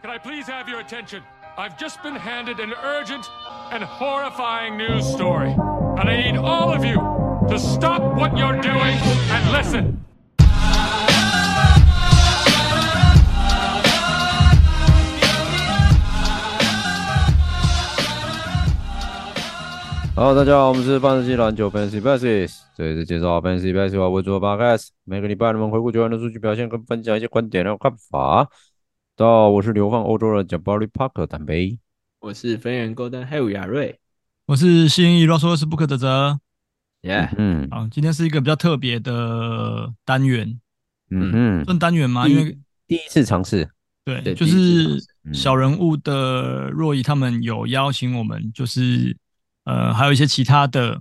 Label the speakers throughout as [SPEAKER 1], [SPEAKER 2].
[SPEAKER 1] can I please have your attention? I've just been handed an urgent and horrifying news story. And I need all of you to stop what you're doing and listen.
[SPEAKER 2] Hello，大家好，我们是范特西篮球 Fantasy Basis，这里是介绍 Fantasy Basis 为主的 Podcast，每个礼拜我们回顾球员的数据表现跟分享一些观点还有看法。到我是流放欧洲的 Jabari Parker 坦白。
[SPEAKER 3] 我是飞人 Golden Hill 雅瑞
[SPEAKER 4] 我是新一乱说是不可的哲。
[SPEAKER 3] ，Yeah，
[SPEAKER 2] 嗯
[SPEAKER 4] 好，啊今天是一个比较特别的单元，
[SPEAKER 2] 嗯嗯，
[SPEAKER 4] 算单元吗？因为
[SPEAKER 2] 第一次尝试，
[SPEAKER 4] 对，
[SPEAKER 3] 对
[SPEAKER 4] 就
[SPEAKER 3] 第一次
[SPEAKER 4] 是
[SPEAKER 2] 嗯
[SPEAKER 4] 小人物的若仪他们有邀请我们，就是呃，还有一些其他的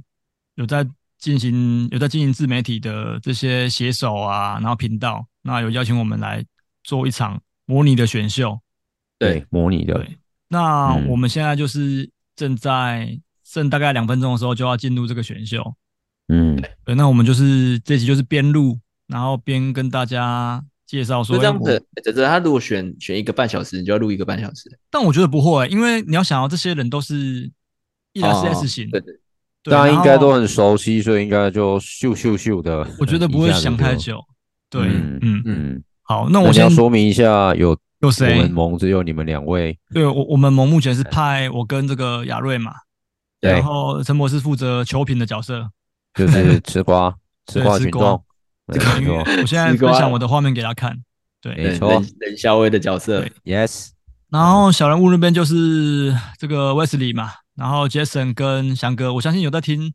[SPEAKER 4] 有在进行有在经营自媒体的这些写手啊，然后频道，那有邀请我们来做一场模拟的选秀。
[SPEAKER 3] 对，
[SPEAKER 2] 模拟的，
[SPEAKER 4] 对那
[SPEAKER 2] 嗯
[SPEAKER 4] 我们现在就是正在剩大概两分钟的时候就要进入这个选秀，
[SPEAKER 2] 嗯，
[SPEAKER 4] 对，那我们就是这集就是边录，然后边跟大家介绍说
[SPEAKER 3] 就这样
[SPEAKER 4] 哎我
[SPEAKER 3] 子。哲哲他如果选选一个半小时，你就要录一个半小时，
[SPEAKER 4] 但我觉得不会，因为你要想要这些人都是一来是
[SPEAKER 3] 哦
[SPEAKER 4] S 型，
[SPEAKER 3] 对对，
[SPEAKER 4] 对
[SPEAKER 2] 大家应该都。
[SPEAKER 4] 然后
[SPEAKER 2] 很熟悉，所以应该就咻咻咻的。
[SPEAKER 4] 我觉得不
[SPEAKER 2] 一
[SPEAKER 4] 会
[SPEAKER 2] 下子
[SPEAKER 4] 想太
[SPEAKER 2] 就。
[SPEAKER 4] 久。对，
[SPEAKER 2] 嗯
[SPEAKER 4] 嗯，
[SPEAKER 2] 嗯，
[SPEAKER 4] 好，那
[SPEAKER 2] 那
[SPEAKER 4] 我
[SPEAKER 2] 你
[SPEAKER 4] 先
[SPEAKER 2] 要说明一下，有
[SPEAKER 4] 有
[SPEAKER 2] 我
[SPEAKER 4] 谁
[SPEAKER 2] 们？盟只有你们两位，
[SPEAKER 4] 对我，我们盟目前是派我跟这个亚瑞嘛，
[SPEAKER 2] 对
[SPEAKER 4] 然后陈博士负责球品的角色。
[SPEAKER 2] 就是吃瓜，吃
[SPEAKER 4] 对
[SPEAKER 2] 瓜
[SPEAKER 4] 吃
[SPEAKER 2] 群
[SPEAKER 4] 瓜
[SPEAKER 2] 众，没
[SPEAKER 4] 这个因为
[SPEAKER 2] 错
[SPEAKER 4] 我现在
[SPEAKER 3] 西瓜
[SPEAKER 4] 分享我的画面给他看。对，
[SPEAKER 2] 没
[SPEAKER 3] 对
[SPEAKER 2] 错
[SPEAKER 3] 冷冷肖威的角色
[SPEAKER 4] 对
[SPEAKER 2] ，Yes，
[SPEAKER 4] 然后小人物那边就是这个 Wesley 嘛，然后 Jason 跟翔哥，我相信有在听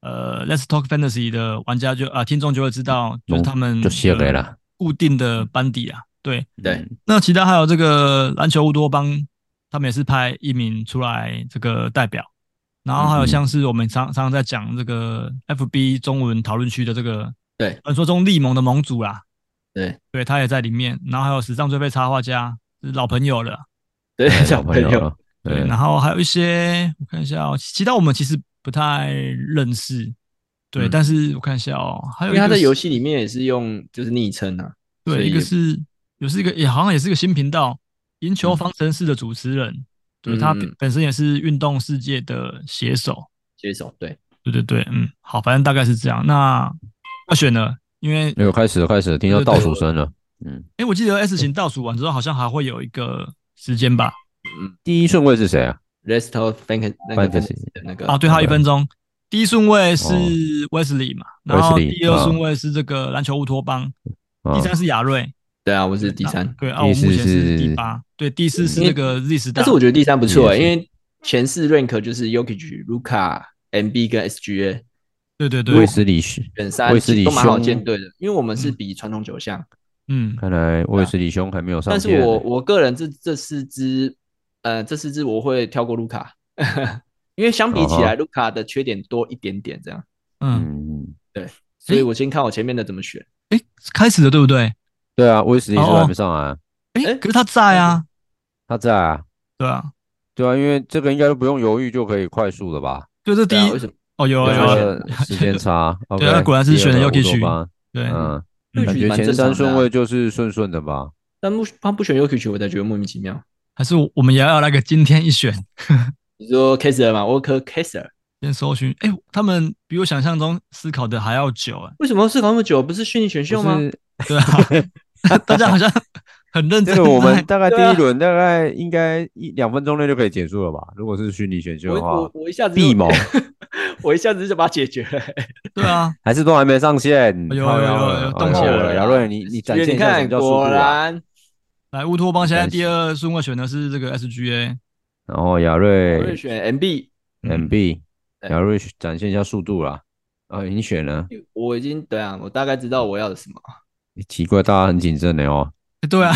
[SPEAKER 4] 呃 Let's Talk Fantasy 的玩家就啊、听众就会知道，就是他们
[SPEAKER 2] 嗯就谢
[SPEAKER 4] 的
[SPEAKER 2] 给了。
[SPEAKER 4] 固定的班底啊。对，
[SPEAKER 3] 对
[SPEAKER 4] 那其他还有这个篮球乌托邦，他们也是派一名出来这个代表，然后还有像是我们常常常在讲这个 FB 中文讨论区的这个
[SPEAKER 3] 对
[SPEAKER 4] 传说中力盟的盟主啦，
[SPEAKER 3] 对
[SPEAKER 4] 对他也在里面，然后还有史上最被插画家，是老朋友了，
[SPEAKER 3] 对，
[SPEAKER 2] 小
[SPEAKER 3] 嗯小朋
[SPEAKER 2] 友哦
[SPEAKER 3] 友
[SPEAKER 2] 了，
[SPEAKER 4] 对，然后还有一些我看一下、哦，其他我们其实不太认识，对，
[SPEAKER 2] 嗯
[SPEAKER 4] 但是我看一下哦，还
[SPEAKER 3] 因
[SPEAKER 4] 有
[SPEAKER 3] 为
[SPEAKER 4] 一个
[SPEAKER 3] 他在
[SPEAKER 4] 是
[SPEAKER 3] 游戏里面也是用就是昵称啊，所
[SPEAKER 4] 对，
[SPEAKER 3] 以
[SPEAKER 4] 一个
[SPEAKER 3] 也
[SPEAKER 4] 是也是一个也好像也是一个新频道《赢球
[SPEAKER 2] 嗯
[SPEAKER 4] 方程式》的主持人，对他
[SPEAKER 3] 嗯嗯
[SPEAKER 4] 本身也是运动世界的写手，
[SPEAKER 3] 接手，对，
[SPEAKER 4] 对对对，嗯，好，反正大概是这样。那要选了，因为
[SPEAKER 2] 又开始了开始了，听到
[SPEAKER 4] 对对
[SPEAKER 2] 倒数声了。嗯，
[SPEAKER 4] 哎，我记得 S 型倒数完之后好像还会有一个时间吧？
[SPEAKER 2] 第一顺位是谁啊？
[SPEAKER 3] Rest of Fantasy 那个
[SPEAKER 2] Fantasy
[SPEAKER 3] 的那个
[SPEAKER 4] 啊，对，还有一分钟。第一顺位是
[SPEAKER 2] 哦
[SPEAKER 4] Wesley 嘛，然后
[SPEAKER 2] Wesley，
[SPEAKER 4] 第二
[SPEAKER 3] 嗯
[SPEAKER 4] 顺
[SPEAKER 2] 啊
[SPEAKER 4] 位是这个篮球乌托邦，
[SPEAKER 2] 啊
[SPEAKER 4] 第，三是亚瑞，
[SPEAKER 3] 对啊，我是第三，嗯
[SPEAKER 4] 对啊，
[SPEAKER 2] 第
[SPEAKER 4] 我
[SPEAKER 2] 四
[SPEAKER 4] 目前是第
[SPEAKER 2] 是
[SPEAKER 4] 八，对，第四是那个 Z 时代，
[SPEAKER 3] 但是我觉得第三不错欸，
[SPEAKER 2] 也
[SPEAKER 3] 因
[SPEAKER 2] 是
[SPEAKER 3] 为前四 rank 就是 Yokic、Luca、MB 跟 SGA
[SPEAKER 4] 对对
[SPEAKER 2] 卫
[SPEAKER 4] 对，
[SPEAKER 2] 斯理兄，
[SPEAKER 3] 选三
[SPEAKER 2] 卫斯理
[SPEAKER 3] 都蛮好
[SPEAKER 2] 兄，
[SPEAKER 3] 建队的，因为我们是比传统九项。
[SPEAKER 4] 嗯，
[SPEAKER 2] 看来卫斯理兄还没有上
[SPEAKER 3] 但
[SPEAKER 2] 线
[SPEAKER 3] 是
[SPEAKER 2] 呢。
[SPEAKER 3] 我我个人这这四支，呃，这四支我会跳过卢卡，因为相比
[SPEAKER 2] 啊
[SPEAKER 3] 起来，卢卡的缺点多一点点，这样，
[SPEAKER 4] 嗯，
[SPEAKER 2] 嗯，
[SPEAKER 3] 所以我先看我前面的怎么选。
[SPEAKER 4] 开始了，对不对？
[SPEAKER 2] 对啊，卫斯理是
[SPEAKER 4] 哦哦
[SPEAKER 2] 还没上来啊，
[SPEAKER 4] 哎、
[SPEAKER 3] 哎
[SPEAKER 4] 可是他在啊，
[SPEAKER 2] 他在啊，
[SPEAKER 4] 对啊，
[SPEAKER 2] 对啊，因为这个应该都不用犹豫就可以快速了吧？
[SPEAKER 4] 对，这第
[SPEAKER 3] 对
[SPEAKER 4] 一、
[SPEAKER 3] 啊，为什么？
[SPEAKER 4] 哦，有啊
[SPEAKER 2] 对
[SPEAKER 4] 有
[SPEAKER 2] 啊
[SPEAKER 4] 啊，
[SPEAKER 2] 这个时间差，
[SPEAKER 4] 对啊
[SPEAKER 2] OK，
[SPEAKER 4] 果然是
[SPEAKER 2] 第二
[SPEAKER 4] 选了
[SPEAKER 2] 个
[SPEAKER 4] Jokic
[SPEAKER 2] 乌托邦
[SPEAKER 4] 对，
[SPEAKER 2] 嗯，
[SPEAKER 4] 嗯
[SPEAKER 2] 感觉
[SPEAKER 3] 蛮
[SPEAKER 2] 前
[SPEAKER 3] 正常
[SPEAKER 2] 三
[SPEAKER 3] 的
[SPEAKER 2] 顺
[SPEAKER 3] 啊
[SPEAKER 2] 位就是顺顺的吧？
[SPEAKER 3] 但不他不选 U Q 球，我才觉得莫名其妙。
[SPEAKER 4] 还是我们也要来个今天一选，
[SPEAKER 3] 你说 Kaiser 嘛，Walker Kaiser，
[SPEAKER 4] 先搜寻，哎、他们比我想象中思考的还要久、 啊，
[SPEAKER 3] 为什么要思考那么久？不是虚拟选秀
[SPEAKER 2] 不
[SPEAKER 3] 吗？
[SPEAKER 2] 是
[SPEAKER 4] 对啊，大家好像很认
[SPEAKER 2] 这
[SPEAKER 4] 真
[SPEAKER 2] 个我 们
[SPEAKER 4] 在
[SPEAKER 2] 大概第
[SPEAKER 3] 对啊
[SPEAKER 2] 一轮大概应该一两分钟内就可以结束了吧？如果是虚拟选秀
[SPEAKER 3] 我
[SPEAKER 2] 的话
[SPEAKER 3] 我，我一下子就
[SPEAKER 2] 必猛，
[SPEAKER 3] 我一下子就把它解决了。
[SPEAKER 4] 对啊，
[SPEAKER 2] 还是都还没上线，
[SPEAKER 4] 哎呦
[SPEAKER 2] 靠腰
[SPEAKER 4] 哎呦
[SPEAKER 2] 了
[SPEAKER 4] 哎呦
[SPEAKER 2] 哎呦
[SPEAKER 4] 动起
[SPEAKER 2] 哎呦
[SPEAKER 4] 来了
[SPEAKER 2] 姚瑞，你你展现
[SPEAKER 3] 你
[SPEAKER 2] 一下什
[SPEAKER 3] 看，
[SPEAKER 2] 么叫速度
[SPEAKER 3] 果
[SPEAKER 2] 啊！
[SPEAKER 3] 然
[SPEAKER 4] 来乌托邦现在
[SPEAKER 2] 没关系
[SPEAKER 4] 第二顺位选的是这个 SGA，
[SPEAKER 2] 然后姚
[SPEAKER 3] 我会
[SPEAKER 2] 哦瑞
[SPEAKER 3] 选 MB，
[SPEAKER 4] 嗯
[SPEAKER 2] MB，姚瑞展现一下速度啦。啊，你选了，
[SPEAKER 3] 我已经对啊，我大概知道我要的什么。
[SPEAKER 2] 奇怪，大家很谨慎的哦。
[SPEAKER 4] 哎对啊，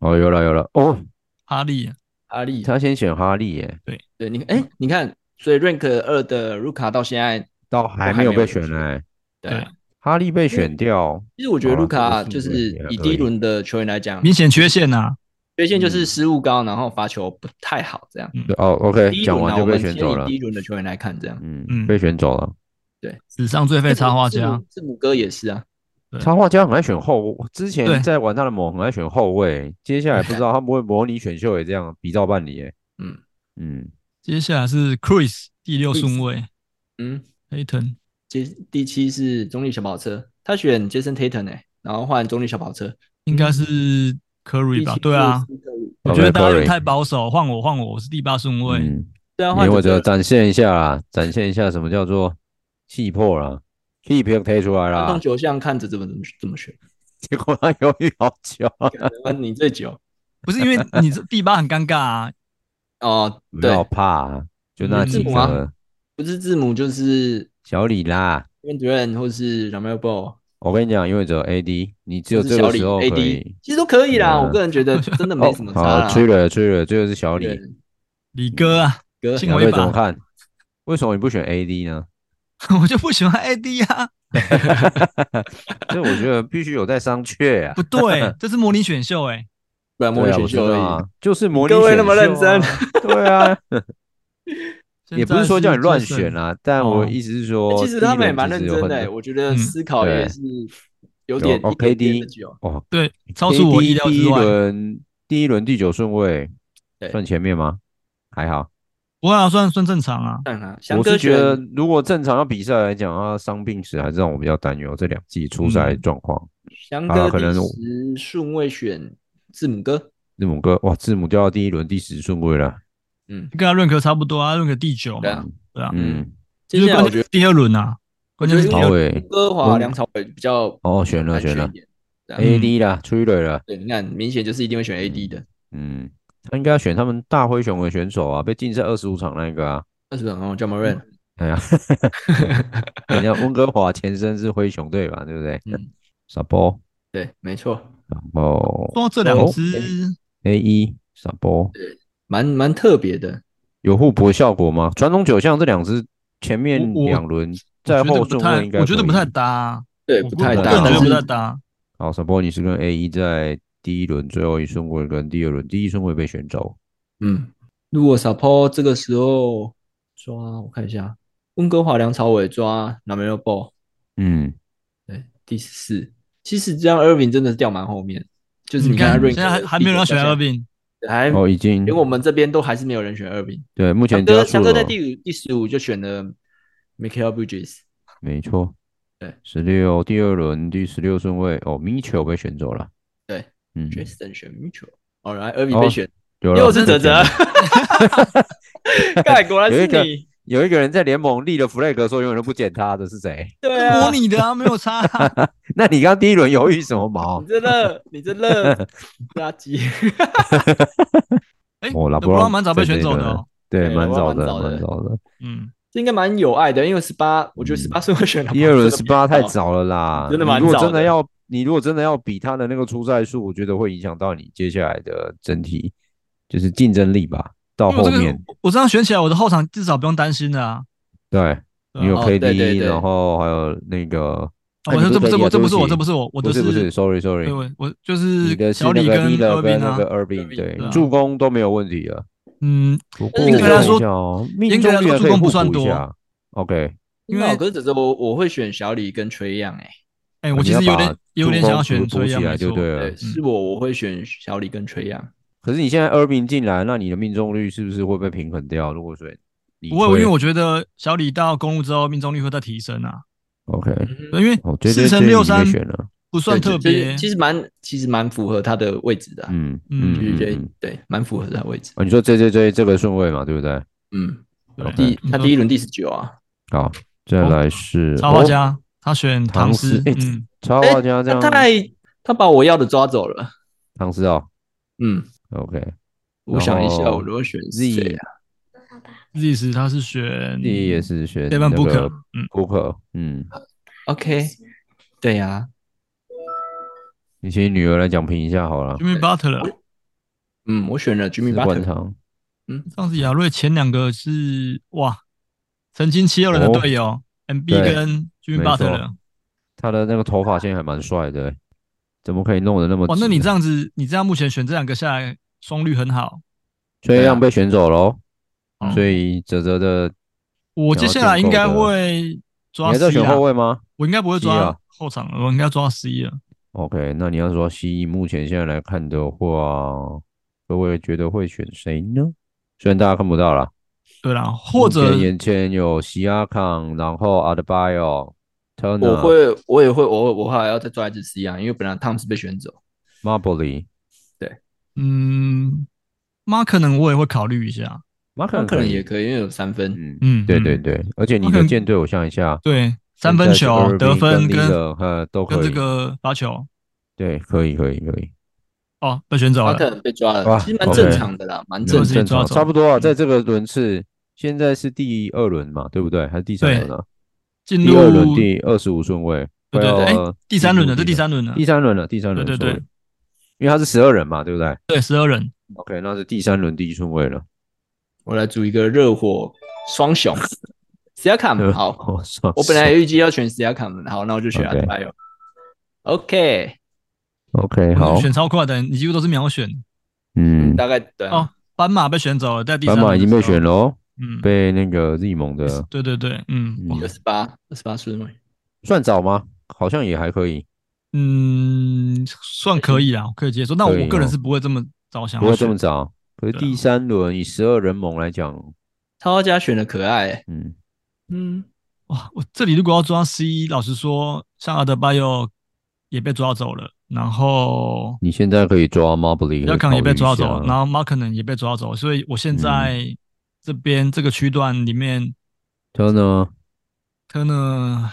[SPEAKER 2] 哦，有了有了，哦，
[SPEAKER 4] 哈利，啊
[SPEAKER 3] 阿力，
[SPEAKER 2] 他先选哈利耶，
[SPEAKER 3] 对你，哎，你看，所以 rank 二的卢卡到现在，
[SPEAKER 2] 到还
[SPEAKER 3] 还
[SPEAKER 2] 没有
[SPEAKER 3] 没
[SPEAKER 2] 被
[SPEAKER 3] 有被
[SPEAKER 2] 选
[SPEAKER 3] 选
[SPEAKER 2] 哎，
[SPEAKER 3] 对
[SPEAKER 4] 对
[SPEAKER 3] 啊，
[SPEAKER 2] 哈利被选掉，
[SPEAKER 3] 其实我觉得
[SPEAKER 2] 好啦啊
[SPEAKER 3] 卢卡
[SPEAKER 2] 这
[SPEAKER 3] 就
[SPEAKER 2] 个数
[SPEAKER 3] 是
[SPEAKER 2] 据也
[SPEAKER 3] 以
[SPEAKER 2] 可
[SPEAKER 3] 第一
[SPEAKER 2] 以
[SPEAKER 3] 轮的球员来讲，
[SPEAKER 4] 明显缺陷啊呐、
[SPEAKER 3] 缺陷
[SPEAKER 2] 嗯
[SPEAKER 3] 就是失误高，然后罚球不太好这样。
[SPEAKER 2] 对哦，OK，
[SPEAKER 3] 第一
[SPEAKER 2] 讲
[SPEAKER 3] 轮
[SPEAKER 2] 完
[SPEAKER 3] 啊，
[SPEAKER 2] 就
[SPEAKER 3] 我
[SPEAKER 2] 被
[SPEAKER 3] 们
[SPEAKER 2] 选
[SPEAKER 3] 先
[SPEAKER 2] 走了
[SPEAKER 3] 以第，一轮的球员来看这样。
[SPEAKER 2] 嗯，
[SPEAKER 4] 嗯
[SPEAKER 2] 被选走了。
[SPEAKER 4] 史上最废插画家，
[SPEAKER 3] 字母哥也是啊，
[SPEAKER 4] 对
[SPEAKER 2] 插画家很爱选后，我之
[SPEAKER 4] 对
[SPEAKER 2] 前在玩他的某很爱选后卫，接下来不知 道他们会模拟选秀也这样比照办理耶，
[SPEAKER 3] 嗯
[SPEAKER 2] 嗯，
[SPEAKER 4] 接下来是 Chris 第六顺位
[SPEAKER 3] 嗯，
[SPEAKER 4] ，Hayton
[SPEAKER 3] 接第七是中立小跑车，他选杰森 Tatum 哎，然后换中立小跑车。
[SPEAKER 4] 应该是 Curry 吧？
[SPEAKER 3] 嗯第七
[SPEAKER 4] 对啊，
[SPEAKER 3] 是斯科里，
[SPEAKER 4] 我觉得
[SPEAKER 2] OK，
[SPEAKER 4] 大家有点
[SPEAKER 2] Curry
[SPEAKER 4] 太保守，换我换我，我是第八顺位。
[SPEAKER 2] 嗯，
[SPEAKER 3] 对啊，
[SPEAKER 2] 你
[SPEAKER 3] 换
[SPEAKER 2] 或
[SPEAKER 3] 这
[SPEAKER 2] 者
[SPEAKER 3] 个
[SPEAKER 2] 展现一下啦，展现一下什么叫做气魄啦，气魄推出来
[SPEAKER 3] 换
[SPEAKER 2] 啦
[SPEAKER 3] 动，球项看着怎么怎么怎么 选，
[SPEAKER 2] 结果他犹豫好久，
[SPEAKER 3] 问你最久
[SPEAKER 4] 不是因 为你这第八很尴尬啊，
[SPEAKER 3] 哦，
[SPEAKER 2] 不
[SPEAKER 3] 对，
[SPEAKER 2] 要怕啊，就那
[SPEAKER 4] 嗯
[SPEAKER 2] 几
[SPEAKER 4] 字
[SPEAKER 3] 母啊
[SPEAKER 2] 个
[SPEAKER 3] 不是字母就是
[SPEAKER 2] 小李啦，
[SPEAKER 3] 温主任或是 r a m e l b o
[SPEAKER 2] 我跟你讲，因为只有 AD，你只有
[SPEAKER 3] 就
[SPEAKER 2] 这
[SPEAKER 3] 是小
[SPEAKER 2] 个
[SPEAKER 3] 李
[SPEAKER 2] 时候可以
[SPEAKER 3] AD，。其实都可以啦。
[SPEAKER 2] 对啊
[SPEAKER 3] 我个人觉得真的
[SPEAKER 2] 哦
[SPEAKER 3] 没什么，差
[SPEAKER 2] 好，
[SPEAKER 3] 啦。
[SPEAKER 2] 吹了吹了，最后是小
[SPEAKER 3] 小
[SPEAKER 2] 李，
[SPEAKER 4] 李哥啊，
[SPEAKER 3] 哥
[SPEAKER 4] 幸
[SPEAKER 2] 两
[SPEAKER 4] 我
[SPEAKER 2] 位
[SPEAKER 4] 一
[SPEAKER 2] 怎
[SPEAKER 4] 把，
[SPEAKER 2] 么看？为什么你不选 AD 呢？
[SPEAKER 4] 我就不喜欢 AD 啊，
[SPEAKER 2] 这我觉得必须有待商榷 啊
[SPEAKER 4] 不。 对，这是模拟选秀哎、
[SPEAKER 3] 不然模
[SPEAKER 2] 对
[SPEAKER 3] 拟
[SPEAKER 2] 啊
[SPEAKER 3] 选
[SPEAKER 2] 我知
[SPEAKER 3] 秀
[SPEAKER 2] 道
[SPEAKER 3] 而已
[SPEAKER 2] 啊。就是模拟
[SPEAKER 3] 各
[SPEAKER 2] 选秀啊。
[SPEAKER 3] 位那么认真
[SPEAKER 2] 对 啊，
[SPEAKER 4] 欸，
[SPEAKER 2] 也不是说叫你乱选
[SPEAKER 4] 啊，
[SPEAKER 2] 啊，但我
[SPEAKER 4] 哦
[SPEAKER 2] 意思是说，
[SPEAKER 3] 其实他们
[SPEAKER 2] 第
[SPEAKER 3] 也
[SPEAKER 2] 一轮
[SPEAKER 3] 蛮认
[SPEAKER 2] 其实有
[SPEAKER 3] 真
[SPEAKER 2] 很
[SPEAKER 3] 的欸，
[SPEAKER 2] 多。
[SPEAKER 3] 我觉得
[SPEAKER 4] 嗯
[SPEAKER 3] 思考也是有点
[SPEAKER 2] 有哦
[SPEAKER 3] 一点点的
[SPEAKER 2] OKD
[SPEAKER 3] 久。
[SPEAKER 2] 哇，
[SPEAKER 4] 对，超出我
[SPEAKER 2] KD
[SPEAKER 4] 意料
[SPEAKER 2] 第
[SPEAKER 4] 之
[SPEAKER 2] 一
[SPEAKER 4] 外。
[SPEAKER 2] 轮第一轮第九顺位
[SPEAKER 3] 对，
[SPEAKER 2] 算前面吗？还好，
[SPEAKER 4] 不会啊，算算正常啊。
[SPEAKER 3] 看啊，翔
[SPEAKER 2] 我
[SPEAKER 3] 哥
[SPEAKER 2] 是觉得
[SPEAKER 3] 选
[SPEAKER 2] 如果正常要比赛来讲，他伤病史还是让我比较担忧这两季初赛
[SPEAKER 4] 嗯
[SPEAKER 2] 状况。
[SPEAKER 3] 翔
[SPEAKER 2] 啊
[SPEAKER 3] 哥
[SPEAKER 2] 可
[SPEAKER 3] 第
[SPEAKER 2] 能
[SPEAKER 3] 十顺位选字母哥，
[SPEAKER 2] 字母哥，哇，字母掉到第一轮第十顺位了，
[SPEAKER 3] 嗯，
[SPEAKER 4] 跟他认可差不多啊，认可第九
[SPEAKER 3] 对
[SPEAKER 4] 嘛
[SPEAKER 3] 啊，
[SPEAKER 4] 对啊，
[SPEAKER 2] 嗯，
[SPEAKER 4] 就是
[SPEAKER 3] 接下来
[SPEAKER 4] 关
[SPEAKER 3] 我
[SPEAKER 4] 键
[SPEAKER 3] 觉
[SPEAKER 4] 是
[SPEAKER 3] 得
[SPEAKER 4] 第二轮啊，关键是第
[SPEAKER 2] 曹
[SPEAKER 4] 二轮，
[SPEAKER 2] 伟
[SPEAKER 3] 吴哥华、
[SPEAKER 2] 我
[SPEAKER 3] 梁朝伟比较
[SPEAKER 2] 哦，选了
[SPEAKER 3] 安
[SPEAKER 2] 选
[SPEAKER 3] 全
[SPEAKER 2] 了
[SPEAKER 3] 一点。对啊
[SPEAKER 2] AD 啦，催泪了，
[SPEAKER 3] 对，你看，明显就是一定会选 AD 的，
[SPEAKER 2] 嗯，他应该要选他们大灰熊的选手啊，被禁赛二十五场那个啊，
[SPEAKER 3] 二十号叫 m o r a n
[SPEAKER 2] 哎呀，人家温哥华前身是灰熊队吧，对不对？
[SPEAKER 3] 嗯，
[SPEAKER 2] 傻波，
[SPEAKER 3] 对，没错，
[SPEAKER 2] 然后
[SPEAKER 4] 说到这两
[SPEAKER 2] 哦
[SPEAKER 4] 支，
[SPEAKER 2] A 一傻波
[SPEAKER 3] 蛮蛮特别的。
[SPEAKER 2] 有互搏效果吗？传统九项这两支前面
[SPEAKER 4] 我我
[SPEAKER 2] 两轮
[SPEAKER 4] 我觉
[SPEAKER 2] 在
[SPEAKER 4] 得
[SPEAKER 2] 后
[SPEAKER 4] 不
[SPEAKER 2] 顺
[SPEAKER 4] 太
[SPEAKER 2] 位应，该
[SPEAKER 4] 我觉得
[SPEAKER 2] 可以
[SPEAKER 4] 不太。搭啊，
[SPEAKER 3] 对，
[SPEAKER 4] 我
[SPEAKER 3] 不
[SPEAKER 4] 个
[SPEAKER 3] 太
[SPEAKER 4] 我个
[SPEAKER 3] 搭
[SPEAKER 4] 人觉
[SPEAKER 2] 但
[SPEAKER 3] 但
[SPEAKER 4] 得不太
[SPEAKER 3] 是
[SPEAKER 4] 搭。
[SPEAKER 2] 好，傻波，你是跟 A 一在第一轮最后一顺位跟第二轮第一顺位被选走，
[SPEAKER 3] 嗯，如果 Sapo 这个时候抓，我看一下，温哥华、梁朝伟抓 n a m e l b o
[SPEAKER 2] 嗯，
[SPEAKER 3] 对，第四。其实这样 Irving 真的是掉蛮后面，就是你
[SPEAKER 4] 你
[SPEAKER 3] 看他
[SPEAKER 4] 看
[SPEAKER 3] r a
[SPEAKER 4] 现在还还没有人要选 Irving，
[SPEAKER 3] 还
[SPEAKER 2] 哦，已经
[SPEAKER 3] 嗯连我们这边都还是没有人选 Irving。
[SPEAKER 2] 对目前
[SPEAKER 3] 强
[SPEAKER 2] 加
[SPEAKER 3] 哥，
[SPEAKER 2] 速
[SPEAKER 3] 强哥在
[SPEAKER 2] 了，哦
[SPEAKER 3] 第五、第十五就选了 Michael Bridges，
[SPEAKER 2] 没错，
[SPEAKER 3] 对，
[SPEAKER 2] 十六第二轮第十六顺位哦，Mitchell 被选走了，
[SPEAKER 3] 对
[SPEAKER 2] 嗯，
[SPEAKER 3] ，Tristan 选 Mitchell，哦，然后 Irving
[SPEAKER 2] 哦
[SPEAKER 3] 被选，
[SPEAKER 2] 有了
[SPEAKER 3] 又是哲 哲，盖果然
[SPEAKER 2] 有
[SPEAKER 3] 是
[SPEAKER 2] 一个
[SPEAKER 3] 你，
[SPEAKER 2] 有一个人在联盟立了 flag 说永远都不捡他的是谁？
[SPEAKER 3] 对啊
[SPEAKER 4] 模，拟的啊，没有差啊。
[SPEAKER 2] 那你刚刚第一轮犹豫什么毛
[SPEAKER 3] 你？真的，你真的 垃圾。
[SPEAKER 4] 哎，
[SPEAKER 2] 哦
[SPEAKER 4] 老
[SPEAKER 2] 拉布
[SPEAKER 4] 布
[SPEAKER 2] 朗
[SPEAKER 4] 朗蛮早被选走的
[SPEAKER 2] 在这
[SPEAKER 4] 哦。
[SPEAKER 2] 对，
[SPEAKER 3] 对
[SPEAKER 2] 蛮
[SPEAKER 3] 我
[SPEAKER 2] 早
[SPEAKER 3] 忘
[SPEAKER 2] 的，
[SPEAKER 3] 早的
[SPEAKER 2] 蛮早的。
[SPEAKER 4] 嗯，
[SPEAKER 3] 这应该蛮有爱的，因为十八，我觉得十八顺位选了
[SPEAKER 2] 第嗯二轮十八太，早了啦，
[SPEAKER 3] 真的蛮
[SPEAKER 2] 你如果
[SPEAKER 3] 早
[SPEAKER 2] 真的
[SPEAKER 3] 的
[SPEAKER 2] 要，你如果真的要比他的那个出赛数，我觉得会影响到你接下来的整体就是竞争力吧。到
[SPEAKER 4] 因为我
[SPEAKER 2] 后
[SPEAKER 4] 这个
[SPEAKER 2] 面，
[SPEAKER 4] 我这样选起来，我的后场至少不用担心的啊。
[SPEAKER 2] 对
[SPEAKER 4] 对
[SPEAKER 2] 你有
[SPEAKER 4] 啊
[SPEAKER 3] 哦对对
[SPEAKER 2] KD，
[SPEAKER 3] 对
[SPEAKER 2] 然后还有那个，
[SPEAKER 4] 哦
[SPEAKER 2] 哎
[SPEAKER 4] 我说这不是我，这不是我，这不
[SPEAKER 2] 是
[SPEAKER 4] 是我，我
[SPEAKER 2] 不
[SPEAKER 4] 的
[SPEAKER 2] 是不是
[SPEAKER 4] 对
[SPEAKER 2] ，sorry sorry，
[SPEAKER 4] 我我就是
[SPEAKER 2] 你的是
[SPEAKER 4] 小
[SPEAKER 2] 那
[SPEAKER 4] 李
[SPEAKER 2] 个
[SPEAKER 4] 跟
[SPEAKER 2] Miller 跟
[SPEAKER 4] Irving
[SPEAKER 2] 那
[SPEAKER 4] 啊
[SPEAKER 2] 个。Irving，
[SPEAKER 3] Irving，
[SPEAKER 2] 对
[SPEAKER 4] 对啊，
[SPEAKER 2] 助攻都没有问题了。
[SPEAKER 4] 嗯，
[SPEAKER 2] 不过
[SPEAKER 3] 但是
[SPEAKER 4] 应该来说
[SPEAKER 2] 我想哦命
[SPEAKER 4] 应
[SPEAKER 2] 中
[SPEAKER 4] 该来
[SPEAKER 2] 率
[SPEAKER 4] 说
[SPEAKER 2] 也可
[SPEAKER 4] 助
[SPEAKER 2] 以
[SPEAKER 4] 攻不
[SPEAKER 2] 互
[SPEAKER 4] 算
[SPEAKER 2] 补一
[SPEAKER 4] 多
[SPEAKER 2] 下。OK，
[SPEAKER 3] 因为可是只是我我会选小李跟垂杨哎，
[SPEAKER 4] 哎，
[SPEAKER 2] 哦
[SPEAKER 4] 我
[SPEAKER 2] 你
[SPEAKER 4] 其
[SPEAKER 2] 要
[SPEAKER 4] 实有
[SPEAKER 2] 把
[SPEAKER 4] 点有
[SPEAKER 2] 助
[SPEAKER 4] 点想
[SPEAKER 2] 攻
[SPEAKER 4] 要选
[SPEAKER 2] 补
[SPEAKER 4] 崔杨，
[SPEAKER 2] 起
[SPEAKER 4] 没
[SPEAKER 2] 来就
[SPEAKER 4] 错。
[SPEAKER 2] 对嗯了
[SPEAKER 3] 对，。是我我会选小李跟垂杨，
[SPEAKER 2] 可是你现在 Irving 进来，那你的命中率是不是会被平衡掉？如果说你
[SPEAKER 4] 不会，因为
[SPEAKER 2] 推
[SPEAKER 4] 我觉得小李到公路之后命中率会再提升啊，
[SPEAKER 2] OK，
[SPEAKER 4] 对因为
[SPEAKER 2] 哦，对对
[SPEAKER 4] 四乘
[SPEAKER 2] 对，
[SPEAKER 4] 六
[SPEAKER 2] 你
[SPEAKER 4] 三
[SPEAKER 2] 被选了，
[SPEAKER 4] 不算特别
[SPEAKER 3] 对，其实蛮其实蛮符合他的位置的啊，
[SPEAKER 2] 嗯
[SPEAKER 4] 嗯
[SPEAKER 2] 嗯
[SPEAKER 3] 就是
[SPEAKER 2] 嗯
[SPEAKER 3] 觉得
[SPEAKER 2] 嗯，
[SPEAKER 3] 对蛮符合他的位置，
[SPEAKER 2] 哦，你说这这这这个顺位嘛，对不对？
[SPEAKER 3] 嗯，
[SPEAKER 4] 对
[SPEAKER 3] 第
[SPEAKER 4] 嗯
[SPEAKER 3] 他第一轮第十九啊，
[SPEAKER 2] 好，再
[SPEAKER 4] 哦
[SPEAKER 2] 来是
[SPEAKER 4] 插画
[SPEAKER 2] 哦
[SPEAKER 4] 家，他选唐诗，
[SPEAKER 2] 唐诗哎
[SPEAKER 4] 嗯，
[SPEAKER 2] 插
[SPEAKER 3] 哎
[SPEAKER 2] 画家这样，
[SPEAKER 3] 他太他把我要的抓走了，
[SPEAKER 2] 唐诗哦
[SPEAKER 3] 嗯，
[SPEAKER 2] ，OK，
[SPEAKER 3] 我想一下
[SPEAKER 2] 然后
[SPEAKER 3] 我如果选
[SPEAKER 2] Z
[SPEAKER 3] 谁啊，
[SPEAKER 4] 历史他是选
[SPEAKER 2] 第一也是选
[SPEAKER 4] Devin
[SPEAKER 2] 那
[SPEAKER 4] Booker，
[SPEAKER 2] 个
[SPEAKER 4] 嗯，
[SPEAKER 2] Booker，嗯，
[SPEAKER 3] ，OK，对啊呀，
[SPEAKER 2] 你请你女儿来讲评一下好了，
[SPEAKER 4] Jimmy Butler，
[SPEAKER 3] 嗯，我选了
[SPEAKER 2] 是
[SPEAKER 3] Jimmy
[SPEAKER 2] 观
[SPEAKER 3] Butler。
[SPEAKER 2] 察
[SPEAKER 3] 嗯，
[SPEAKER 4] 上次亚瑞前两个是哇，曾经七六人的队友、MB
[SPEAKER 2] 哦对
[SPEAKER 4] 跟 Jimmy
[SPEAKER 2] 没错
[SPEAKER 4] Butler，
[SPEAKER 2] 他的那个头发现在还蛮帅的欸，怎么可以弄得那么直
[SPEAKER 4] 哇
[SPEAKER 2] 啊？，
[SPEAKER 4] 哦那你这样子，你这样目前选这两个下来，双率很好。
[SPEAKER 2] 崔
[SPEAKER 3] 对啊
[SPEAKER 2] 样被选走喽
[SPEAKER 4] 嗯，
[SPEAKER 2] 所以泽泽的
[SPEAKER 4] 我接下来应该会
[SPEAKER 2] 你
[SPEAKER 4] 抓
[SPEAKER 2] 还
[SPEAKER 4] C
[SPEAKER 2] 在选后
[SPEAKER 4] 啦，
[SPEAKER 2] 卫吗
[SPEAKER 4] 我应该不会
[SPEAKER 2] C
[SPEAKER 4] 抓
[SPEAKER 2] 啊
[SPEAKER 4] 后场了，我应该抓 C 了。
[SPEAKER 2] ？OK，那你要说西蜴目前现在来看的话，各位觉得会选谁呢？虽然大家看不到啦，
[SPEAKER 4] 对啦，或
[SPEAKER 2] 目
[SPEAKER 4] 者
[SPEAKER 2] 前眼前有西亚康，然后阿德巴约、Turner、
[SPEAKER 3] 我会，我也会，我会，我还要再抓一只 C 啊，因为本来汤姆斯被选走，
[SPEAKER 2] Marbury、
[SPEAKER 4] 嗯，马可能我也会考虑一下。
[SPEAKER 2] 马
[SPEAKER 3] 他
[SPEAKER 2] 肯
[SPEAKER 3] 可能也可以，因为有三分。
[SPEAKER 2] 嗯，
[SPEAKER 4] 嗯，
[SPEAKER 2] 对对
[SPEAKER 4] 嗯
[SPEAKER 2] 对，而且你
[SPEAKER 4] 马
[SPEAKER 2] 的
[SPEAKER 4] 肯
[SPEAKER 2] 舰队，我想一下，
[SPEAKER 4] 对，三分
[SPEAKER 2] 现在
[SPEAKER 4] 球、
[SPEAKER 2] 是
[SPEAKER 4] 得
[SPEAKER 2] Irving
[SPEAKER 4] 分
[SPEAKER 2] 跟
[SPEAKER 4] 跟
[SPEAKER 2] Lillard，呃都
[SPEAKER 4] 跟
[SPEAKER 2] 可
[SPEAKER 4] 这
[SPEAKER 2] 以，
[SPEAKER 4] 个罚球
[SPEAKER 2] 对，可以可以可以，
[SPEAKER 4] 哦被选走
[SPEAKER 3] 他
[SPEAKER 4] 了。
[SPEAKER 3] 可能被抓了，
[SPEAKER 2] 哇
[SPEAKER 3] 其实蛮正常的啦，蛮
[SPEAKER 4] 这
[SPEAKER 3] 正
[SPEAKER 4] 个
[SPEAKER 2] 正
[SPEAKER 4] 是
[SPEAKER 2] 正
[SPEAKER 3] 常。
[SPEAKER 4] 抓
[SPEAKER 2] 常，
[SPEAKER 4] 走嗯
[SPEAKER 2] 差不多啊，在这个轮次，现在是第二轮嘛，对不对？还是第三轮啊？
[SPEAKER 4] 进
[SPEAKER 2] 第二轮
[SPEAKER 4] 入
[SPEAKER 2] 第二十五顺位，
[SPEAKER 4] 对对对，
[SPEAKER 2] 快要
[SPEAKER 4] 哎，第三轮了，
[SPEAKER 2] 进入
[SPEAKER 4] 这第三轮了，
[SPEAKER 2] 第三轮了，第三轮，
[SPEAKER 4] 对对
[SPEAKER 2] ，sorry
[SPEAKER 4] 对，
[SPEAKER 2] 因为他是十二人嘛，对不对
[SPEAKER 4] 对，十二人，
[SPEAKER 2] ？OK，那是第三轮第一顺位了。
[SPEAKER 3] 我来组一个热火双雄 s i a k
[SPEAKER 4] 嗯
[SPEAKER 3] a m 好，
[SPEAKER 2] 哦，算
[SPEAKER 3] 我本来预计要选 s i a k a m 好，那我就选
[SPEAKER 2] OK
[SPEAKER 3] 阿巴 o OK，
[SPEAKER 2] OK 好，
[SPEAKER 4] 嗯选超快的，你几乎都是秒选。
[SPEAKER 2] 嗯，
[SPEAKER 3] 大概对啊
[SPEAKER 4] 哦，斑马被选走了，在第三轮
[SPEAKER 2] 斑马
[SPEAKER 4] 的
[SPEAKER 2] 已经被
[SPEAKER 4] 时候
[SPEAKER 2] 选，喽，
[SPEAKER 4] 嗯，
[SPEAKER 2] 被那个 Z 盟的
[SPEAKER 4] 对对对，嗯
[SPEAKER 2] 嗯
[SPEAKER 4] 哇
[SPEAKER 3] 二十八，二十八顺位。
[SPEAKER 2] 算早吗？好像也还可以，
[SPEAKER 4] 嗯，算可以啊，可以接受。但
[SPEAKER 2] 可以
[SPEAKER 4] 我个人
[SPEAKER 2] 哦
[SPEAKER 4] 是不会这么早想
[SPEAKER 2] 不
[SPEAKER 4] 要
[SPEAKER 2] 会
[SPEAKER 4] 选，
[SPEAKER 2] 这么早。可是
[SPEAKER 4] 对啊
[SPEAKER 2] 第三轮以十二人盟来讲，
[SPEAKER 3] 超家选的可爱、欸，
[SPEAKER 2] 嗯，
[SPEAKER 3] 嗯，
[SPEAKER 4] 哇，我这里如果要抓 C，老实说，像阿德巴约也被抓走了，然后
[SPEAKER 2] 你现在可以抓 Marbury，
[SPEAKER 4] 亚
[SPEAKER 2] 可以考
[SPEAKER 4] 康
[SPEAKER 2] 虑
[SPEAKER 4] 也被抓走，啊
[SPEAKER 2] 一下嗯
[SPEAKER 4] 然后马可能也被抓走，所以我现在这边这个区段里面，
[SPEAKER 2] Turner，
[SPEAKER 4] 可能，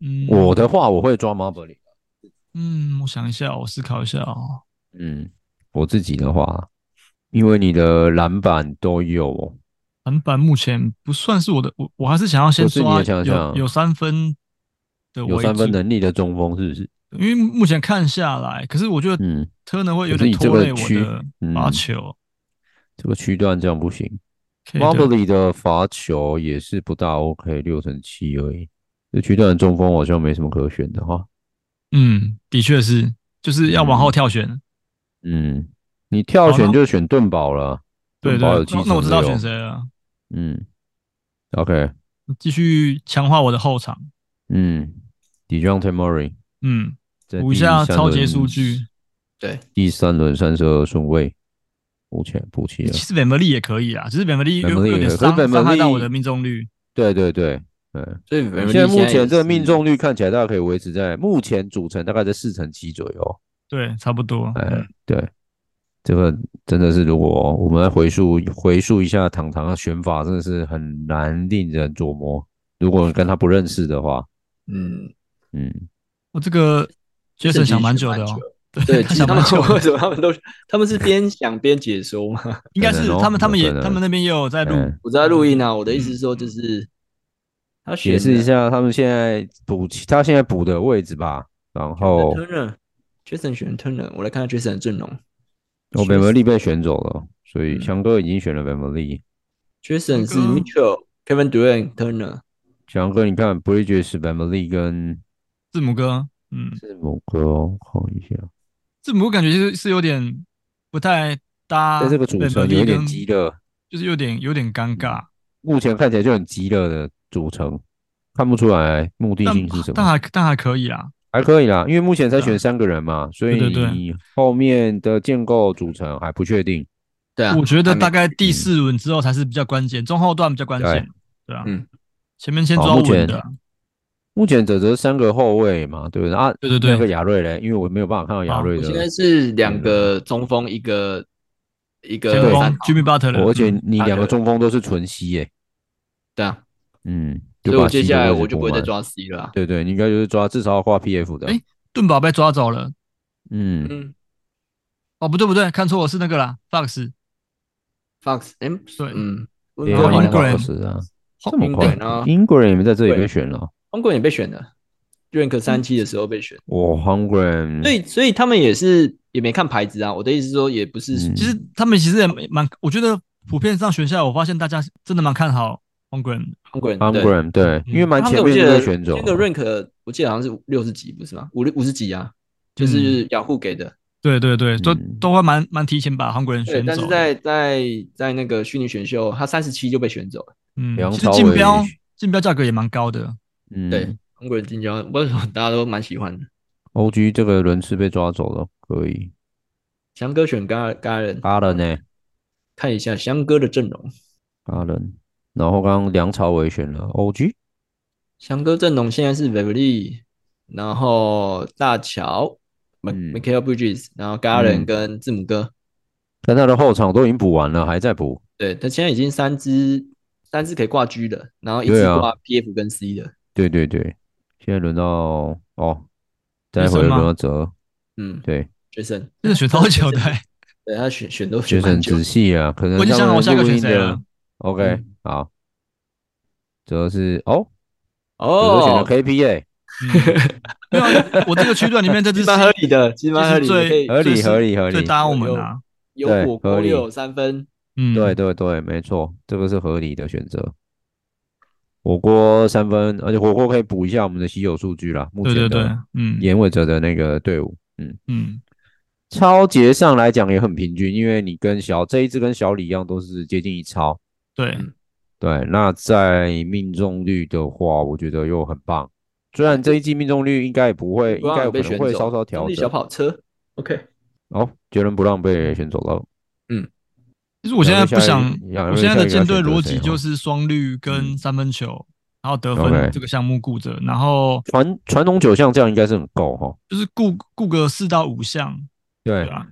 [SPEAKER 4] 嗯，
[SPEAKER 2] 我的话我会抓 Marbury。
[SPEAKER 4] 嗯，我想一下，我思考一下哦，
[SPEAKER 2] 嗯，我自己的话，因为你的篮板都有哦，
[SPEAKER 4] 篮板目前不算是我的，我我还是想要先
[SPEAKER 2] 不是你
[SPEAKER 4] 抓
[SPEAKER 2] 也想
[SPEAKER 4] 有
[SPEAKER 2] 想
[SPEAKER 4] 有三分的
[SPEAKER 2] 有
[SPEAKER 4] 为
[SPEAKER 2] 三分
[SPEAKER 4] 主，
[SPEAKER 2] 能力的中锋，是不是？
[SPEAKER 4] 因为目前看下来，可是我觉得
[SPEAKER 2] 嗯，
[SPEAKER 4] 特能会有
[SPEAKER 2] 可
[SPEAKER 4] 点
[SPEAKER 2] 是以这
[SPEAKER 4] 拖
[SPEAKER 2] 个
[SPEAKER 4] 累我
[SPEAKER 2] 区
[SPEAKER 4] 的
[SPEAKER 2] 嗯
[SPEAKER 4] 罚球。
[SPEAKER 2] 这个区段这样不行。
[SPEAKER 4] 可以
[SPEAKER 2] m a r b
[SPEAKER 4] 的
[SPEAKER 2] l y 的罚球也是不大 OK，六成七而已。这区段的中锋好像没什么可选的哈。
[SPEAKER 4] 嗯，的确是，就是要往后
[SPEAKER 2] 嗯
[SPEAKER 4] 跳选。
[SPEAKER 2] 嗯，你跳
[SPEAKER 4] 好
[SPEAKER 2] 选
[SPEAKER 4] 那
[SPEAKER 2] 就选盾宝了，
[SPEAKER 4] 对
[SPEAKER 2] 盾
[SPEAKER 4] 对
[SPEAKER 2] 宝有七，
[SPEAKER 4] 那那我
[SPEAKER 2] 成
[SPEAKER 4] 知道
[SPEAKER 2] 六
[SPEAKER 4] 选谁。了，
[SPEAKER 2] 嗯，OK，
[SPEAKER 4] 继续强化我的后场。
[SPEAKER 2] 嗯，Dejounte Murray
[SPEAKER 4] 嗯，
[SPEAKER 2] 在
[SPEAKER 4] 补一
[SPEAKER 2] 第
[SPEAKER 4] 下
[SPEAKER 2] 三
[SPEAKER 4] 超级
[SPEAKER 2] 轮
[SPEAKER 4] 数据。
[SPEAKER 3] 对，
[SPEAKER 2] 第三轮三十二顺位，补起来补齐了
[SPEAKER 4] 其。实 v e m e l y 也可以啦，只是 v e m e l y 有有
[SPEAKER 2] Vanderbilt 也
[SPEAKER 4] 点
[SPEAKER 2] 可以
[SPEAKER 4] 伤
[SPEAKER 2] 可是
[SPEAKER 4] 伤害到我
[SPEAKER 2] Vanderbilt-
[SPEAKER 4] 的命中率。
[SPEAKER 2] 对对对，嗯，
[SPEAKER 3] 所以
[SPEAKER 2] 现在目
[SPEAKER 3] 也
[SPEAKER 2] 前这个
[SPEAKER 3] 是
[SPEAKER 2] 命中率看起来大概可以维持在目前组成大概在四成七左右。哦
[SPEAKER 4] 对，差不多。嗯
[SPEAKER 3] 嗯
[SPEAKER 2] 哎，对，这个真的是如果我们来回溯回溯一下糖糖的选法，真的是很难令人琢磨。如果跟他不认识的话，
[SPEAKER 3] 嗯，
[SPEAKER 2] 嗯，
[SPEAKER 4] 我这个 Jason
[SPEAKER 3] 自己
[SPEAKER 4] 想蛮
[SPEAKER 3] 选
[SPEAKER 4] 久的哦。
[SPEAKER 3] 对，
[SPEAKER 4] 他
[SPEAKER 3] 其实
[SPEAKER 4] 想
[SPEAKER 3] 他
[SPEAKER 4] 蛮
[SPEAKER 3] 们
[SPEAKER 4] 久的
[SPEAKER 3] 为什么他们都 他们是边想边解说嘛？
[SPEAKER 4] 应该
[SPEAKER 2] 可
[SPEAKER 4] 是
[SPEAKER 2] 能哦
[SPEAKER 4] 他们，他们也
[SPEAKER 2] 有可，能
[SPEAKER 4] 他们那边也有在录。
[SPEAKER 2] 嗯
[SPEAKER 3] 我在录音啊，我的意思是说就是他选
[SPEAKER 2] 解释一下他们现在补他现在补的位置吧。然后
[SPEAKER 3] Turner，Jason 选 Turner，我来看看 Jason 的阵容
[SPEAKER 2] 我 b e m e l y 被选走了，所以
[SPEAKER 3] 嗯
[SPEAKER 2] 强哥已经选了 b e m e l y
[SPEAKER 3] ，Jason 是
[SPEAKER 4] 那个
[SPEAKER 3] Mitchell、Kevin Durant、Turner，
[SPEAKER 2] 强哥，你看 Bridges、b e m e l y
[SPEAKER 3] 嗯
[SPEAKER 2] 跟
[SPEAKER 4] 字母哥，嗯，
[SPEAKER 2] 字母哥哦，看一下。
[SPEAKER 4] 字母哥感觉是是有点不太
[SPEAKER 3] 啊
[SPEAKER 4] 搭，
[SPEAKER 2] 在这个组成有点激，嗯热，
[SPEAKER 4] 就是有点有点尴尬。
[SPEAKER 2] 目前看起来就很激热的组成，看不出来目的
[SPEAKER 4] 但
[SPEAKER 2] 性是什
[SPEAKER 4] 但
[SPEAKER 2] 么，
[SPEAKER 4] 还但还可以啊啦，
[SPEAKER 2] 还可以啦，因为目前才
[SPEAKER 4] 对
[SPEAKER 2] 选
[SPEAKER 4] 啊
[SPEAKER 2] 三个人嘛，所
[SPEAKER 4] 对对对
[SPEAKER 2] 以后面的建构组成还不确定。
[SPEAKER 3] 对啊，
[SPEAKER 4] 我觉得大
[SPEAKER 3] 概
[SPEAKER 4] 概
[SPEAKER 2] 嗯
[SPEAKER 4] 第四轮之后才是比较关键，中后段比较关键，对啊，
[SPEAKER 3] 嗯，
[SPEAKER 4] 前面先
[SPEAKER 2] 好
[SPEAKER 4] 抓
[SPEAKER 2] 哦目前
[SPEAKER 4] 稳的，
[SPEAKER 2] 目前只是三个后卫嘛，对不对啊？
[SPEAKER 4] 对对对
[SPEAKER 2] 那个亚瑞嘞，因为我没有办法看到亚
[SPEAKER 4] 好
[SPEAKER 2] 瑞
[SPEAKER 3] 啊我现在
[SPEAKER 2] 的，
[SPEAKER 3] 是两个中锋，一个一
[SPEAKER 4] 前
[SPEAKER 3] 个
[SPEAKER 4] 锋
[SPEAKER 3] 三号
[SPEAKER 4] Jimmy Butler，
[SPEAKER 2] 我而且
[SPEAKER 4] 嗯
[SPEAKER 2] 你
[SPEAKER 3] 他
[SPEAKER 2] 两个
[SPEAKER 3] 的
[SPEAKER 2] 中锋都是纯 C 耶，
[SPEAKER 3] 对啊，
[SPEAKER 2] 嗯，
[SPEAKER 3] 所
[SPEAKER 2] 就
[SPEAKER 3] 以
[SPEAKER 2] 把
[SPEAKER 3] 我接
[SPEAKER 2] C 的
[SPEAKER 3] 下来
[SPEAKER 2] 位置
[SPEAKER 3] 我就不
[SPEAKER 2] 补
[SPEAKER 3] 会再
[SPEAKER 2] 满。
[SPEAKER 3] 抓 C 了啊，
[SPEAKER 2] 对对，你应该就是抓至少要画 PF 的
[SPEAKER 4] 诶，盾宝被抓走了，
[SPEAKER 2] 嗯，
[SPEAKER 3] 嗯
[SPEAKER 4] 哦不对不对，看错我是那个啦，Fox，
[SPEAKER 3] ，Fox，M，
[SPEAKER 4] 对
[SPEAKER 3] 嗯，
[SPEAKER 2] 对
[SPEAKER 4] 然后
[SPEAKER 2] 啊，
[SPEAKER 4] 英
[SPEAKER 2] 英
[SPEAKER 4] 国
[SPEAKER 2] 国
[SPEAKER 4] 人
[SPEAKER 2] 人啊，
[SPEAKER 4] 后
[SPEAKER 2] 这么快
[SPEAKER 3] 英国人啊，
[SPEAKER 2] 英国人也没在这里
[SPEAKER 3] 对
[SPEAKER 2] 被选了，
[SPEAKER 3] 中国也被选的，rank 三期的时候被选，
[SPEAKER 2] 我 h u n g r a
[SPEAKER 3] 所以所以他们也是也没看牌子啊。我的意思是说，也不是
[SPEAKER 2] 嗯
[SPEAKER 4] 其实他们其实也蛮，我觉得普遍上选下来，我发现大家真的蛮看好 h o n g r a m
[SPEAKER 3] Hungren，
[SPEAKER 2] h u n
[SPEAKER 3] 对嗯
[SPEAKER 2] g r a m 对，因为蛮
[SPEAKER 3] 他们
[SPEAKER 2] 前
[SPEAKER 3] 我
[SPEAKER 2] 面
[SPEAKER 3] 记
[SPEAKER 2] 就
[SPEAKER 3] 得
[SPEAKER 2] 被选啊走
[SPEAKER 3] 那个
[SPEAKER 2] 了
[SPEAKER 3] rank 我记得好像是六十几，不是吗？五六五十几啊，就是雅虎给的。
[SPEAKER 4] 对对对，都
[SPEAKER 2] 嗯
[SPEAKER 4] 都会蛮蛮提前把 h o n g r a m
[SPEAKER 3] 对，
[SPEAKER 4] 选
[SPEAKER 3] 但
[SPEAKER 4] 走
[SPEAKER 3] 是
[SPEAKER 2] 啊
[SPEAKER 4] 的。
[SPEAKER 3] 在在在那个虚拟选秀，他三十七就被选走了。
[SPEAKER 4] 嗯，
[SPEAKER 2] 梁
[SPEAKER 4] 其实
[SPEAKER 2] 朝
[SPEAKER 4] 竞
[SPEAKER 2] 伟
[SPEAKER 4] 标竞标价格也蛮高的。
[SPEAKER 2] 嗯，
[SPEAKER 3] 对，啊韩国人竞标， 为什么大家都蛮喜欢的？
[SPEAKER 2] ，OG 这个人是被抓走了，可以。
[SPEAKER 3] 翔哥选嘎嘎人，
[SPEAKER 2] 阿伦
[SPEAKER 3] 欸
[SPEAKER 2] 呢？
[SPEAKER 3] 看一下翔哥的阵容。
[SPEAKER 2] 阿伦，然后刚刚梁朝伟选了 OG，
[SPEAKER 3] 翔哥阵容现在是 Beverly，然后大乔、Mc
[SPEAKER 2] 嗯
[SPEAKER 3] Michael Bridges，然后嘎人
[SPEAKER 2] 嗯
[SPEAKER 3] 跟字母哥。
[SPEAKER 2] 但他的后场都已经补完了，还在补。
[SPEAKER 3] 对他现在已经三支三支可以挂 G 的，然后一
[SPEAKER 2] 对
[SPEAKER 3] 次
[SPEAKER 2] 啊
[SPEAKER 3] 挂 PF 跟 C 的。
[SPEAKER 2] 对对对，现在轮到哦，待
[SPEAKER 4] 医
[SPEAKER 2] 会
[SPEAKER 4] 生
[SPEAKER 2] 轮
[SPEAKER 4] 吗
[SPEAKER 2] 到哲，
[SPEAKER 3] 嗯，
[SPEAKER 2] 对，
[SPEAKER 3] 学生，
[SPEAKER 4] 这个选超久的、
[SPEAKER 3] 啊对他选选都选
[SPEAKER 2] 就是
[SPEAKER 3] 蛮
[SPEAKER 2] 很
[SPEAKER 3] 久
[SPEAKER 2] 仔。细啊，可 能
[SPEAKER 4] 我已经
[SPEAKER 2] 他
[SPEAKER 4] 想好
[SPEAKER 2] 们
[SPEAKER 4] 我下一个
[SPEAKER 2] 录
[SPEAKER 4] 选
[SPEAKER 2] 音
[SPEAKER 4] 谁
[SPEAKER 2] 的
[SPEAKER 4] 了
[SPEAKER 2] OK，、
[SPEAKER 3] 嗯
[SPEAKER 2] 好，哲是哦，哲选了
[SPEAKER 3] 哦，
[SPEAKER 2] KP 哎、
[SPEAKER 4] 嗯没有啊，我这个区段里面这只
[SPEAKER 3] 其
[SPEAKER 4] C
[SPEAKER 3] 实蛮合理的，其实蛮合理
[SPEAKER 4] 其实
[SPEAKER 3] 的，可以
[SPEAKER 4] 最
[SPEAKER 2] 合理
[SPEAKER 4] 最
[SPEAKER 2] 合理合
[SPEAKER 4] 最
[SPEAKER 2] 理
[SPEAKER 4] 搭我们
[SPEAKER 3] 有
[SPEAKER 4] 啊。
[SPEAKER 3] 有
[SPEAKER 2] 对
[SPEAKER 3] 火
[SPEAKER 2] 合
[SPEAKER 3] 锅
[SPEAKER 2] 理
[SPEAKER 3] 又有三分，
[SPEAKER 4] 嗯，
[SPEAKER 2] 对对对，没错，这个是合理的选择。火锅三分，而且火锅可以补一下我们的稀有数据啦。目
[SPEAKER 4] 对
[SPEAKER 2] 前
[SPEAKER 4] 对
[SPEAKER 2] 的
[SPEAKER 4] 对，嗯
[SPEAKER 2] 眼尾者的那个队伍，
[SPEAKER 4] 嗯，
[SPEAKER 2] 超节上来讲也很平均，因为你跟小这一支跟小李一样都是接近一超。
[SPEAKER 4] 对，
[SPEAKER 2] 嗯对，那在命中率的话，我觉得又很棒。虽然这一季命中率应该也不会，应该有
[SPEAKER 3] 被
[SPEAKER 2] 可能
[SPEAKER 3] 选
[SPEAKER 2] 会
[SPEAKER 3] 走
[SPEAKER 2] 稍稍
[SPEAKER 3] 中
[SPEAKER 2] 调
[SPEAKER 3] 立
[SPEAKER 2] 整。
[SPEAKER 3] 小跑车，OK，
[SPEAKER 2] 哦，杰伦不让被选走了。
[SPEAKER 4] 其实我现在不想，
[SPEAKER 2] 两位
[SPEAKER 4] 我
[SPEAKER 2] 下一
[SPEAKER 4] 现在的舰队逻
[SPEAKER 2] 两位下一个
[SPEAKER 4] 辑
[SPEAKER 2] 要选择谁哦嗯
[SPEAKER 4] 就是双率跟三分球，然后得分
[SPEAKER 2] OK
[SPEAKER 4] 这个项目顾着，然后
[SPEAKER 2] 传传统九项这样应该是很够哈。
[SPEAKER 4] 就是顾顾个四到五项，
[SPEAKER 2] 对
[SPEAKER 4] 对啊。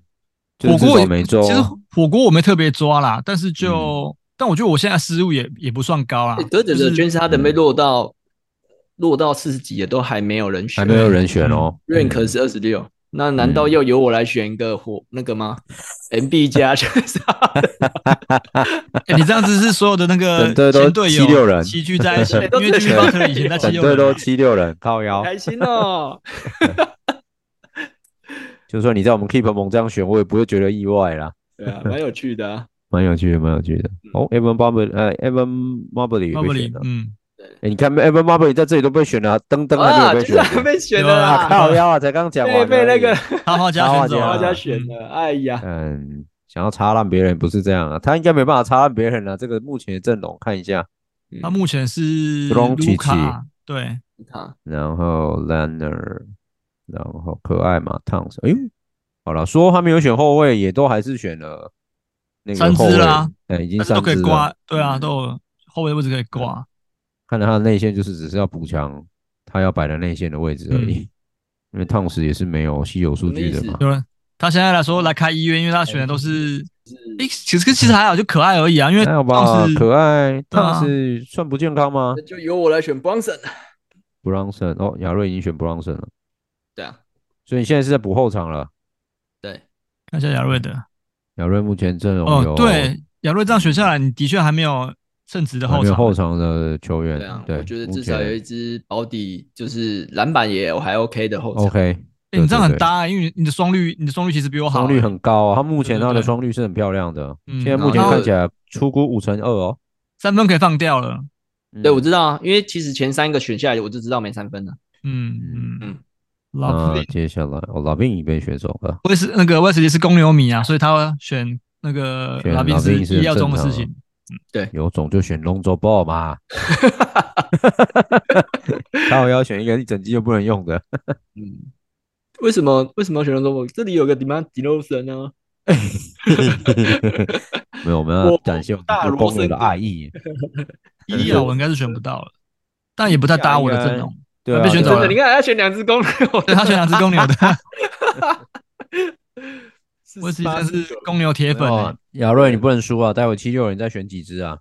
[SPEAKER 2] 就是
[SPEAKER 4] 火
[SPEAKER 2] 至
[SPEAKER 4] 锅
[SPEAKER 2] 少
[SPEAKER 4] 也
[SPEAKER 2] 每周嗯
[SPEAKER 4] 其实火锅我没特别抓啦，但是就但我觉得我现在失误也也不算高啦
[SPEAKER 3] 欸，得奖
[SPEAKER 4] 就
[SPEAKER 3] 的
[SPEAKER 4] 是
[SPEAKER 3] James Harden 被
[SPEAKER 2] 嗯
[SPEAKER 3] 落到落到四十几也都还没有人选，
[SPEAKER 2] 还没有人选哦。
[SPEAKER 3] rank 嗯是二十六，那难道
[SPEAKER 2] 嗯
[SPEAKER 3] 要由我来选一个火那个吗？MB 加 James Harden，
[SPEAKER 4] 欸你这样子是所有的那个
[SPEAKER 2] 整队都
[SPEAKER 4] 前队友
[SPEAKER 2] 七六人
[SPEAKER 4] 齐聚在一起，
[SPEAKER 3] 对
[SPEAKER 4] 因
[SPEAKER 3] 都
[SPEAKER 4] 为
[SPEAKER 3] 这
[SPEAKER 4] Jimmy
[SPEAKER 3] 样
[SPEAKER 4] Butler 以前在七
[SPEAKER 2] 整
[SPEAKER 4] 六
[SPEAKER 2] 队
[SPEAKER 4] 人啊
[SPEAKER 2] 都
[SPEAKER 4] 嘛，
[SPEAKER 2] 七六人，哎靠腰。
[SPEAKER 3] 开心哦，
[SPEAKER 2] 就算你在我们 Keep 猛这样选，我也不会觉得意外啦。
[SPEAKER 3] 对啊，蛮有趣 的啊，
[SPEAKER 2] 蛮有趣的，蛮有趣的。哦，Evan Mobley，呃，Evan Mobley 也
[SPEAKER 4] 鲍
[SPEAKER 2] 被
[SPEAKER 4] 勃
[SPEAKER 2] 选
[SPEAKER 4] 里
[SPEAKER 2] 了，。
[SPEAKER 4] 嗯，
[SPEAKER 2] 哎，你看 Evan Mobley 在这里都被选了，啊登登还没有被
[SPEAKER 3] 居
[SPEAKER 2] 选。
[SPEAKER 3] 然被选
[SPEAKER 4] 有
[SPEAKER 3] 了
[SPEAKER 4] 啊
[SPEAKER 2] 啊，
[SPEAKER 3] 啦，
[SPEAKER 2] 靠腰啊，才刚讲
[SPEAKER 3] 被
[SPEAKER 2] 完。
[SPEAKER 3] 被那个。
[SPEAKER 4] 哈花加选走
[SPEAKER 2] 哈
[SPEAKER 4] 了，
[SPEAKER 2] 花
[SPEAKER 3] 大
[SPEAKER 2] 加
[SPEAKER 3] 家选
[SPEAKER 4] 嗯
[SPEAKER 3] 了，哎呀，
[SPEAKER 2] 嗯，想要插烂别人不是这样啊，他应该没办法插烂别人了。这个目前的阵容看一下，
[SPEAKER 4] 他目前是
[SPEAKER 2] Doncic
[SPEAKER 4] 卢卡，对，
[SPEAKER 3] 看
[SPEAKER 2] 然后 Leonard，然后可爱嘛 t o w s 哎呦，好了，说他没有选后卫，也都还是选了那个
[SPEAKER 4] 三支
[SPEAKER 2] 后卫
[SPEAKER 4] 啦，
[SPEAKER 2] 嗯，已经
[SPEAKER 4] 但是都
[SPEAKER 2] 三
[SPEAKER 4] 可以
[SPEAKER 2] 支嗯
[SPEAKER 4] 挂
[SPEAKER 2] 了。，
[SPEAKER 4] 对啊，都有后卫位置可以挂，
[SPEAKER 2] 看来他的内线就是只是要补强他要摆的内线的位置而已，
[SPEAKER 4] 嗯
[SPEAKER 2] 因为 t o w s 也是没有稀有数据的
[SPEAKER 3] 什么意
[SPEAKER 2] 嘛
[SPEAKER 3] 思。
[SPEAKER 4] 有人。他现在来说来开医院，因为他选的都是，诶，其实其实还好，就可爱而已啊。因为
[SPEAKER 2] 还好吧
[SPEAKER 4] 当时，
[SPEAKER 2] 可爱 t
[SPEAKER 4] 对
[SPEAKER 2] o
[SPEAKER 4] 啊
[SPEAKER 2] w s 算不健康吗
[SPEAKER 3] 那就由我来选 Bronson，
[SPEAKER 2] ？Bronson 哦，亚瑞已经选 Bronson 了，
[SPEAKER 3] 对啊，
[SPEAKER 2] 所以你现在是在补后场了。
[SPEAKER 3] 对，
[SPEAKER 4] 看一下亚瑞的，
[SPEAKER 2] 亚瑞目前阵容有
[SPEAKER 4] 哦，对，亚瑞这样选下来，你的确还没有称职的
[SPEAKER 2] 还
[SPEAKER 4] 后
[SPEAKER 2] 没有
[SPEAKER 4] 场，
[SPEAKER 2] 后场的球员，
[SPEAKER 3] 对啊，
[SPEAKER 2] 对，
[SPEAKER 3] 我觉得
[SPEAKER 2] 目
[SPEAKER 3] 至少
[SPEAKER 2] 前
[SPEAKER 3] 有一支保底，就是篮板也有还 OK 的后场。
[SPEAKER 2] OK，
[SPEAKER 4] 欸你这样
[SPEAKER 2] 对
[SPEAKER 4] 很，搭、欸，因为你的双率，你的双率其实比我
[SPEAKER 2] 对对
[SPEAKER 4] 好、欸
[SPEAKER 2] 双率很高、啊，他目前
[SPEAKER 4] 对对
[SPEAKER 2] 他的
[SPEAKER 4] 对
[SPEAKER 2] 双率是很漂亮的，
[SPEAKER 4] 嗯
[SPEAKER 2] 现在目前
[SPEAKER 3] 然后
[SPEAKER 2] 看起来出估五成二哦。
[SPEAKER 4] 三分可以放掉了。
[SPEAKER 3] 对，我
[SPEAKER 2] 这
[SPEAKER 3] 知道啊，因为其实前三个选下来，我就知道没三分了。
[SPEAKER 4] 嗯嗯
[SPEAKER 3] 嗯
[SPEAKER 4] 老
[SPEAKER 2] 那接下来哦，老兵已被选走了，
[SPEAKER 4] 威斯那个威斯利是公牛迷啊，所以他选那个
[SPEAKER 2] 选
[SPEAKER 4] 拉宾
[SPEAKER 2] 老
[SPEAKER 4] 是
[SPEAKER 2] 兵是
[SPEAKER 4] 意料中的
[SPEAKER 2] 很
[SPEAKER 4] 事
[SPEAKER 2] 正常
[SPEAKER 4] 情
[SPEAKER 2] 的。有种就选 Lonzo Ball 嘛，他我要选一个一整季就不能用的，
[SPEAKER 3] 嗯，为什么为什么要选中国？这里有个 Demand d e o s o n 啊，
[SPEAKER 2] 没有，我们要
[SPEAKER 3] 我
[SPEAKER 2] 展现我
[SPEAKER 3] 大
[SPEAKER 2] 们对
[SPEAKER 3] 罗
[SPEAKER 2] 公牛
[SPEAKER 3] 森
[SPEAKER 2] 的
[SPEAKER 3] 哥
[SPEAKER 2] 爱意。
[SPEAKER 4] 伊利亚我应该是选不到了，但也不太搭我的阵容。
[SPEAKER 2] 对啊，
[SPEAKER 4] 被选走
[SPEAKER 3] 哦真
[SPEAKER 4] 了
[SPEAKER 3] 的，你看他选两只公牛，
[SPEAKER 2] 啊
[SPEAKER 4] 对他选两只公牛 的，威
[SPEAKER 3] 我
[SPEAKER 4] 斯利真是公牛铁
[SPEAKER 2] 对
[SPEAKER 4] 粉、欸
[SPEAKER 2] 哦。亚瑞你不能输啊，待会七六人再选几支啊？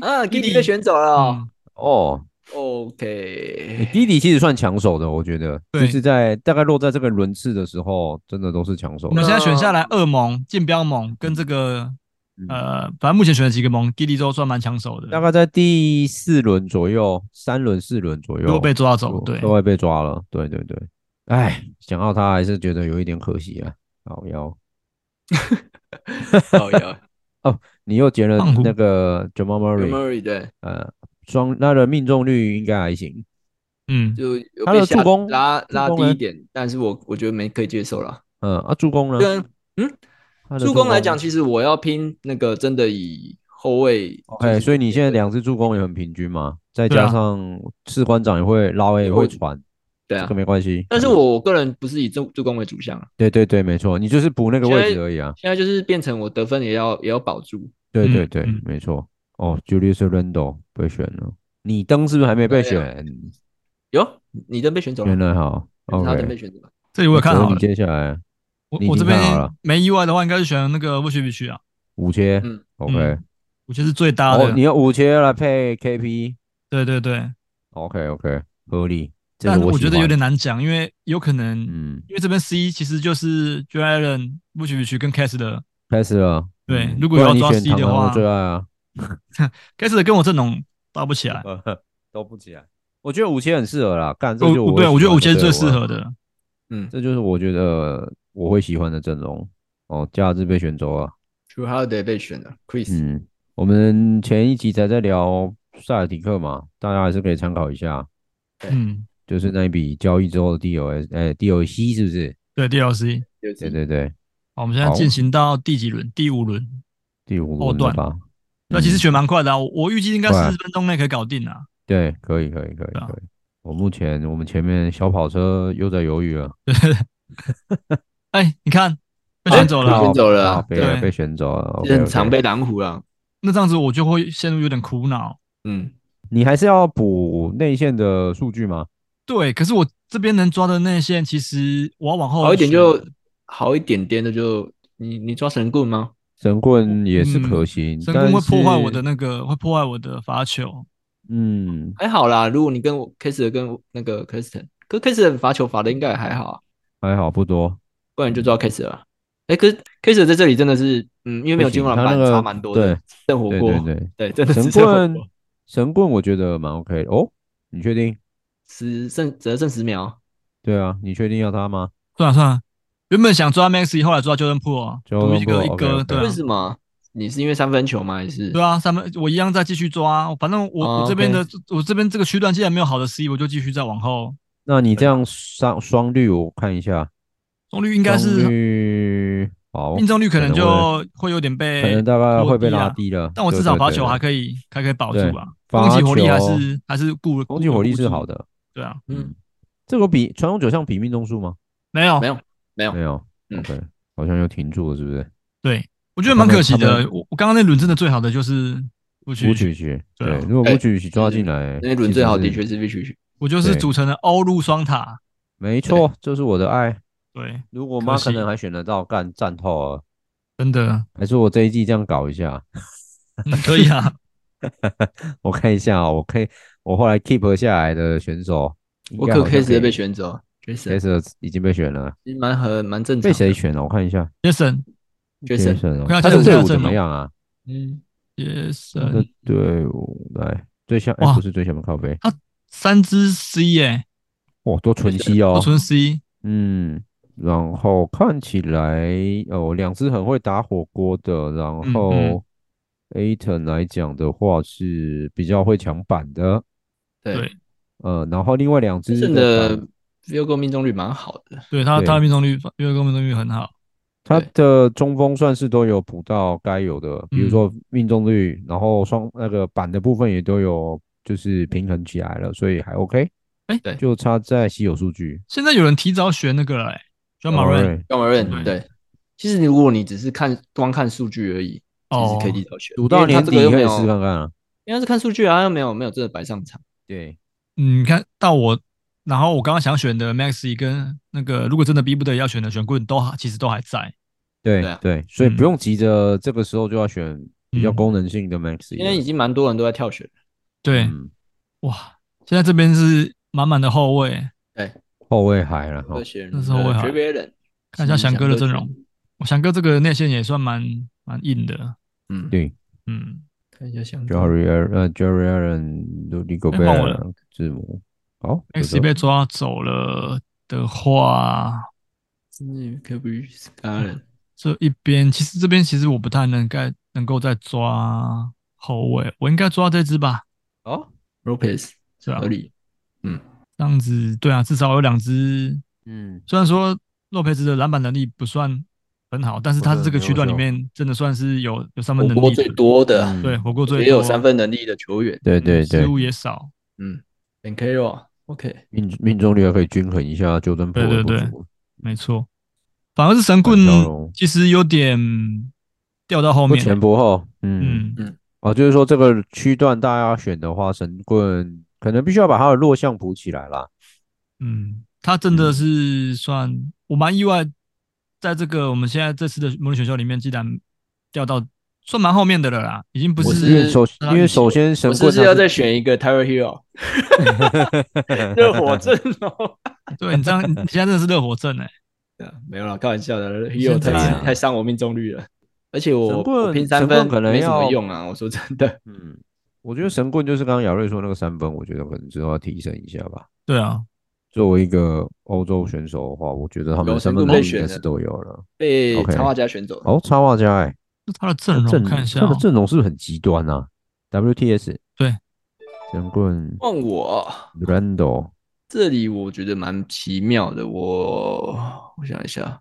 [SPEAKER 3] 啊
[SPEAKER 4] 弟弟
[SPEAKER 3] ，Giddy 被选走了哦。
[SPEAKER 4] 嗯，
[SPEAKER 2] 哦，你
[SPEAKER 3] OK，
[SPEAKER 2] 弟弟其实算抢手的，我觉得，就
[SPEAKER 4] 对
[SPEAKER 2] 是在大概落在这个轮次的时候，真的都是抢手
[SPEAKER 4] 我们
[SPEAKER 2] 的。
[SPEAKER 4] 现在选下来，恶盟、竞标盟跟这个
[SPEAKER 2] 嗯
[SPEAKER 4] 呃，反正目前选的几个盟，弟弟都算蛮抢手的。
[SPEAKER 2] 大概在第四轮左右，三轮、四轮左右，
[SPEAKER 4] 如果被抓走
[SPEAKER 2] 都，
[SPEAKER 4] 对，
[SPEAKER 2] 都会被抓了。对对对，哎，想到他还是 觉得有一点可惜啊。好要
[SPEAKER 3] 好有
[SPEAKER 2] 你又捡了
[SPEAKER 4] 胖虎
[SPEAKER 2] 那个 Jamal Murray，
[SPEAKER 3] Murray 对，
[SPEAKER 2] 呃，双他的命中率应该还行，
[SPEAKER 4] 嗯，
[SPEAKER 3] 就有
[SPEAKER 2] 他
[SPEAKER 3] 被
[SPEAKER 2] 的
[SPEAKER 3] 下
[SPEAKER 2] 助攻
[SPEAKER 3] 拉拉
[SPEAKER 2] 助攻
[SPEAKER 3] 低
[SPEAKER 2] 呢
[SPEAKER 3] 一点，但是我我觉得没可以接受了。
[SPEAKER 2] 嗯啊，助攻呢？
[SPEAKER 3] 跟嗯
[SPEAKER 2] 他的
[SPEAKER 3] 助攻来讲，其实我要拼那个真的以后卫
[SPEAKER 2] ，OK，所以哎你现在两次助攻也很平均嘛，再加
[SPEAKER 4] 对啊
[SPEAKER 2] 上士官长也会拉也
[SPEAKER 3] 我
[SPEAKER 2] 会传，
[SPEAKER 3] 对
[SPEAKER 2] 这
[SPEAKER 3] 啊
[SPEAKER 2] 个，没关系。
[SPEAKER 3] 但是我个人不是以助助攻为主项啊，
[SPEAKER 2] 对对对，没错，你就是补那个
[SPEAKER 3] 现
[SPEAKER 2] 位置
[SPEAKER 3] 在
[SPEAKER 2] 而已啊。
[SPEAKER 3] 现在就是变成我得分也要也要保住，
[SPEAKER 2] 对对
[SPEAKER 4] 嗯
[SPEAKER 2] 对
[SPEAKER 4] 嗯，
[SPEAKER 2] 没错。哦，Julius Randle 被选了，你登是不是还没被
[SPEAKER 3] 对啊
[SPEAKER 2] 选？
[SPEAKER 3] 哟，你真被选走了
[SPEAKER 2] 原，来好
[SPEAKER 3] 他真被
[SPEAKER 2] ，OK。
[SPEAKER 3] 选走了，
[SPEAKER 4] 这里我也看好
[SPEAKER 2] 所以
[SPEAKER 4] 了
[SPEAKER 2] 你，接下来
[SPEAKER 4] 我
[SPEAKER 2] 你已
[SPEAKER 4] 我这
[SPEAKER 2] 经
[SPEAKER 4] 边
[SPEAKER 2] 看好了
[SPEAKER 4] 没意外的话，应该是选那个不许不许啊，
[SPEAKER 2] 五切
[SPEAKER 3] 嗯
[SPEAKER 2] ，OK。
[SPEAKER 4] 嗯我觉得是最搭
[SPEAKER 2] 哦，
[SPEAKER 4] 的
[SPEAKER 2] 你，要五切来配 KP，OK
[SPEAKER 4] 对对对，
[SPEAKER 2] OK，合理。这
[SPEAKER 4] 但
[SPEAKER 2] 个
[SPEAKER 4] 我觉得
[SPEAKER 2] 喜欢
[SPEAKER 4] 有点，难讲，因为有可能，
[SPEAKER 2] 嗯，
[SPEAKER 4] 因为这边 C 其实就是 j a l e n 不许不许跟 Cast 的
[SPEAKER 2] 开始了。
[SPEAKER 4] 对
[SPEAKER 2] 嗯
[SPEAKER 4] 如果
[SPEAKER 2] 不
[SPEAKER 4] 有
[SPEAKER 2] 然
[SPEAKER 4] 要
[SPEAKER 2] 你
[SPEAKER 4] 抓
[SPEAKER 2] 选
[SPEAKER 4] C
[SPEAKER 2] 唐
[SPEAKER 4] 的
[SPEAKER 2] 唐
[SPEAKER 4] 话
[SPEAKER 2] 最爱啊，
[SPEAKER 4] Cast 跟我阵容搭不起来，
[SPEAKER 2] 都不起来。我觉得五切很适合啦，干这
[SPEAKER 4] 我
[SPEAKER 2] 就
[SPEAKER 4] 我
[SPEAKER 2] 会
[SPEAKER 4] 哦对
[SPEAKER 2] 喜
[SPEAKER 4] 我觉得
[SPEAKER 2] 欢
[SPEAKER 4] 五
[SPEAKER 2] 的
[SPEAKER 4] 千是最
[SPEAKER 2] 队伍
[SPEAKER 4] 适
[SPEAKER 2] 啊
[SPEAKER 4] 合的，
[SPEAKER 3] 嗯
[SPEAKER 2] 这就是我觉得我会喜欢的阵容。哦，假日被选走了。
[SPEAKER 3] ，True Holiday 被选了，Chris，
[SPEAKER 2] 嗯，我们前一集才在聊塞尔提克嘛，大家还是可以参考一下，
[SPEAKER 4] 嗯，
[SPEAKER 2] 就是那一笔交易之后的 DOS，哎，DOC 是不是？
[SPEAKER 4] 对 DLC。
[SPEAKER 2] 对对对，
[SPEAKER 4] 好，我们现在
[SPEAKER 2] 好嗯
[SPEAKER 4] 进行到第几轮？第五轮。
[SPEAKER 2] 第五
[SPEAKER 4] 后
[SPEAKER 2] 轮的
[SPEAKER 4] 段
[SPEAKER 2] 吧。
[SPEAKER 4] 那其实
[SPEAKER 2] 嗯
[SPEAKER 4] 选蛮快的、啊，我我预计应该
[SPEAKER 2] 快啊
[SPEAKER 4] 四十分钟内可以搞定啊。
[SPEAKER 2] 对，可以可以可以
[SPEAKER 4] 对啊
[SPEAKER 2] 可以。我目前我们前面小跑车又在犹豫了，
[SPEAKER 4] 哎，你看被选走了啊，
[SPEAKER 3] 被选走了
[SPEAKER 2] 啊
[SPEAKER 3] 啊，
[SPEAKER 2] 被
[SPEAKER 4] 对
[SPEAKER 2] 被选走了
[SPEAKER 3] 这很
[SPEAKER 2] ，OK，OK，
[SPEAKER 3] 常被狼虎了，
[SPEAKER 4] 那这样子我就会陷入有点苦恼。
[SPEAKER 3] 嗯，
[SPEAKER 2] 你还是要补内线的数据吗？
[SPEAKER 4] 对，可是我这边能抓的内线，其实我要往后
[SPEAKER 3] 好一点
[SPEAKER 4] 选
[SPEAKER 3] 就好一点点的就你你抓神棍吗？
[SPEAKER 2] 神棍也是可
[SPEAKER 4] 嗯
[SPEAKER 2] 行，
[SPEAKER 4] 神
[SPEAKER 2] 但
[SPEAKER 4] 棍会破坏我
[SPEAKER 2] 是
[SPEAKER 4] 的那个，会破坏我的罚球。
[SPEAKER 2] 嗯，
[SPEAKER 3] 还好啦，如果你跟我 k i s 跟那个 Kristen，可 Kristen 罚球罚的应该也还好啊，
[SPEAKER 2] 还好不多，
[SPEAKER 3] 不然你就抓 k i s 了。哎、可是 k i s 在这里真的是，嗯，因为没有进攻篮
[SPEAKER 2] 不
[SPEAKER 3] 板
[SPEAKER 2] 行他那个
[SPEAKER 3] 差蛮多的
[SPEAKER 2] 对，
[SPEAKER 3] 剩火
[SPEAKER 2] 对
[SPEAKER 3] 锅，
[SPEAKER 2] 对对，
[SPEAKER 3] 对真 的
[SPEAKER 2] 神
[SPEAKER 3] 是剩火
[SPEAKER 2] 棍
[SPEAKER 3] 锅，
[SPEAKER 2] 神棍我觉得蛮 OK 的哦，你确定？
[SPEAKER 3] 十剩只剩十秒，
[SPEAKER 2] 对啊，你确定要他吗？
[SPEAKER 4] 算了算了，原本想抓 Maxi，后来抓 Jordan p o o 啊，赌
[SPEAKER 2] Jordan
[SPEAKER 4] 一个
[SPEAKER 2] Poole，
[SPEAKER 4] 一个，
[SPEAKER 2] OK，OK
[SPEAKER 4] 对
[SPEAKER 3] 为
[SPEAKER 4] 啊
[SPEAKER 3] 什么？你是因为三分球吗？还是
[SPEAKER 4] 对啊，三分我一样再继续抓啊，反正我、
[SPEAKER 3] 哦
[SPEAKER 4] 我这边的我这边这个区段既然没有好的 C，我就继续再往后。
[SPEAKER 2] 那
[SPEAKER 4] 啊
[SPEAKER 2] 你这样双双率我看一下，
[SPEAKER 4] 中率应该
[SPEAKER 2] 双
[SPEAKER 4] 是
[SPEAKER 2] 率好，
[SPEAKER 4] 命中率可能
[SPEAKER 2] 可能
[SPEAKER 4] 就会有点被，
[SPEAKER 2] 可能大概会被
[SPEAKER 4] 落地啊
[SPEAKER 2] 拉低了，
[SPEAKER 4] 但我
[SPEAKER 2] 对
[SPEAKER 4] 至少
[SPEAKER 2] 对
[SPEAKER 4] 罚
[SPEAKER 2] 对
[SPEAKER 4] 球还
[SPEAKER 2] 对
[SPEAKER 4] 可以，还可以保
[SPEAKER 2] 对
[SPEAKER 4] 住吧。
[SPEAKER 2] 罚
[SPEAKER 4] 攻击火力还
[SPEAKER 2] 球
[SPEAKER 4] 是还是顾
[SPEAKER 2] 攻击火力是好
[SPEAKER 4] 的，
[SPEAKER 2] 的，
[SPEAKER 4] 对啊，
[SPEAKER 3] 嗯
[SPEAKER 2] 嗯，这个比传统九项比命中数吗？
[SPEAKER 4] 没有
[SPEAKER 3] 没有没有
[SPEAKER 2] 没有
[SPEAKER 3] 嗯
[SPEAKER 2] ，OK，好像又停住了，是不是？
[SPEAKER 4] 对，我觉得蛮可惜
[SPEAKER 2] 他
[SPEAKER 4] 的
[SPEAKER 2] 们。
[SPEAKER 4] 我我刚刚那轮真的最好的就是不
[SPEAKER 2] 武
[SPEAKER 4] 去，
[SPEAKER 2] 曲奇，
[SPEAKER 4] 对啊
[SPEAKER 2] 对，如果武
[SPEAKER 3] 哎
[SPEAKER 2] 曲奇抓进来，
[SPEAKER 3] 那一轮
[SPEAKER 2] 其
[SPEAKER 3] 最
[SPEAKER 2] 实
[SPEAKER 3] 好的
[SPEAKER 2] 是
[SPEAKER 3] 确是必须去，
[SPEAKER 4] 我就是
[SPEAKER 2] 对
[SPEAKER 4] 组成了欧陆双塔。
[SPEAKER 2] 没错，这是我的爱。
[SPEAKER 4] 对，
[SPEAKER 2] 如果
[SPEAKER 4] 可
[SPEAKER 2] 妈可
[SPEAKER 4] 惜
[SPEAKER 2] 能还选得到干战透了，
[SPEAKER 4] 真的
[SPEAKER 2] 还是我这一季这样搞一下？
[SPEAKER 4] 嗯可以 啊。
[SPEAKER 2] 我看一下啊、我可以，我后来 keep 下来的选手，
[SPEAKER 3] 我可 k i s 被
[SPEAKER 2] 选
[SPEAKER 3] 选走 j a s o n
[SPEAKER 2] ，Case 已经被选了，
[SPEAKER 3] 其实蛮合蛮正常
[SPEAKER 2] 被
[SPEAKER 3] 的。
[SPEAKER 2] 谁选啊了？我看一下
[SPEAKER 4] Jason
[SPEAKER 3] j a s o n
[SPEAKER 2] Jason 哦
[SPEAKER 4] 我看一下
[SPEAKER 2] 他的队
[SPEAKER 4] Jason
[SPEAKER 2] 伍
[SPEAKER 4] 的阵
[SPEAKER 2] 怎么
[SPEAKER 4] 容
[SPEAKER 2] 样啊？
[SPEAKER 3] 嗯，
[SPEAKER 2] 他的
[SPEAKER 4] Jason
[SPEAKER 2] 队伍来最下，哎、
[SPEAKER 4] 哇
[SPEAKER 2] 不是最下面靠背，
[SPEAKER 4] 三支 C 耶，
[SPEAKER 2] 哇，多纯息
[SPEAKER 4] 都
[SPEAKER 2] 哦，
[SPEAKER 4] 纯 C。
[SPEAKER 2] 嗯，然后看起来哦，两只很会打火锅的，然
[SPEAKER 4] 嗯
[SPEAKER 2] 后 Aton 来讲的话是比较会抢板的，
[SPEAKER 3] 对
[SPEAKER 4] 对，
[SPEAKER 2] 呃，然后另外两只
[SPEAKER 3] 真
[SPEAKER 2] 的板
[SPEAKER 3] 的 f i e l d goal 命中率蛮好的。
[SPEAKER 4] 对他
[SPEAKER 2] 对
[SPEAKER 4] 他的命中率，因为命中率很好。
[SPEAKER 2] 他
[SPEAKER 3] 对
[SPEAKER 2] 的中锋算是都有补到该有的，比如
[SPEAKER 4] 嗯
[SPEAKER 2] 说命中率，然后双那个板的部分也都有，就是平衡起来了，所以还 OK。
[SPEAKER 4] 哎
[SPEAKER 3] 对
[SPEAKER 2] 就差在稀有数据。
[SPEAKER 4] 现在有人提早选那个了、欸，j o h n
[SPEAKER 2] Alright，
[SPEAKER 4] Moran
[SPEAKER 3] 要么
[SPEAKER 4] 对
[SPEAKER 3] 认对。其实你如果你只是看光看数据而已，其
[SPEAKER 4] 哦
[SPEAKER 3] 实可以提早选，
[SPEAKER 2] 赌到
[SPEAKER 3] 因为他
[SPEAKER 2] 年
[SPEAKER 3] 这
[SPEAKER 2] 底
[SPEAKER 3] 个又
[SPEAKER 2] 可
[SPEAKER 3] 没
[SPEAKER 2] 以
[SPEAKER 3] 有
[SPEAKER 2] 试看看啊。
[SPEAKER 3] 因为他是看数据啊，又没有没有真的摆上场。
[SPEAKER 2] 对，
[SPEAKER 4] 嗯，你看到我，然后我刚刚想选的 Maxi 跟那个，如果真的逼不得已要选的选棍都还其实都还在。
[SPEAKER 3] 对
[SPEAKER 2] 对
[SPEAKER 3] 啊
[SPEAKER 2] 对，所以
[SPEAKER 4] 嗯
[SPEAKER 2] 不用急着这个时候就要选比较
[SPEAKER 4] 嗯
[SPEAKER 2] 功能性的 Maxi 了。
[SPEAKER 3] 因为已经蛮多人都在跳选了，
[SPEAKER 4] 对，
[SPEAKER 2] 嗯，
[SPEAKER 4] 哇，现在这边是满满的后卫。
[SPEAKER 2] 后卫海了哈
[SPEAKER 3] 这。些人
[SPEAKER 4] 哦那时候我也好
[SPEAKER 3] 学别人
[SPEAKER 4] 看一下翔哥的阵容
[SPEAKER 3] 翔哥，
[SPEAKER 4] 我翔哥这个内线也算蛮蛮硬的。
[SPEAKER 3] 嗯，
[SPEAKER 2] 对
[SPEAKER 4] 嗯，
[SPEAKER 3] 看一下翔哥，
[SPEAKER 2] ，Jerry Allen- 呃 Jerry Allen、Rudy
[SPEAKER 4] 哎换我了哎
[SPEAKER 2] Gobert、字母，好就这
[SPEAKER 4] Maxi 被抓走了的话，
[SPEAKER 3] 嗯，可不 s c a r l e t
[SPEAKER 4] 这一边其实这边其实我不太能 get 能够再抓后卫，我应该抓这支吧，
[SPEAKER 2] 哦，
[SPEAKER 3] Lopez
[SPEAKER 4] 是吧
[SPEAKER 2] 啊
[SPEAKER 3] 合？理，
[SPEAKER 4] 这样子对啊，至少有两支。
[SPEAKER 2] 嗯，
[SPEAKER 4] 虽然说洛佩兹的篮板能力不算很好，但是他
[SPEAKER 2] 不是
[SPEAKER 4] 这个
[SPEAKER 2] 很
[SPEAKER 4] 区段里
[SPEAKER 2] 优秀
[SPEAKER 4] 面真的算是有有三分
[SPEAKER 3] 火
[SPEAKER 4] 能
[SPEAKER 3] 锅
[SPEAKER 4] 力
[SPEAKER 3] 最
[SPEAKER 4] 的，
[SPEAKER 3] 多
[SPEAKER 2] 嗯
[SPEAKER 3] 的，
[SPEAKER 4] 对，火锅最多嗯
[SPEAKER 3] 也有三，分能力的球员，
[SPEAKER 2] 对对对
[SPEAKER 4] 失，误也少，
[SPEAKER 3] 嗯 b e n c a r o OK，
[SPEAKER 2] 命命中率还可以均衡一下纠正破
[SPEAKER 4] 对
[SPEAKER 2] 的不
[SPEAKER 4] 对对
[SPEAKER 2] 足。
[SPEAKER 4] 没错。反而是神棍
[SPEAKER 2] 反交融
[SPEAKER 4] 其实有点掉到后
[SPEAKER 2] 不
[SPEAKER 4] 面，
[SPEAKER 2] 前不后，嗯，
[SPEAKER 4] 嗯，
[SPEAKER 2] 哦，就是说这个区段大家要选的话，神棍可能必须要把他的弱项补起来啦。
[SPEAKER 4] 嗯，他真的
[SPEAKER 2] 嗯
[SPEAKER 4] 是算、我蛮意外，在这个我们现在这次的模拟选秀里面，竟然掉到算蛮后面的了啦，已经不
[SPEAKER 3] 我
[SPEAKER 2] 因
[SPEAKER 3] 是
[SPEAKER 2] 为首
[SPEAKER 4] 那
[SPEAKER 2] 因为首先神
[SPEAKER 3] 我
[SPEAKER 2] 棍
[SPEAKER 3] 是不是
[SPEAKER 2] 他
[SPEAKER 3] 要再选一个 t y r e Hill？热火阵哦容，
[SPEAKER 4] 对你这样，你现在真的是热火 症哎、
[SPEAKER 3] 啊没有啦，开玩笑的
[SPEAKER 4] 现
[SPEAKER 3] ，Hill
[SPEAKER 4] 在
[SPEAKER 3] 太
[SPEAKER 2] 啊
[SPEAKER 3] 太伤我命中率了，而且
[SPEAKER 2] 神
[SPEAKER 3] 我
[SPEAKER 2] 棍
[SPEAKER 3] 我拼三
[SPEAKER 2] 神
[SPEAKER 3] 分
[SPEAKER 2] 棍可能
[SPEAKER 3] 没什
[SPEAKER 2] 要
[SPEAKER 3] 么用啊，我说真的，
[SPEAKER 2] 嗯，我觉得神棍就是刚刚姚瑞说那个三分，我觉得可能之后要提升一下吧。
[SPEAKER 4] 对啊，
[SPEAKER 2] 作为一个欧洲选手的话，我觉得他们
[SPEAKER 3] 有啊
[SPEAKER 2] 的三
[SPEAKER 3] 神
[SPEAKER 2] 分
[SPEAKER 3] 棍
[SPEAKER 2] 能
[SPEAKER 3] 被
[SPEAKER 2] 力应该
[SPEAKER 3] 选
[SPEAKER 2] 是
[SPEAKER 3] 的
[SPEAKER 2] 都有了。
[SPEAKER 3] 被
[SPEAKER 2] OK
[SPEAKER 3] 插画家选走了。
[SPEAKER 2] 哦，插画家哎、
[SPEAKER 4] 就他的阵容
[SPEAKER 2] 阵
[SPEAKER 4] 看一下、
[SPEAKER 2] 他的
[SPEAKER 4] 哦，
[SPEAKER 2] 阵容是不是很极端啊？WTS
[SPEAKER 4] 对，
[SPEAKER 2] 神棍
[SPEAKER 3] 换我
[SPEAKER 2] Rando
[SPEAKER 3] 这里，我觉得蛮奇妙的。我我想一下，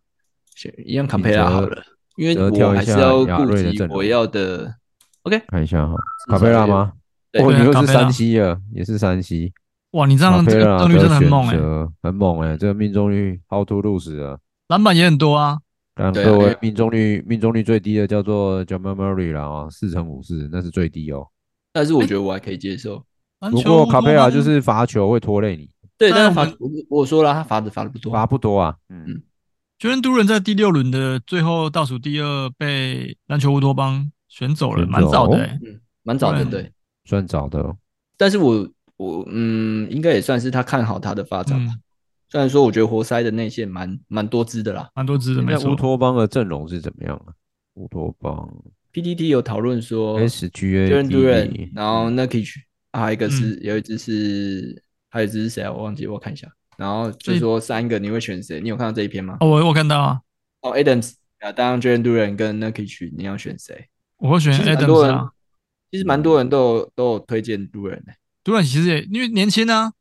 [SPEAKER 3] 选一样坎
[SPEAKER 2] 你
[SPEAKER 3] 培拉
[SPEAKER 2] 折
[SPEAKER 3] 好了，因为
[SPEAKER 2] 折跳
[SPEAKER 3] 我
[SPEAKER 2] 一
[SPEAKER 3] 还是
[SPEAKER 2] 下
[SPEAKER 3] 要
[SPEAKER 2] 亚
[SPEAKER 3] 顾
[SPEAKER 2] 瑞的
[SPEAKER 3] 及
[SPEAKER 2] 阵
[SPEAKER 3] 我
[SPEAKER 2] 容
[SPEAKER 3] 要的。OK，
[SPEAKER 2] 看一下哈，
[SPEAKER 3] 至
[SPEAKER 2] 卡
[SPEAKER 3] 少
[SPEAKER 2] 佩拉
[SPEAKER 3] 也
[SPEAKER 2] 吗？
[SPEAKER 3] 对
[SPEAKER 2] 哦，
[SPEAKER 4] 对
[SPEAKER 2] 你
[SPEAKER 4] 啊
[SPEAKER 2] 又
[SPEAKER 4] 卡
[SPEAKER 2] 是
[SPEAKER 4] 佩拉
[SPEAKER 2] 山西啊，也是山西。
[SPEAKER 4] 哦哇，你这
[SPEAKER 2] 卡
[SPEAKER 4] 样这
[SPEAKER 2] 佩
[SPEAKER 4] 个
[SPEAKER 2] 拉
[SPEAKER 4] 胜率真的很
[SPEAKER 2] 选
[SPEAKER 4] 猛哎、
[SPEAKER 2] 择很猛哎、这个命中率 how to lose 啊！
[SPEAKER 4] 篮板也很多啊，
[SPEAKER 2] 但
[SPEAKER 3] 对啊
[SPEAKER 2] 各
[SPEAKER 3] 因
[SPEAKER 2] 位
[SPEAKER 3] 为
[SPEAKER 2] 命中率命中率最低的叫做 Jamal Murray 啦啊，四乘五四，那是最低哦。
[SPEAKER 3] 但是我觉得我还可以接 受。
[SPEAKER 4] 篮
[SPEAKER 2] 不
[SPEAKER 4] 球
[SPEAKER 2] 过卡佩拉就
[SPEAKER 4] 多吗
[SPEAKER 2] 是罚球会拖累你，
[SPEAKER 3] 对，
[SPEAKER 4] 但
[SPEAKER 3] 但是
[SPEAKER 4] 我
[SPEAKER 3] 罚
[SPEAKER 4] 们
[SPEAKER 3] 我我说了，他罚的罚的不多
[SPEAKER 2] 罚
[SPEAKER 3] 啊，
[SPEAKER 2] 不多啊。嗯，
[SPEAKER 4] Jordan d u r a n 在第六轮的最后倒数第二被篮球乌托邦选走了，
[SPEAKER 2] 选走哦
[SPEAKER 4] 蛮早的、欸。
[SPEAKER 3] 蛮早的。
[SPEAKER 4] 对
[SPEAKER 3] 对，
[SPEAKER 2] 算早的哦。
[SPEAKER 3] 但是我我嗯，应该也算是他看好他的发展吧。
[SPEAKER 4] 嗯
[SPEAKER 3] 虽然说我觉得活塞的内线蛮蛮多支的啦
[SPEAKER 4] 蛮多支的，
[SPEAKER 2] 现
[SPEAKER 4] 没
[SPEAKER 2] 在乌
[SPEAKER 4] 错。
[SPEAKER 2] 托邦的阵容是怎么样啊？乌托邦
[SPEAKER 3] ，PTT 有讨论
[SPEAKER 4] 哦
[SPEAKER 3] 说
[SPEAKER 2] SGA
[SPEAKER 3] Duran
[SPEAKER 2] D
[SPEAKER 3] Duran，然后
[SPEAKER 4] 嗯
[SPEAKER 3] Nurkic，啊还有一个是、有一只是还有一只是谁啊？我忘记，我看一下。然后就说三个你会选谁？你有看到这一篇吗？
[SPEAKER 4] 哦，我我看到啊，
[SPEAKER 3] 哦，Adams 啊，当然 Duran Duran 跟 Nurkic，你要选谁？
[SPEAKER 4] 我会选
[SPEAKER 3] 其实蛮多
[SPEAKER 4] Adams
[SPEAKER 3] 人
[SPEAKER 4] 啊。
[SPEAKER 3] 其实蛮多人都有都有推荐 Duran 的、
[SPEAKER 4] d u r a n 其实也因为年轻啊，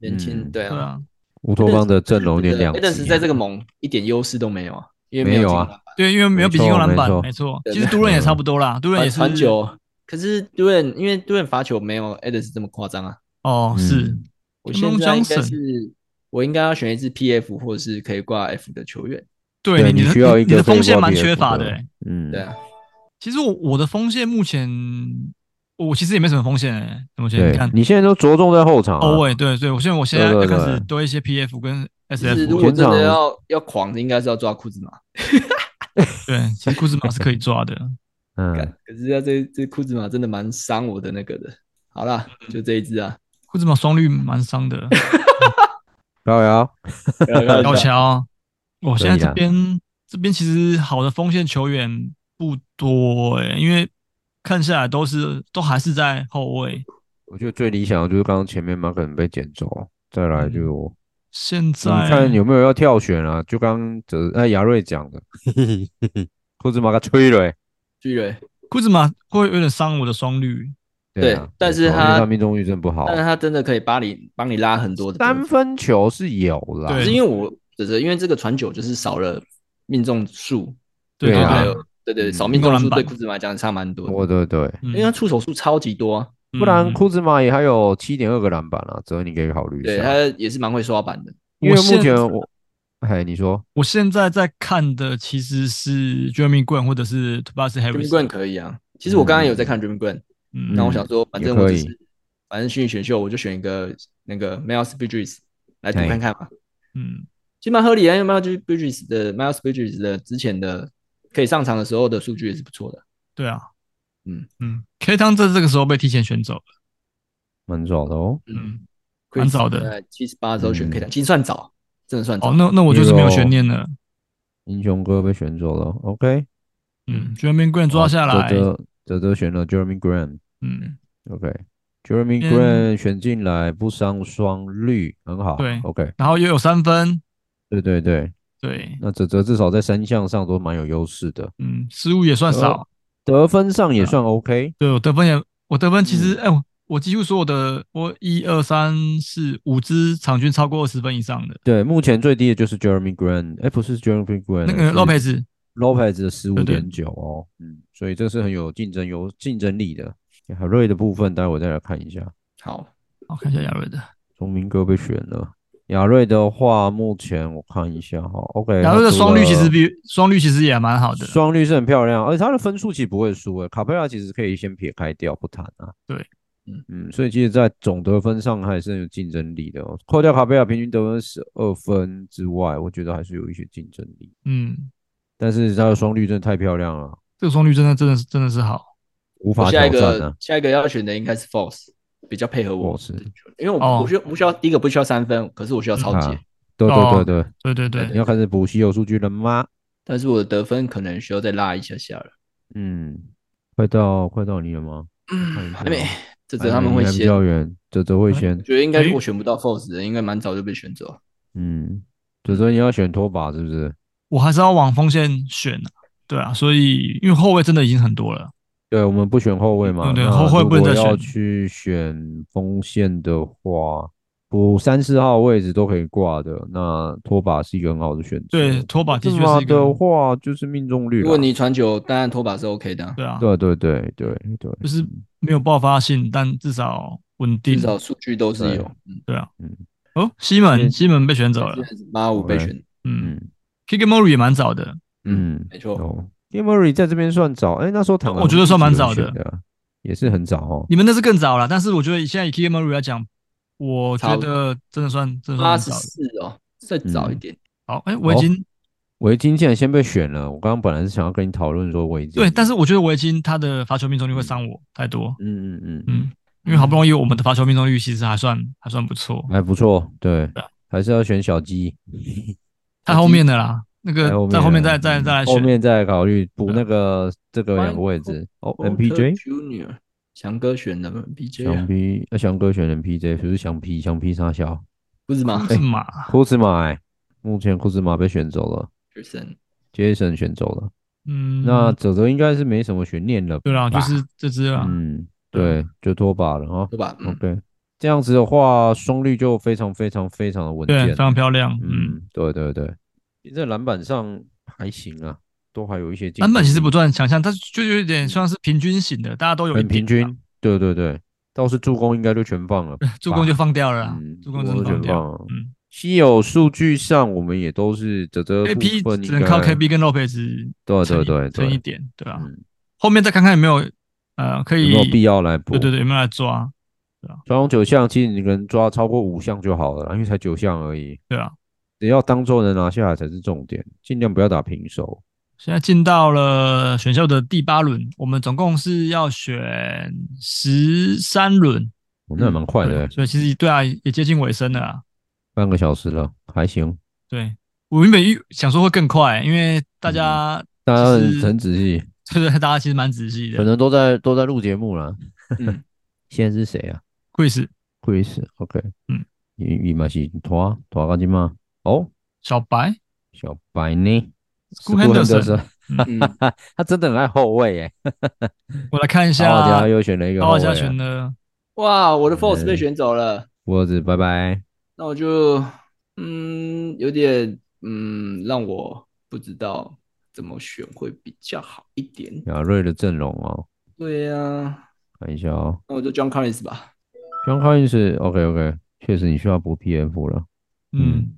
[SPEAKER 3] 年轻、
[SPEAKER 2] 嗯
[SPEAKER 3] 对
[SPEAKER 4] 对
[SPEAKER 3] 啊。
[SPEAKER 4] 啊，
[SPEAKER 2] 乌托邦的阵容有点两极啊。
[SPEAKER 3] Adams 在这个盟一点优势都没有啊，因为
[SPEAKER 2] 没有
[SPEAKER 3] 有
[SPEAKER 2] 啊
[SPEAKER 3] 进攻篮板
[SPEAKER 4] 对，因为没有
[SPEAKER 2] 没
[SPEAKER 4] 比进攻
[SPEAKER 2] 错
[SPEAKER 4] 篮板，没
[SPEAKER 2] 没
[SPEAKER 4] 错。
[SPEAKER 3] 对嗯
[SPEAKER 4] 其实
[SPEAKER 3] 对
[SPEAKER 4] d u r a n 也差不多啦 d u r a n 也
[SPEAKER 3] 传
[SPEAKER 4] 是
[SPEAKER 3] 传球。可是 Duran 因为 Duran 罚球没有 Adams 这么夸张啊。
[SPEAKER 4] 哦，
[SPEAKER 2] 嗯
[SPEAKER 4] 是
[SPEAKER 3] 我
[SPEAKER 4] 他们
[SPEAKER 3] 现在
[SPEAKER 4] 用
[SPEAKER 3] 应该
[SPEAKER 4] Johnson
[SPEAKER 3] 是我应该要选一支 PF 或者是可以挂 F 的球员。
[SPEAKER 4] 对
[SPEAKER 2] 对
[SPEAKER 4] 你
[SPEAKER 2] 你
[SPEAKER 4] 的
[SPEAKER 2] 需要一
[SPEAKER 4] 你的
[SPEAKER 2] 个可以
[SPEAKER 4] 锋线
[SPEAKER 2] 挂
[SPEAKER 4] 蛮
[SPEAKER 2] PF
[SPEAKER 4] 缺乏
[SPEAKER 2] 的
[SPEAKER 4] 的欸。
[SPEAKER 2] 嗯，
[SPEAKER 3] 对啊，
[SPEAKER 4] 其实我我的锋线目前我其实也没什么锋线欸，怎么先
[SPEAKER 2] 对
[SPEAKER 4] 看，
[SPEAKER 2] 你现在都着重在后场啊
[SPEAKER 4] 哦，喂，对对，我现在我现在
[SPEAKER 2] 对
[SPEAKER 4] 要
[SPEAKER 2] 对
[SPEAKER 4] 开始
[SPEAKER 2] 对
[SPEAKER 4] 多一些 PF 跟
[SPEAKER 3] 就是
[SPEAKER 4] SF，
[SPEAKER 3] 如果
[SPEAKER 4] 了
[SPEAKER 2] 全
[SPEAKER 3] 真
[SPEAKER 2] 场
[SPEAKER 3] 的要要狂，应该是要抓库兹马。
[SPEAKER 4] 对，其实库兹马是可以 抓的。
[SPEAKER 2] 嗯
[SPEAKER 3] 干，可是要这这库兹马真的蛮伤我的那个的。好啦，就这一支啊，
[SPEAKER 4] 库兹马双率蛮伤的，
[SPEAKER 2] 高瑶，
[SPEAKER 3] 不要开玩
[SPEAKER 4] 高
[SPEAKER 3] 笑
[SPEAKER 4] 桥。我现在
[SPEAKER 2] 可以啊
[SPEAKER 4] 这
[SPEAKER 2] 啦
[SPEAKER 4] 边这边其实好的锋线球员不多诶、因为看下来都是都还是在后卫。
[SPEAKER 2] 我觉得最理想的就是刚刚前面马可能被捡走，再来就
[SPEAKER 4] 现
[SPEAKER 2] 你
[SPEAKER 4] 在
[SPEAKER 2] 看嗯有没有要跳选啊？就刚刚哲哎亚瑞讲的，库兹马他吹了欸，
[SPEAKER 3] 巨人，
[SPEAKER 4] 库兹马会有点伤我的双率，
[SPEAKER 2] 啊
[SPEAKER 3] 对但
[SPEAKER 2] 没错因为
[SPEAKER 3] 是他
[SPEAKER 2] 他命中率真不好啊，
[SPEAKER 3] 但是他真的可以帮你帮你拉很多的得
[SPEAKER 2] 三
[SPEAKER 3] 分。
[SPEAKER 2] 分球是有啦，
[SPEAKER 4] 对
[SPEAKER 3] 可是因为我只是因为这个传球就是少了命中数，
[SPEAKER 4] 对
[SPEAKER 2] 对
[SPEAKER 3] 然后
[SPEAKER 2] 啊
[SPEAKER 3] 还
[SPEAKER 4] 对
[SPEAKER 3] 有对对
[SPEAKER 2] 嗯
[SPEAKER 3] 少命中
[SPEAKER 4] 命
[SPEAKER 3] 数
[SPEAKER 4] 中篮
[SPEAKER 3] 对
[SPEAKER 4] 板
[SPEAKER 3] 库兹马来讲差蛮多的，
[SPEAKER 2] 对对对，
[SPEAKER 4] 嗯
[SPEAKER 3] 因为他出手数超级多啊，
[SPEAKER 4] 嗯
[SPEAKER 2] 不然
[SPEAKER 4] 嗯
[SPEAKER 2] 库兹马也还有七点二个篮板啊，哲你可以考虑一
[SPEAKER 3] 对
[SPEAKER 2] 下，
[SPEAKER 3] 他也是蛮会刷板的。
[SPEAKER 2] 啊因为
[SPEAKER 4] 我现
[SPEAKER 2] 目前我，哎你说
[SPEAKER 4] 我现在在看的其实是 Jeremy g r e n 或者是 Tobias
[SPEAKER 3] d r e a m
[SPEAKER 4] Harris。
[SPEAKER 3] Green 可以啊，其实我刚刚有在看 d r e a m Green，
[SPEAKER 4] 嗯
[SPEAKER 3] 然后我想说，反正
[SPEAKER 2] 也
[SPEAKER 3] 我
[SPEAKER 2] 可
[SPEAKER 3] 只
[SPEAKER 2] 以
[SPEAKER 3] 是反正虚拟选秀，我就选一个那个 Miles Bridges 来赌
[SPEAKER 2] 哎
[SPEAKER 3] 看看嘛。
[SPEAKER 4] 嗯，
[SPEAKER 3] 其实蛮合理的，因为 Miles Bridges 的 Miles Bridges 的之前的可以上场的时候的数据也是不错的。
[SPEAKER 4] 对啊，
[SPEAKER 3] 嗯
[SPEAKER 4] 嗯，K 汤在这个时候被提前选走了，
[SPEAKER 2] 蛮早的哦，
[SPEAKER 4] 嗯，蛮早的
[SPEAKER 3] 呃七十八的时候选
[SPEAKER 2] 嗯
[SPEAKER 3] K 的，其实算早，真的算
[SPEAKER 4] 哦
[SPEAKER 3] 早，。
[SPEAKER 4] 那那我就是没有悬念了，
[SPEAKER 2] 英雄哥被选走了，OK，
[SPEAKER 4] 嗯，Jeremy g r e n 抓下来，
[SPEAKER 2] 哲哲哲哲选了 Jeremy Graham。
[SPEAKER 4] 嗯，
[SPEAKER 2] OK，Jeremy
[SPEAKER 4] 嗯
[SPEAKER 2] Grant 选进来不伤双率，很好。
[SPEAKER 4] 对
[SPEAKER 2] ，OK，
[SPEAKER 4] 然后又有三分，
[SPEAKER 2] 对对对，
[SPEAKER 4] 对，
[SPEAKER 2] 那泽泽至少在三项上都蛮有优势的。
[SPEAKER 4] 嗯，失误也算少，
[SPEAKER 2] 得分上也算 OK，
[SPEAKER 4] 对我得分也，我得分其
[SPEAKER 2] 嗯
[SPEAKER 4] 实，哎、我我几乎所有的，我一二三四五支场均超过二十分以上的，
[SPEAKER 2] 对，目前最低的就是 Jeremy Grant，哎，不是 Jeremy Grant，
[SPEAKER 4] 那个
[SPEAKER 2] 是
[SPEAKER 4] Lopez，
[SPEAKER 2] Lopez 的十五
[SPEAKER 4] 对对
[SPEAKER 2] 点九哦，嗯，所以这是很有竞争有竞争力的。海瑞的部分，待会我再来看一下。
[SPEAKER 3] 好，
[SPEAKER 4] 我哦看一下亚瑞的，
[SPEAKER 2] 从明哥被选了，亚瑞的话，目前我看一下哈，OK，
[SPEAKER 4] 亚瑞的
[SPEAKER 2] 他除
[SPEAKER 4] 双率其实
[SPEAKER 2] 了
[SPEAKER 4] 比双率其实也蛮好的，
[SPEAKER 2] 双率是很漂亮，而且他的分数其实不会输欸诶。卡佩拉其实可以先撇开掉不谈啊。
[SPEAKER 4] 对，
[SPEAKER 2] 嗯嗯，所以其实，在总得分上还是很有竞争力的哦。扣掉卡佩拉平均得分十二分之外，我觉得还是有一些竞争力。
[SPEAKER 4] 嗯，
[SPEAKER 2] 但是他的双率真的太漂亮了，
[SPEAKER 4] 这个双率真的真的是真的是好，
[SPEAKER 2] 无法
[SPEAKER 3] 下
[SPEAKER 2] 挑
[SPEAKER 3] 一
[SPEAKER 2] 战啊
[SPEAKER 3] 个。下一个要选的应该是 False，比较配合我
[SPEAKER 2] False
[SPEAKER 3] 的球因为我、
[SPEAKER 4] 哦
[SPEAKER 3] 我需要我需要第一个不需要三分，可是我需要超级，
[SPEAKER 2] 啊对对对对，
[SPEAKER 4] 对对哦对，
[SPEAKER 2] 你要开始补稀有数据了吗？
[SPEAKER 3] 但是我的得分可能需要再拉一下下了。
[SPEAKER 2] 嗯，快到快到你了吗？
[SPEAKER 3] 嗯，还
[SPEAKER 2] 看一
[SPEAKER 3] 没
[SPEAKER 2] 下，
[SPEAKER 3] 这则他们会
[SPEAKER 2] 哎还没还比
[SPEAKER 3] 先，
[SPEAKER 2] 较远，泽泽
[SPEAKER 4] 哎
[SPEAKER 2] 会先，
[SPEAKER 3] 觉得应该
[SPEAKER 4] 诶
[SPEAKER 3] 我选不到 False 的，应该蛮早就被选走了。
[SPEAKER 2] 嗯，泽泽你要选拖把是不是？
[SPEAKER 4] 我还是要往锋线选啊，对啊，所以因为后卫真的已经很多了，
[SPEAKER 2] 对，我们不选后卫嘛，
[SPEAKER 4] 嗯对对
[SPEAKER 2] 那
[SPEAKER 4] 后卫不能再
[SPEAKER 2] 如果
[SPEAKER 4] 选
[SPEAKER 2] 要去选锋线的话，补三四号位置都可以挂的，那拖把是一个很好的选择。
[SPEAKER 4] 对，拖把的
[SPEAKER 2] 这
[SPEAKER 4] 确
[SPEAKER 2] 么
[SPEAKER 4] 是一
[SPEAKER 2] 的
[SPEAKER 4] 个，
[SPEAKER 2] 话就是命中率啦。
[SPEAKER 3] 如果你传球，当然拖把是 OK 的啊，
[SPEAKER 4] 对啊，
[SPEAKER 2] 对对对对对，
[SPEAKER 4] 就是没有爆发性，但至少稳定
[SPEAKER 3] 至，少数据都是有。嗯，
[SPEAKER 4] 对啊
[SPEAKER 2] 嗯，
[SPEAKER 4] 哦，西门西门被选走了，
[SPEAKER 3] 八五被
[SPEAKER 2] OK
[SPEAKER 3] 选，
[SPEAKER 4] 嗯
[SPEAKER 2] 嗯
[SPEAKER 4] k i k m o r i 也蛮早的，
[SPEAKER 2] 嗯，
[SPEAKER 3] 没错。
[SPEAKER 2] 哦 g a m e r y 在这边算早，哎，那时候躺
[SPEAKER 4] 我觉得算蛮早的
[SPEAKER 2] 的，也是很早哦。
[SPEAKER 4] 你们那是更早了，但是我觉得现在以 k i k m o r i 来讲，我觉
[SPEAKER 3] 差不
[SPEAKER 4] 得真的算真的
[SPEAKER 3] 八
[SPEAKER 4] 算很早
[SPEAKER 3] 十
[SPEAKER 4] 的。
[SPEAKER 3] 四哦，再早一
[SPEAKER 2] 嗯
[SPEAKER 3] 点。
[SPEAKER 4] 好，哎、围巾、
[SPEAKER 2] 维京竟然先被选了，我刚刚本来是想要跟你讨论说维京，
[SPEAKER 4] 对，但是我觉得围巾他的罚球命中率会伤我太多，
[SPEAKER 2] 嗯嗯嗯，
[SPEAKER 4] 嗯，因为好不容易我们的罚球命中率其实还算还算不错，
[SPEAKER 2] 还不错，对
[SPEAKER 4] 对啊，
[SPEAKER 2] 还是要选小鸡。
[SPEAKER 4] 太后面的啦，那
[SPEAKER 2] 在
[SPEAKER 4] 个
[SPEAKER 2] 后面
[SPEAKER 4] 在后面再
[SPEAKER 2] 啊
[SPEAKER 4] 再
[SPEAKER 2] 嗯
[SPEAKER 4] 再来啊
[SPEAKER 2] 后
[SPEAKER 4] 选，
[SPEAKER 2] 面再考虑补那个这个两个位置哦，MPJ
[SPEAKER 3] Junior 翔哥选的 MPJ，
[SPEAKER 2] 翔
[SPEAKER 3] 啊
[SPEAKER 2] P，那翔哥选 MPJ，不是翔 P，翔 P 差小，
[SPEAKER 3] 不是吗
[SPEAKER 2] 哎
[SPEAKER 4] 是马，
[SPEAKER 2] 库兹马欸，目前库兹马被选走了
[SPEAKER 3] ？Jason，
[SPEAKER 2] ，Jason 选走了，
[SPEAKER 4] 嗯，啊
[SPEAKER 2] 那泽泽应该是没什么悬念了，
[SPEAKER 4] 对啦，就是这只啦，
[SPEAKER 2] 嗯，对，就拖把了哈
[SPEAKER 3] 对吧？嗯，
[SPEAKER 2] ，OK，这样子的话，双率就非常非常非常的稳
[SPEAKER 4] 对，非
[SPEAKER 2] 健，
[SPEAKER 4] 常漂亮，嗯，
[SPEAKER 2] 嗯，对对对，其实在篮板上还行啊，都还有一些进
[SPEAKER 4] 篮板其实
[SPEAKER 2] 攻
[SPEAKER 4] 不断强项，但是就有点算是平均型的，大家都有一
[SPEAKER 2] 很
[SPEAKER 4] 点
[SPEAKER 2] 平均，对对对，倒是助攻应该就全放了，
[SPEAKER 4] 助攻就放掉了啦
[SPEAKER 2] 嗯，
[SPEAKER 4] 啊助攻真的
[SPEAKER 2] 助攻
[SPEAKER 4] 放
[SPEAKER 2] 全
[SPEAKER 4] 掉
[SPEAKER 2] 放了，
[SPEAKER 4] 嗯
[SPEAKER 2] 稀有数据上我们也都是泽泽
[SPEAKER 4] ，AP
[SPEAKER 2] 部分
[SPEAKER 4] 只
[SPEAKER 2] 应
[SPEAKER 4] 能靠啊
[SPEAKER 2] 该
[SPEAKER 4] KB 跟 Lopez
[SPEAKER 2] 对
[SPEAKER 4] 撑
[SPEAKER 2] 对
[SPEAKER 4] 一
[SPEAKER 2] 对
[SPEAKER 4] 撑一
[SPEAKER 2] 对，
[SPEAKER 4] 点，对吧？
[SPEAKER 2] 嗯，
[SPEAKER 4] 后面再看看有没有呃可
[SPEAKER 2] 有
[SPEAKER 4] 以
[SPEAKER 2] 没有必要来补？
[SPEAKER 4] 对对对，有没有来抓？
[SPEAKER 2] 抓中九项，其实你能抓超过五项就好了啦，因为才九项而已，
[SPEAKER 4] 对啊，
[SPEAKER 2] 只要当周能拿下来才是重点，尽量不要打平手。
[SPEAKER 4] 现在进到了选秀的第八轮，我们总共是要选十三轮，
[SPEAKER 2] 我那也蛮快的欸，
[SPEAKER 4] 所以其实嗯对啊，也接近尾声了啊。
[SPEAKER 2] 半个小时了，还行。
[SPEAKER 4] 对我原本预想说会更快，因为大家
[SPEAKER 2] 嗯大家
[SPEAKER 4] 其
[SPEAKER 2] 很
[SPEAKER 4] 实
[SPEAKER 2] 很仔细，
[SPEAKER 4] 对对，大家其实蛮仔细
[SPEAKER 2] 可
[SPEAKER 4] 的。
[SPEAKER 2] 能都在都在录节目了。
[SPEAKER 3] 嗯，
[SPEAKER 2] 现在是谁啊？
[SPEAKER 4] Chris
[SPEAKER 2] Chris，OK，、
[SPEAKER 4] 嗯，
[SPEAKER 2] 伊伊嘛是拖啊拖到即嘛，哦，
[SPEAKER 4] 小白
[SPEAKER 2] 小白呢
[SPEAKER 4] Scoot
[SPEAKER 2] Scoot
[SPEAKER 4] Henderson
[SPEAKER 2] Henderson
[SPEAKER 3] 嗯
[SPEAKER 2] 他真的很爱后卫耶，
[SPEAKER 4] 我来看一
[SPEAKER 2] 然后等
[SPEAKER 4] 下
[SPEAKER 2] 下，又选了一个
[SPEAKER 4] 高
[SPEAKER 2] 后
[SPEAKER 4] 尔
[SPEAKER 2] 卫
[SPEAKER 4] 加
[SPEAKER 2] 啊，
[SPEAKER 4] 选的
[SPEAKER 3] 哇，我的 Force
[SPEAKER 2] 嗯
[SPEAKER 3] 被选走了，
[SPEAKER 2] 我子拜拜，
[SPEAKER 3] 那我就嗯有点嗯让我不知道怎么选会比较好一点。
[SPEAKER 2] 亚啊瑞的阵容哦，
[SPEAKER 3] 对呀、啊，
[SPEAKER 2] 看一下哦
[SPEAKER 3] 那我就 John Collins 吧。
[SPEAKER 2] ，John Collins OK OK，确实你需要补 PF 了，
[SPEAKER 4] 嗯，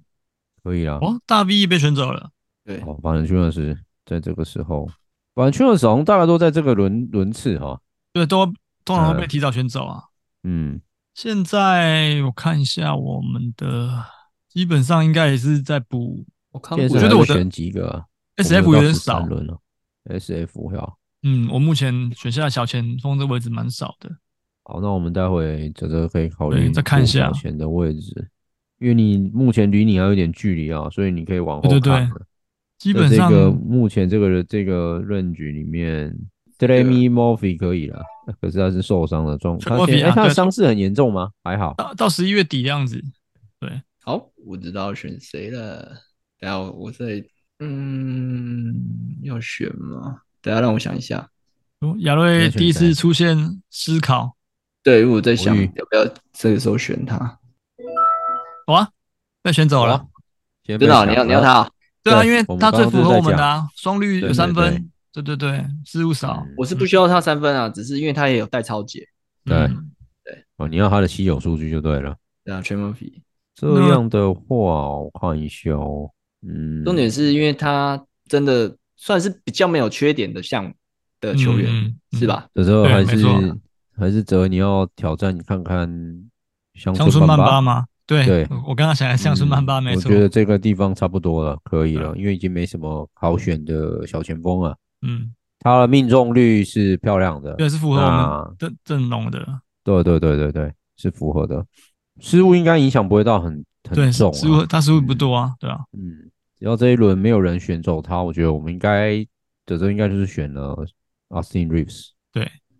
[SPEAKER 2] 可以啦，
[SPEAKER 4] 哦，大 V 被选走了，
[SPEAKER 3] 对，
[SPEAKER 2] 好，反正确实是在这个时候，反正确实好像大概都在这个轮轮次哈、
[SPEAKER 4] 对，都通常会被
[SPEAKER 2] 嗯
[SPEAKER 4] 提早选走啊。
[SPEAKER 2] 嗯，
[SPEAKER 4] 现在我看一下我们的，基本上应该也是在补
[SPEAKER 3] 我看
[SPEAKER 2] 现
[SPEAKER 3] 不
[SPEAKER 2] 在
[SPEAKER 4] 觉
[SPEAKER 2] 还
[SPEAKER 4] 得
[SPEAKER 2] 会
[SPEAKER 4] 啊我的
[SPEAKER 2] 选几个啊
[SPEAKER 4] S F 有点少。
[SPEAKER 2] 轮了，SF 要。
[SPEAKER 4] 嗯，我目前选下来小前锋这位置蛮少的。
[SPEAKER 2] 好，那我们待会泽泽可以考
[SPEAKER 4] 对
[SPEAKER 2] 虑
[SPEAKER 4] 再看一
[SPEAKER 2] 左
[SPEAKER 4] 下
[SPEAKER 2] 脚前的位置，因为你目前离你还有点距离啊，所以你可以往后
[SPEAKER 4] 对对对
[SPEAKER 2] 看了。
[SPEAKER 4] 基
[SPEAKER 2] 在
[SPEAKER 4] 本上
[SPEAKER 2] 这个目前这个这个 range 里面 d r e m y Murphy 可以了，可是他是受伤的状，
[SPEAKER 4] Trey
[SPEAKER 2] 他现
[SPEAKER 4] Murphy
[SPEAKER 2] 哎
[SPEAKER 4] 啊
[SPEAKER 2] 他的
[SPEAKER 4] 对
[SPEAKER 2] 伤势很严重吗？还好，
[SPEAKER 4] 到到十一月底的样子，
[SPEAKER 3] 好，我知道选谁了。等下我我再嗯要选吗？等下让我想一下。
[SPEAKER 4] 哦亚瑞第一次出现思考，
[SPEAKER 3] 对，我在想
[SPEAKER 2] 国语
[SPEAKER 3] 要不要这个时候选他，
[SPEAKER 4] 哇、被选走了。
[SPEAKER 2] 先被
[SPEAKER 3] 真的哦，
[SPEAKER 2] 抢
[SPEAKER 3] 你要你要
[SPEAKER 2] 了
[SPEAKER 3] 他哦，
[SPEAKER 4] 对啊，
[SPEAKER 2] 对
[SPEAKER 4] 因为
[SPEAKER 2] 我们
[SPEAKER 4] 他最
[SPEAKER 2] 刚刚
[SPEAKER 4] 符合
[SPEAKER 2] 就在
[SPEAKER 4] 我们的啊，双率有
[SPEAKER 2] 对
[SPEAKER 4] 三
[SPEAKER 2] 对嗯
[SPEAKER 4] 分，对对对，失误少，
[SPEAKER 3] 我是不需要他三分啊，只是因为他也有带超解，
[SPEAKER 2] 对
[SPEAKER 4] 嗯
[SPEAKER 2] 哦，你要他的稀有数据就对了。
[SPEAKER 3] 对啊，全蒙皮。
[SPEAKER 2] 这
[SPEAKER 4] 那
[SPEAKER 2] 样的话，我看一下哦，嗯，
[SPEAKER 3] 重点是因为他真的算是比较没有缺点的项的球员，
[SPEAKER 4] 嗯嗯
[SPEAKER 3] 是吧？
[SPEAKER 2] 这时候
[SPEAKER 4] 对
[SPEAKER 2] 还
[SPEAKER 4] 没
[SPEAKER 2] 是
[SPEAKER 4] 错
[SPEAKER 2] 还是哲，你要挑战看看乡
[SPEAKER 4] 乡村
[SPEAKER 2] 曼
[SPEAKER 4] 曼巴嘛，对，
[SPEAKER 2] 嗯对
[SPEAKER 4] 我我刚刚想来乡村曼巴
[SPEAKER 2] 嗯
[SPEAKER 4] 没错
[SPEAKER 2] 我觉，得这个地方差不多了，可以了，因为已经没什么好选的小前锋了。
[SPEAKER 4] 嗯，
[SPEAKER 2] 他的命中率是漂亮的，
[SPEAKER 4] 对，是符合我
[SPEAKER 2] 那
[SPEAKER 4] 们阵阵容的了，
[SPEAKER 2] 对对对对对，是符合的。失误应该影响不会到很
[SPEAKER 4] 对，
[SPEAKER 2] 很重、
[SPEAKER 4] 失误
[SPEAKER 2] 啊，
[SPEAKER 4] 他失误不多啊，对啊，
[SPEAKER 2] 嗯，只要这一轮没有人选走他，我觉得我们应该德州应该就是选了 Austin Reeves，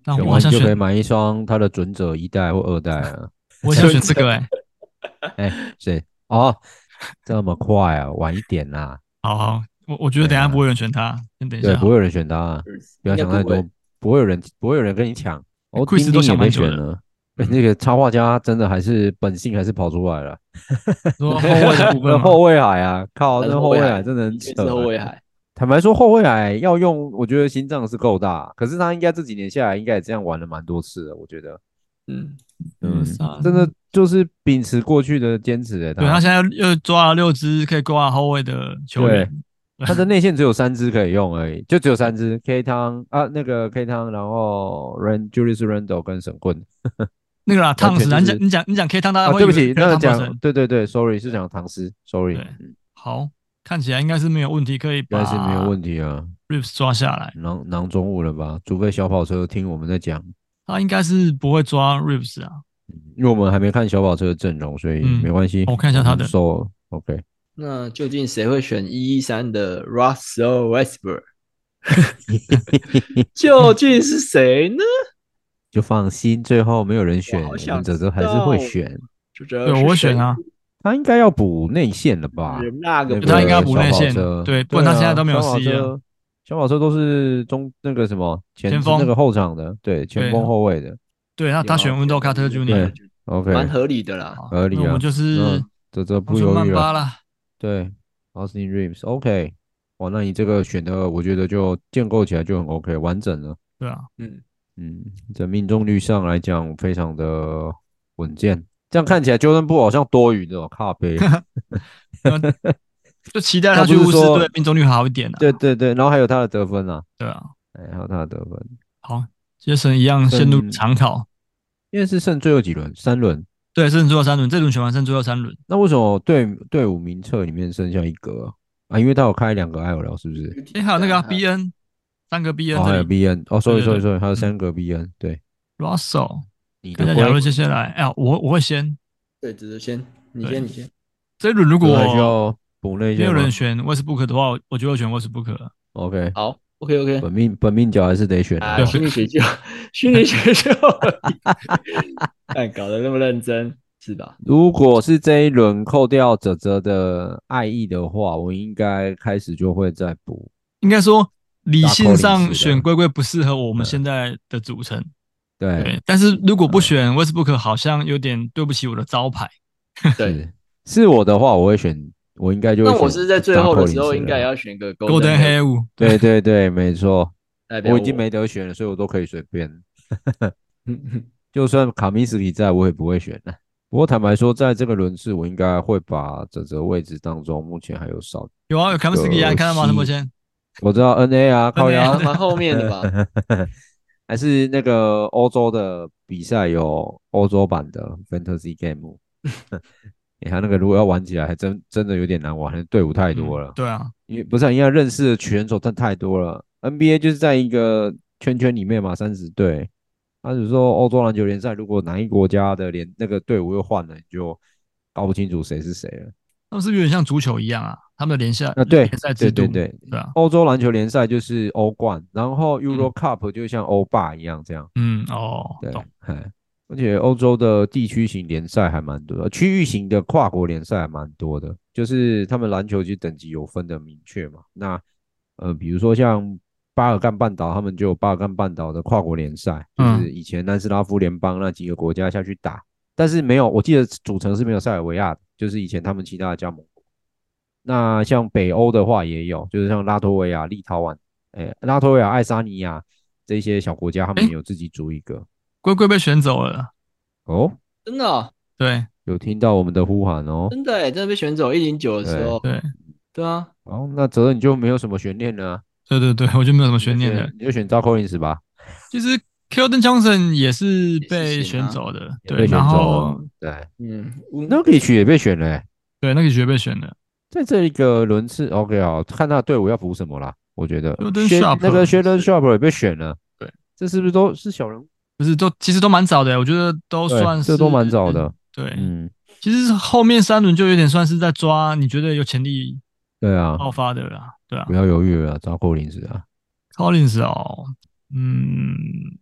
[SPEAKER 4] 那
[SPEAKER 2] 选
[SPEAKER 4] 我好
[SPEAKER 2] 完
[SPEAKER 4] 想
[SPEAKER 2] 就可以
[SPEAKER 4] 选，
[SPEAKER 2] 买一双他的准者一代或二代啊。
[SPEAKER 4] 我想 选这个哎，
[SPEAKER 2] 哎，谁？哦，这么快啊，晚一点啦、
[SPEAKER 4] 好好，我我觉得
[SPEAKER 2] 对
[SPEAKER 4] 等一
[SPEAKER 2] 啊
[SPEAKER 4] 下不会有人选他，先等一
[SPEAKER 2] 对，
[SPEAKER 4] 下
[SPEAKER 2] 不
[SPEAKER 4] 好
[SPEAKER 2] 会
[SPEAKER 4] 了，
[SPEAKER 2] 有人选他、啊，不要想太
[SPEAKER 3] 应该
[SPEAKER 2] 多
[SPEAKER 3] 会，
[SPEAKER 2] 不会有人，不会有人跟你抢。哦，
[SPEAKER 4] Chris
[SPEAKER 2] 丁
[SPEAKER 4] 都
[SPEAKER 2] 丁也
[SPEAKER 4] 想
[SPEAKER 2] 被
[SPEAKER 4] 蛮久
[SPEAKER 2] 选
[SPEAKER 4] 的嗯
[SPEAKER 2] 了，哎那个插画家真的还是本性还是跑出来了。
[SPEAKER 4] 说后卫的部分
[SPEAKER 2] 那
[SPEAKER 4] 嘛
[SPEAKER 2] 后卫海啊，靠，
[SPEAKER 3] 他是
[SPEAKER 2] 那
[SPEAKER 3] 后
[SPEAKER 2] 后卫
[SPEAKER 3] 卫
[SPEAKER 2] 海
[SPEAKER 3] 海
[SPEAKER 2] 真的很
[SPEAKER 3] 的确
[SPEAKER 2] 扯
[SPEAKER 3] 是后卫
[SPEAKER 2] 欸。
[SPEAKER 3] 海，
[SPEAKER 2] 坦白说，后卫海要用，我觉得心脏是够大，可是他应该这几年下来应该也这样玩了蛮多次的，我觉得。
[SPEAKER 3] 嗯，
[SPEAKER 2] 嗯
[SPEAKER 4] 三，
[SPEAKER 2] 真的就是秉持过去的坚持欸
[SPEAKER 4] 对他现在又又抓了六支可以挂后卫的球员，
[SPEAKER 2] 它的内线只有三支可以用而已，就只有三支 K 汤啊，那个 K 汤，然后 Ren Julius Randle 跟神棍
[SPEAKER 4] 那个啦，
[SPEAKER 2] 全
[SPEAKER 4] 烫死啦，你
[SPEAKER 2] 就哦是
[SPEAKER 4] 讲你讲你讲 K 汤，大
[SPEAKER 2] 啊，
[SPEAKER 4] 家会
[SPEAKER 2] 对不
[SPEAKER 4] 以为
[SPEAKER 2] 起，那个
[SPEAKER 4] K 汤不
[SPEAKER 2] 讲
[SPEAKER 4] 成
[SPEAKER 2] 对对对，sorry 是讲唐诗，sorry，
[SPEAKER 4] 对
[SPEAKER 2] 嗯应
[SPEAKER 4] 好，看起来应该是没有问题，可以把
[SPEAKER 2] 该是没有问题啊，
[SPEAKER 4] Rips 抓下来，
[SPEAKER 2] 囊囊中物了吧？除非小跑车听我们在讲，
[SPEAKER 4] 他应该是不会抓 Rips 啊，
[SPEAKER 2] 因为我们还没看小跑车的阵容，所以
[SPEAKER 4] 嗯
[SPEAKER 2] 没关系。嗯
[SPEAKER 4] 我看一下他的
[SPEAKER 2] ，so OK，
[SPEAKER 3] 那究竟谁会选一一三的 Russell Westbrook？究竟是谁呢？
[SPEAKER 2] 就放心，最后没有人选，
[SPEAKER 3] 好
[SPEAKER 2] 我
[SPEAKER 3] 想
[SPEAKER 2] 们泽泽还是
[SPEAKER 3] 知道
[SPEAKER 2] 会选，
[SPEAKER 3] 就这
[SPEAKER 2] 呃
[SPEAKER 4] 对，我会选啊，
[SPEAKER 2] 他应该要补内线了吧？
[SPEAKER 3] 人那个
[SPEAKER 2] 那个
[SPEAKER 3] 不是
[SPEAKER 4] 他应该要补内线
[SPEAKER 2] 小跑车
[SPEAKER 4] 对不然他
[SPEAKER 2] 对啊
[SPEAKER 4] 现在都没有
[SPEAKER 2] 小跑
[SPEAKER 4] C 了
[SPEAKER 2] 车小跑车都是中那个什么前
[SPEAKER 4] 前锋
[SPEAKER 2] 那个后场的，对前
[SPEAKER 4] 对
[SPEAKER 2] 锋后卫的。
[SPEAKER 4] 对，他他选 Window Carter
[SPEAKER 3] 啊
[SPEAKER 4] Junior，
[SPEAKER 2] 啊对 OK，
[SPEAKER 3] 蛮合理的啦。
[SPEAKER 2] 合理
[SPEAKER 4] 那我
[SPEAKER 2] 啊
[SPEAKER 4] 们。就是
[SPEAKER 2] 嗯这这
[SPEAKER 4] 我
[SPEAKER 2] 不
[SPEAKER 4] 选
[SPEAKER 2] 犹
[SPEAKER 4] 曼
[SPEAKER 2] 豫啊
[SPEAKER 4] 巴
[SPEAKER 2] 了。
[SPEAKER 4] 啦，
[SPEAKER 2] 对，Austin Reeves OK，哇，那你这个选的我觉得就建构起来就很 OK，完整了。
[SPEAKER 4] 对啊，
[SPEAKER 3] 嗯，
[SPEAKER 2] 嗯，在命中率上来讲非常的稳健。这样看起来 Jordan 布好像多余的、哦，靠背。
[SPEAKER 4] 就期待
[SPEAKER 2] 那
[SPEAKER 4] 他
[SPEAKER 2] 不
[SPEAKER 4] 去
[SPEAKER 2] 是
[SPEAKER 4] 巫师
[SPEAKER 2] 说
[SPEAKER 4] 队命中率好一点啊，
[SPEAKER 2] 对对对，然后还有他的得分啊，
[SPEAKER 4] 对啊，
[SPEAKER 2] 哎，还有他的得分，
[SPEAKER 4] 好，杰森一样陷入
[SPEAKER 2] 嗯
[SPEAKER 4] 长考，
[SPEAKER 2] 因为是剩最后几轮，三轮。
[SPEAKER 4] 对，剩最后三轮，这轮选完剩最后三轮，
[SPEAKER 2] 那为什么队队伍名册里面剩下一格啊？啊因为他有开两个艾尔聊，是不是？
[SPEAKER 4] 哎，还有那个啊
[SPEAKER 3] 还有
[SPEAKER 4] BN 三个 BN
[SPEAKER 2] 哦，还
[SPEAKER 4] 这
[SPEAKER 2] 有
[SPEAKER 4] 里
[SPEAKER 2] BN
[SPEAKER 4] 对
[SPEAKER 2] 哦，sorry
[SPEAKER 4] 对对嗯
[SPEAKER 2] sorry sorry，还有三个 BN，对，
[SPEAKER 4] Russell，
[SPEAKER 2] 你
[SPEAKER 4] 看一
[SPEAKER 2] 的
[SPEAKER 4] 下亚
[SPEAKER 2] 龟
[SPEAKER 4] 瑞接下来，哎呀，我我会先
[SPEAKER 3] 对，只是先你
[SPEAKER 4] 对
[SPEAKER 3] 先你先，
[SPEAKER 4] 这一轮如
[SPEAKER 2] 如
[SPEAKER 4] 果
[SPEAKER 2] 还需要补内
[SPEAKER 4] 没
[SPEAKER 2] 线
[SPEAKER 4] 有
[SPEAKER 2] 吗
[SPEAKER 4] 人选 Westbrook 的话，我我就会选 Westbrook 了。
[SPEAKER 2] ？OK，
[SPEAKER 3] 好，OK OK。
[SPEAKER 2] 本命本命角还是得选啊
[SPEAKER 4] 哎
[SPEAKER 3] 啊，。心理学就心理学就，但搞得那么认真是吧？
[SPEAKER 2] 如果是这一轮扣掉泽泽的爱意的话，我应该开始就会再补。
[SPEAKER 4] 应该说理性
[SPEAKER 2] 大口
[SPEAKER 4] 上
[SPEAKER 2] 零食的
[SPEAKER 4] 选龟龟不适合我们现在的组成，
[SPEAKER 2] 对
[SPEAKER 4] 对。，但是如果不选 Westbrook，好像有点对不起我的招牌。
[SPEAKER 3] 对，
[SPEAKER 2] 是是我的话，我会选，我应该就会
[SPEAKER 3] 那
[SPEAKER 2] 选。
[SPEAKER 3] 我是在最后的时候应该也。要选个
[SPEAKER 4] Golden
[SPEAKER 3] Golden Hand，
[SPEAKER 4] Hair，
[SPEAKER 2] 对 对对，没错，
[SPEAKER 3] 代表
[SPEAKER 2] 我已经 没得选了，所以我都可以随便。
[SPEAKER 3] 嗯
[SPEAKER 2] 就算卡米斯基在，我也不会选的。啊不过坦白说，在这个轮次，我应该会把泽泽位置当中，目前还有少。
[SPEAKER 4] 有啊，有 k a m s k i 啊，
[SPEAKER 2] 可惜
[SPEAKER 4] 你看到吗？陈柏谦，
[SPEAKER 2] 我知道 N A 啊，靠
[SPEAKER 4] NA
[SPEAKER 2] 腰
[SPEAKER 4] 啊
[SPEAKER 3] 蛮后面的吧？
[SPEAKER 2] 还是那个欧洲的比赛有欧洲版的 Fantasy Game。你看那个，如果要玩起来，还真真的有点难玩，队伍太多了
[SPEAKER 4] 嗯。对啊，
[SPEAKER 2] 因为不是、啊、因为认识的选手他太多了，NBA 就是在一个圈圈里面嘛，三十队。他只是说欧洲篮球联赛，如果哪一国家的联那个队伍又换了，你就搞不清楚谁是谁了。
[SPEAKER 4] 他们是不是有点像足球一样啊？他们的联赛
[SPEAKER 2] 啊，对
[SPEAKER 4] 联赛制
[SPEAKER 2] 对
[SPEAKER 4] 度
[SPEAKER 2] 对，对，
[SPEAKER 4] 对啊，
[SPEAKER 2] 欧洲篮球联赛就是欧冠，然后 Euro Cup 就像欧霸一样这样。
[SPEAKER 4] 嗯，哦，
[SPEAKER 2] 对
[SPEAKER 4] 懂，，
[SPEAKER 2] 哎，而且欧洲的地区型联赛还蛮多的，区域型的跨国联赛还蛮多的，就是他们篮球其实等级有分的明确嘛。那呃，比如说像巴尔干半岛，他们就有巴尔干半岛的跨国联赛，就
[SPEAKER 4] 嗯
[SPEAKER 2] 是以前南斯拉夫联邦那几个国家下去打，但是没有，我记得组成是没有塞尔维亚的，就是以前他们其他的加盟国。那像北欧的话也有，就是像拉脱维亚、立陶宛、哎，拉脱维亚、爱沙尼亚这些小国家，他们
[SPEAKER 4] 诶
[SPEAKER 2] 有自己组一个。
[SPEAKER 4] 龟龟被选走了，
[SPEAKER 2] 哦，
[SPEAKER 3] 真的哦
[SPEAKER 4] 对
[SPEAKER 2] 有听到我们的呼喊哦。
[SPEAKER 3] 真的哎，真的被选走一零九的时候，
[SPEAKER 4] 对
[SPEAKER 3] 对啊，
[SPEAKER 2] 哦，那责任就没有什么悬念了啊，
[SPEAKER 4] 对对对，我就没有什么悬
[SPEAKER 2] 你就
[SPEAKER 4] 念的
[SPEAKER 2] 选。你就选赵扣 o l 吧。
[SPEAKER 4] 其实 k e l d o n Johnson 也是被
[SPEAKER 3] 也是行
[SPEAKER 4] 选
[SPEAKER 3] 啊
[SPEAKER 4] 走的，
[SPEAKER 2] 被
[SPEAKER 4] 对，
[SPEAKER 2] 选
[SPEAKER 4] 然
[SPEAKER 2] 走
[SPEAKER 4] 后
[SPEAKER 2] 对，
[SPEAKER 3] 嗯，
[SPEAKER 2] 那可以哎取也被选了欸、
[SPEAKER 4] 对那个绝对被选了，
[SPEAKER 2] 在这一个轮次，OK 啊，看他的队伍要补什么啦。我觉得
[SPEAKER 4] Sheldon
[SPEAKER 2] 轩
[SPEAKER 4] Sharp
[SPEAKER 2] 那个 s h e l d o n
[SPEAKER 4] 是
[SPEAKER 2] Sharp 也被选了，
[SPEAKER 4] 对，
[SPEAKER 2] 这是不是都是小人物？
[SPEAKER 4] 就是都其实都蛮早的，我觉得都
[SPEAKER 2] 对
[SPEAKER 4] 算
[SPEAKER 2] 这
[SPEAKER 4] 是
[SPEAKER 2] 都蛮早的。
[SPEAKER 4] 对，
[SPEAKER 2] 嗯，
[SPEAKER 4] 其实后面三轮就有点算是在抓你觉得有潜力
[SPEAKER 2] 对啊，
[SPEAKER 4] 爆发的啦，对啊
[SPEAKER 2] 不要犹豫了，找扣林子啊，
[SPEAKER 4] ，Collins 哦，嗯，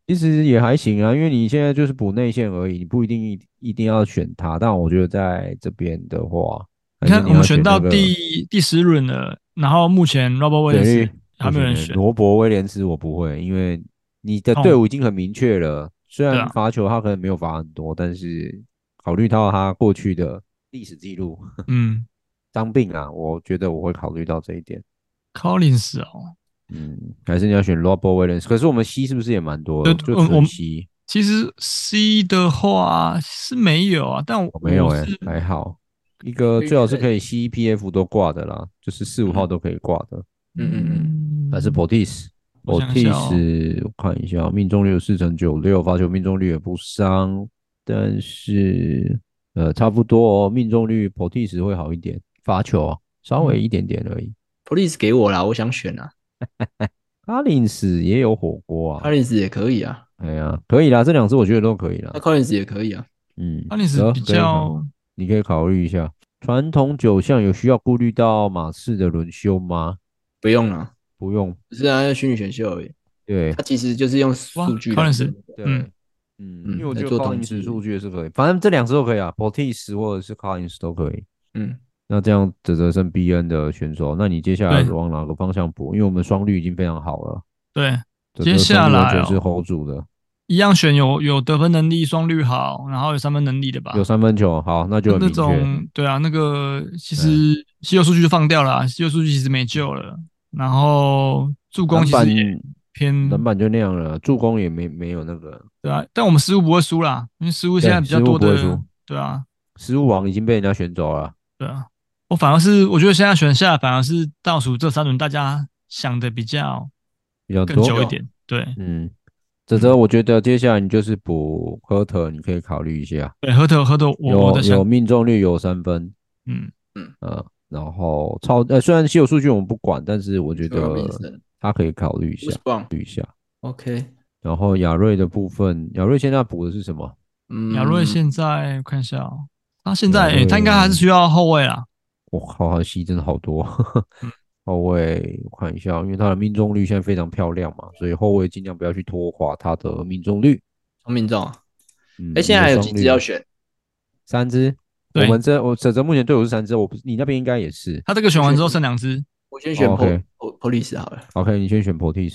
[SPEAKER 2] 其实也还行啊，因为你现在就是补内线而已，你不一定一一定要选他。但我觉得在这边的话，
[SPEAKER 4] 你
[SPEAKER 2] 还是
[SPEAKER 4] 看我
[SPEAKER 2] 要
[SPEAKER 4] 们选到
[SPEAKER 2] 那个
[SPEAKER 4] 第第十轮了，然后目前 Robert
[SPEAKER 2] 对因为
[SPEAKER 4] Williams 还没有人
[SPEAKER 2] 不行
[SPEAKER 4] 选，
[SPEAKER 2] 罗伯威廉斯我不会，因为你的
[SPEAKER 4] 哦
[SPEAKER 2] 队伍已经很明确了。虽
[SPEAKER 4] 对
[SPEAKER 2] 然
[SPEAKER 4] 啊
[SPEAKER 2] 罚球他可能没有罚很多，但是考虑到他过去的历史记录、
[SPEAKER 4] 嗯
[SPEAKER 2] 伤病啊，我觉得我会考虑到这一点。
[SPEAKER 4] ，Collins 哦，
[SPEAKER 2] 嗯，还是你要选 Robert Williams。可是我们 C 是不是也蛮多的？
[SPEAKER 4] 对
[SPEAKER 2] 就
[SPEAKER 4] 我我
[SPEAKER 2] 纯
[SPEAKER 4] 们
[SPEAKER 2] C
[SPEAKER 4] 其实 C 的话是没有啊，但我
[SPEAKER 2] 我没有
[SPEAKER 4] 我
[SPEAKER 2] 哎、
[SPEAKER 4] 是
[SPEAKER 2] 还好。一个最好是可以 C、P、F 都挂的啦，就是四五号都可以挂的。
[SPEAKER 3] 嗯嗯嗯，
[SPEAKER 4] 嗯
[SPEAKER 2] 还是 Botis。
[SPEAKER 4] 我想一下哦
[SPEAKER 2] Botis，我看一下，哦命中率有四成九六，罚球命中率也不伤，但是呃差不多哦，命中率 Botis 会好一点，罚球啊稍
[SPEAKER 4] 嗯
[SPEAKER 2] 微一点点而已。
[SPEAKER 3] police 给我啦，我想选啊，
[SPEAKER 2] Collins 也有火锅啊，
[SPEAKER 3] Collins 也可以啊，
[SPEAKER 2] 哎呀，可以啦，这两支我觉得都可以啦
[SPEAKER 3] 那。Collins 也可以啊，
[SPEAKER 2] 嗯得
[SPEAKER 4] Collins 比
[SPEAKER 2] 可以考
[SPEAKER 4] 较
[SPEAKER 2] 你可以考虑一下。传统九项有需要顾虑到马刺的轮休吗？
[SPEAKER 3] 不用了，
[SPEAKER 2] 不用，
[SPEAKER 3] 不是啊，要虚拟选秀而已，
[SPEAKER 2] 对
[SPEAKER 3] 他其实就是用数据
[SPEAKER 4] 哇
[SPEAKER 3] 来
[SPEAKER 4] Collins
[SPEAKER 3] 做
[SPEAKER 2] 对，
[SPEAKER 4] 嗯
[SPEAKER 2] 嗯，
[SPEAKER 3] 嗯
[SPEAKER 2] 因为我
[SPEAKER 3] 来
[SPEAKER 2] 觉得
[SPEAKER 3] 做
[SPEAKER 2] 考
[SPEAKER 3] 统
[SPEAKER 2] 因斯
[SPEAKER 3] 计
[SPEAKER 2] 数据也是可以，反正这两支都可以啊，Portis 或者是考因斯都可以。
[SPEAKER 3] 嗯，
[SPEAKER 2] 那这样只得剩 BN 的选手，那你接下来
[SPEAKER 4] 对
[SPEAKER 2] 往哪个方向补？因为我们双率已经非常好了，
[SPEAKER 4] 对，
[SPEAKER 2] 这
[SPEAKER 4] 接
[SPEAKER 2] 这
[SPEAKER 4] 下
[SPEAKER 2] 双率完
[SPEAKER 4] 来
[SPEAKER 2] 全是
[SPEAKER 4] 哦
[SPEAKER 2] hold 住的，
[SPEAKER 4] 一样选有有得分能力、双率好，然后有三分能力的吧。
[SPEAKER 2] 有三分球，好，那就
[SPEAKER 4] 啊
[SPEAKER 2] 很
[SPEAKER 4] 那
[SPEAKER 2] 明确。
[SPEAKER 4] 种对啊，那个其实稀有数据就放掉了啊，稀有数据其实没救了。然后助攻
[SPEAKER 2] 篮
[SPEAKER 4] 其
[SPEAKER 2] 板
[SPEAKER 4] 实也偏
[SPEAKER 2] 篮板就那样了，助攻也没没有那个
[SPEAKER 4] 对啊，但我们失误不会输啦，因为失误现在
[SPEAKER 2] 对
[SPEAKER 4] 比较
[SPEAKER 2] 失误
[SPEAKER 4] 多
[SPEAKER 2] 不会
[SPEAKER 4] 的
[SPEAKER 2] 输，
[SPEAKER 4] 对啊，
[SPEAKER 2] 失误王已经被人家选走了。
[SPEAKER 4] 对啊。我反而是我觉得现在选下来反而是倒数这三轮大家想的比较
[SPEAKER 2] 比较
[SPEAKER 4] 更
[SPEAKER 2] 多
[SPEAKER 4] 久一点，对
[SPEAKER 2] 嗯，泽泽，我觉得接下来你就是补科特，你可以考虑一下，
[SPEAKER 4] 对，核头核头我我
[SPEAKER 2] 有
[SPEAKER 4] 在
[SPEAKER 2] 有
[SPEAKER 4] 想，
[SPEAKER 2] 命中率有三分，
[SPEAKER 4] 嗯，
[SPEAKER 2] 呃，然后超呃，虽然稀有数据我们不管，但是我觉得
[SPEAKER 3] Robinson
[SPEAKER 2] 他可以考虑一
[SPEAKER 3] w
[SPEAKER 2] 下
[SPEAKER 3] o o s。b o n
[SPEAKER 2] 考虑一下。
[SPEAKER 3] OK，
[SPEAKER 2] 然后亚瑞的部分，亚瑞现在补的是什么？
[SPEAKER 3] 嗯，
[SPEAKER 4] 亚瑞现在我看一下哦，他现在
[SPEAKER 2] 亚瑞
[SPEAKER 4] 诶他应该还是需要后卫啦，
[SPEAKER 2] 我靠，他戏真的好多。
[SPEAKER 4] 嗯
[SPEAKER 2] 后卫，我看一下，因为他的命中率现在非常漂亮嘛，所以后卫尽量不要去拖垮他的命中率。
[SPEAKER 3] 聪明中啊，
[SPEAKER 2] 嗯，
[SPEAKER 3] 哎，现在还有
[SPEAKER 2] 你的
[SPEAKER 3] 几
[SPEAKER 2] 双
[SPEAKER 3] 支
[SPEAKER 2] 率
[SPEAKER 3] 要？选？
[SPEAKER 2] 三支。我
[SPEAKER 4] 对
[SPEAKER 2] 们这我泽泽目前队伍是三支，我不是你那边应该也是。
[SPEAKER 4] 他这个选完之后剩两只，
[SPEAKER 3] 我先选
[SPEAKER 2] 哦
[SPEAKER 3] pol
[SPEAKER 2] ，OK
[SPEAKER 3] pol- police 好了，
[SPEAKER 2] OK，你先选 Portis。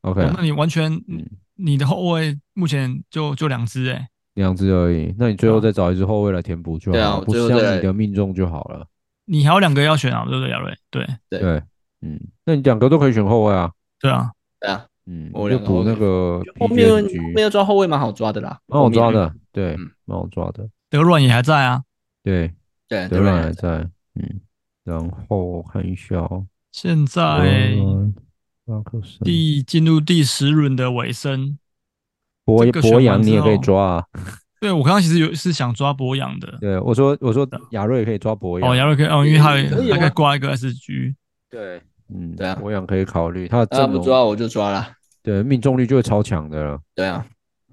[SPEAKER 2] OK，
[SPEAKER 4] 哦那你完全
[SPEAKER 2] 嗯
[SPEAKER 4] 你的后卫目前就就两只诶，
[SPEAKER 2] 两支而已。那你最后
[SPEAKER 4] 对
[SPEAKER 2] 再找一支后卫来填补就好
[SPEAKER 3] 啊对啊
[SPEAKER 2] 了，
[SPEAKER 3] 我
[SPEAKER 2] 不
[SPEAKER 3] 最后
[SPEAKER 2] 像
[SPEAKER 3] 再
[SPEAKER 2] 你的命中就好了。
[SPEAKER 4] 你还有两个要选啊，对不对，亚瑞？对
[SPEAKER 3] 对
[SPEAKER 2] 对，嗯，那你两个都可以选后卫啊。
[SPEAKER 4] 对啊，
[SPEAKER 3] 对啊，
[SPEAKER 2] 嗯，
[SPEAKER 3] 我
[SPEAKER 2] 就
[SPEAKER 3] 两个
[SPEAKER 2] 补那个 PG
[SPEAKER 3] 后卫后面
[SPEAKER 2] 和 NG
[SPEAKER 3] 后面要抓后卫蛮好抓的啦，
[SPEAKER 2] 蛮好哦抓
[SPEAKER 3] 后面，
[SPEAKER 2] 的，对
[SPEAKER 3] 嗯，
[SPEAKER 2] 蛮好抓的，
[SPEAKER 4] 德乱也还在啊，
[SPEAKER 2] 对，
[SPEAKER 3] 对，
[SPEAKER 2] 德
[SPEAKER 3] 德
[SPEAKER 2] 软
[SPEAKER 3] 软
[SPEAKER 2] 还
[SPEAKER 3] 还在
[SPEAKER 2] 在，嗯，然后我看一下哦，
[SPEAKER 4] 现
[SPEAKER 2] 德
[SPEAKER 3] 哎
[SPEAKER 4] 在
[SPEAKER 2] 软拉克森
[SPEAKER 4] 第进入第十轮的尾声。
[SPEAKER 2] 博
[SPEAKER 4] 这个选
[SPEAKER 2] 博
[SPEAKER 4] 完
[SPEAKER 2] 洋你
[SPEAKER 4] 之
[SPEAKER 2] 也可以
[SPEAKER 4] 后
[SPEAKER 2] 抓啊，
[SPEAKER 4] 对我刚刚其实有是想抓博养的，
[SPEAKER 2] 对我说我说亚瑞也啊可以抓博
[SPEAKER 4] 哦，
[SPEAKER 2] 洋，
[SPEAKER 4] 亚瑞克哦，因为他
[SPEAKER 3] 可以
[SPEAKER 4] 有
[SPEAKER 3] 啊
[SPEAKER 4] 大概挂一个 SG，
[SPEAKER 2] 对，嗯，
[SPEAKER 3] 对啊
[SPEAKER 2] 博洋可以考虑他的
[SPEAKER 3] 他
[SPEAKER 2] 阵
[SPEAKER 3] 不
[SPEAKER 2] 容，
[SPEAKER 3] 抓我就抓啦，
[SPEAKER 2] 对，命中率就会超强的了，
[SPEAKER 3] 对啊，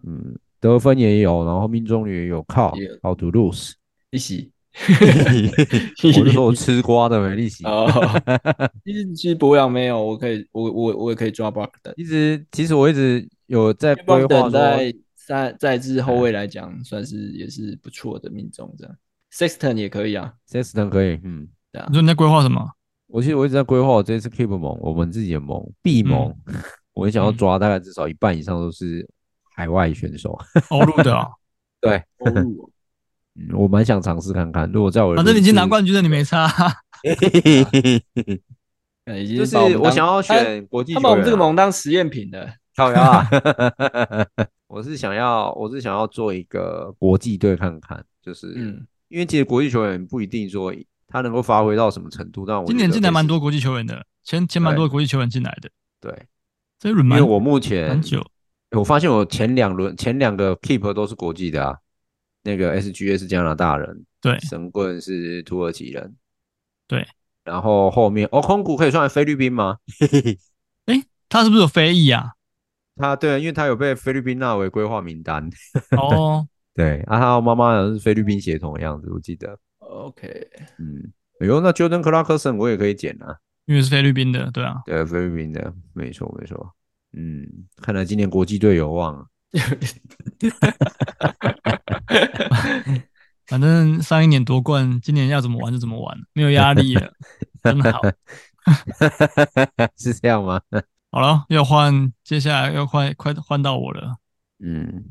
[SPEAKER 2] 嗯，得分也有，然后命中率也有，靠
[SPEAKER 3] 也有
[SPEAKER 2] ，how to lose，
[SPEAKER 3] 一起。
[SPEAKER 2] 我就 说我吃瓜的没利息。
[SPEAKER 3] 哦，其实其实博洋没有，我可以，我我我也可以抓 b a r k 的。
[SPEAKER 2] 一直其实我一直有在
[SPEAKER 3] b a
[SPEAKER 2] 规
[SPEAKER 3] r
[SPEAKER 2] 划说
[SPEAKER 3] k 在在在至后卫来讲，算是也是不错的命中这样。Sexton 也可以啊，
[SPEAKER 2] ，Sexton 可以，嗯，
[SPEAKER 3] 对啊
[SPEAKER 4] 你，说你在规划什么？
[SPEAKER 2] 我其实我一直在规划我这一次 Keep 盟，我们自己的盟 B
[SPEAKER 3] 嗯
[SPEAKER 2] 盟，我想要抓大概至少一半以上都是海外选手。
[SPEAKER 4] 欧陆的哦，
[SPEAKER 2] 对，
[SPEAKER 3] 欧 陆哦
[SPEAKER 2] 嗯我蛮想尝试看看，如果在我的
[SPEAKER 4] 反正你已经拿
[SPEAKER 2] 轮次
[SPEAKER 4] 冠军了，你没差。啊
[SPEAKER 3] 感觉哎已经
[SPEAKER 2] 就是
[SPEAKER 3] 把们
[SPEAKER 2] 我
[SPEAKER 3] 当
[SPEAKER 2] 想要
[SPEAKER 3] 他
[SPEAKER 2] 选国际
[SPEAKER 3] 他
[SPEAKER 2] 球
[SPEAKER 3] 把我们
[SPEAKER 2] 员
[SPEAKER 3] 这个
[SPEAKER 2] 啊
[SPEAKER 3] 盟当实验品的，
[SPEAKER 2] 靠腰啊！ 我是想要，我是想要做一个国际队看看，就是、
[SPEAKER 3] 嗯，
[SPEAKER 2] 因为其实国际球员不一定说他能够发挥到什么程度，但我
[SPEAKER 4] 今年
[SPEAKER 2] 觉得
[SPEAKER 4] 进来
[SPEAKER 2] 这
[SPEAKER 4] 蛮
[SPEAKER 2] 是
[SPEAKER 4] 多国际球员的，前前蛮
[SPEAKER 2] 对
[SPEAKER 4] 多国际球员进来的，
[SPEAKER 2] 对，
[SPEAKER 4] 这一轮
[SPEAKER 2] 因
[SPEAKER 4] 蛮
[SPEAKER 2] 为我目前
[SPEAKER 4] 蛮久。
[SPEAKER 2] 我发现我前两轮前两个 keep 都是国际的啊，那个 SGA 是加拿大人，
[SPEAKER 4] 对
[SPEAKER 2] 神棍是土耳其人，
[SPEAKER 4] 对，
[SPEAKER 2] 然后后面哦，空谷可以算菲律宾吗？
[SPEAKER 4] 他是不是有非裔 啊？
[SPEAKER 2] 他对，因为他有被菲律宾纳为规划名单，
[SPEAKER 4] 哦，
[SPEAKER 2] 对，啊，他妈妈好像是菲律宾血统的样子，我记得。
[SPEAKER 3] OK，
[SPEAKER 2] 嗯，哎呦，那 Jordan Clarkson 我也可以剪啊，
[SPEAKER 4] 因为是菲律宾的，对啊，
[SPEAKER 2] 对，菲律宾的，没错没错。嗯，看来今年国际队有望啊。
[SPEAKER 4] 反正上一年夺冠，今年要怎么玩就怎么玩，没有压力了，真 的好。
[SPEAKER 2] 是这样吗？
[SPEAKER 4] 好了，要换，接下来要快快换到我了。
[SPEAKER 2] 嗯，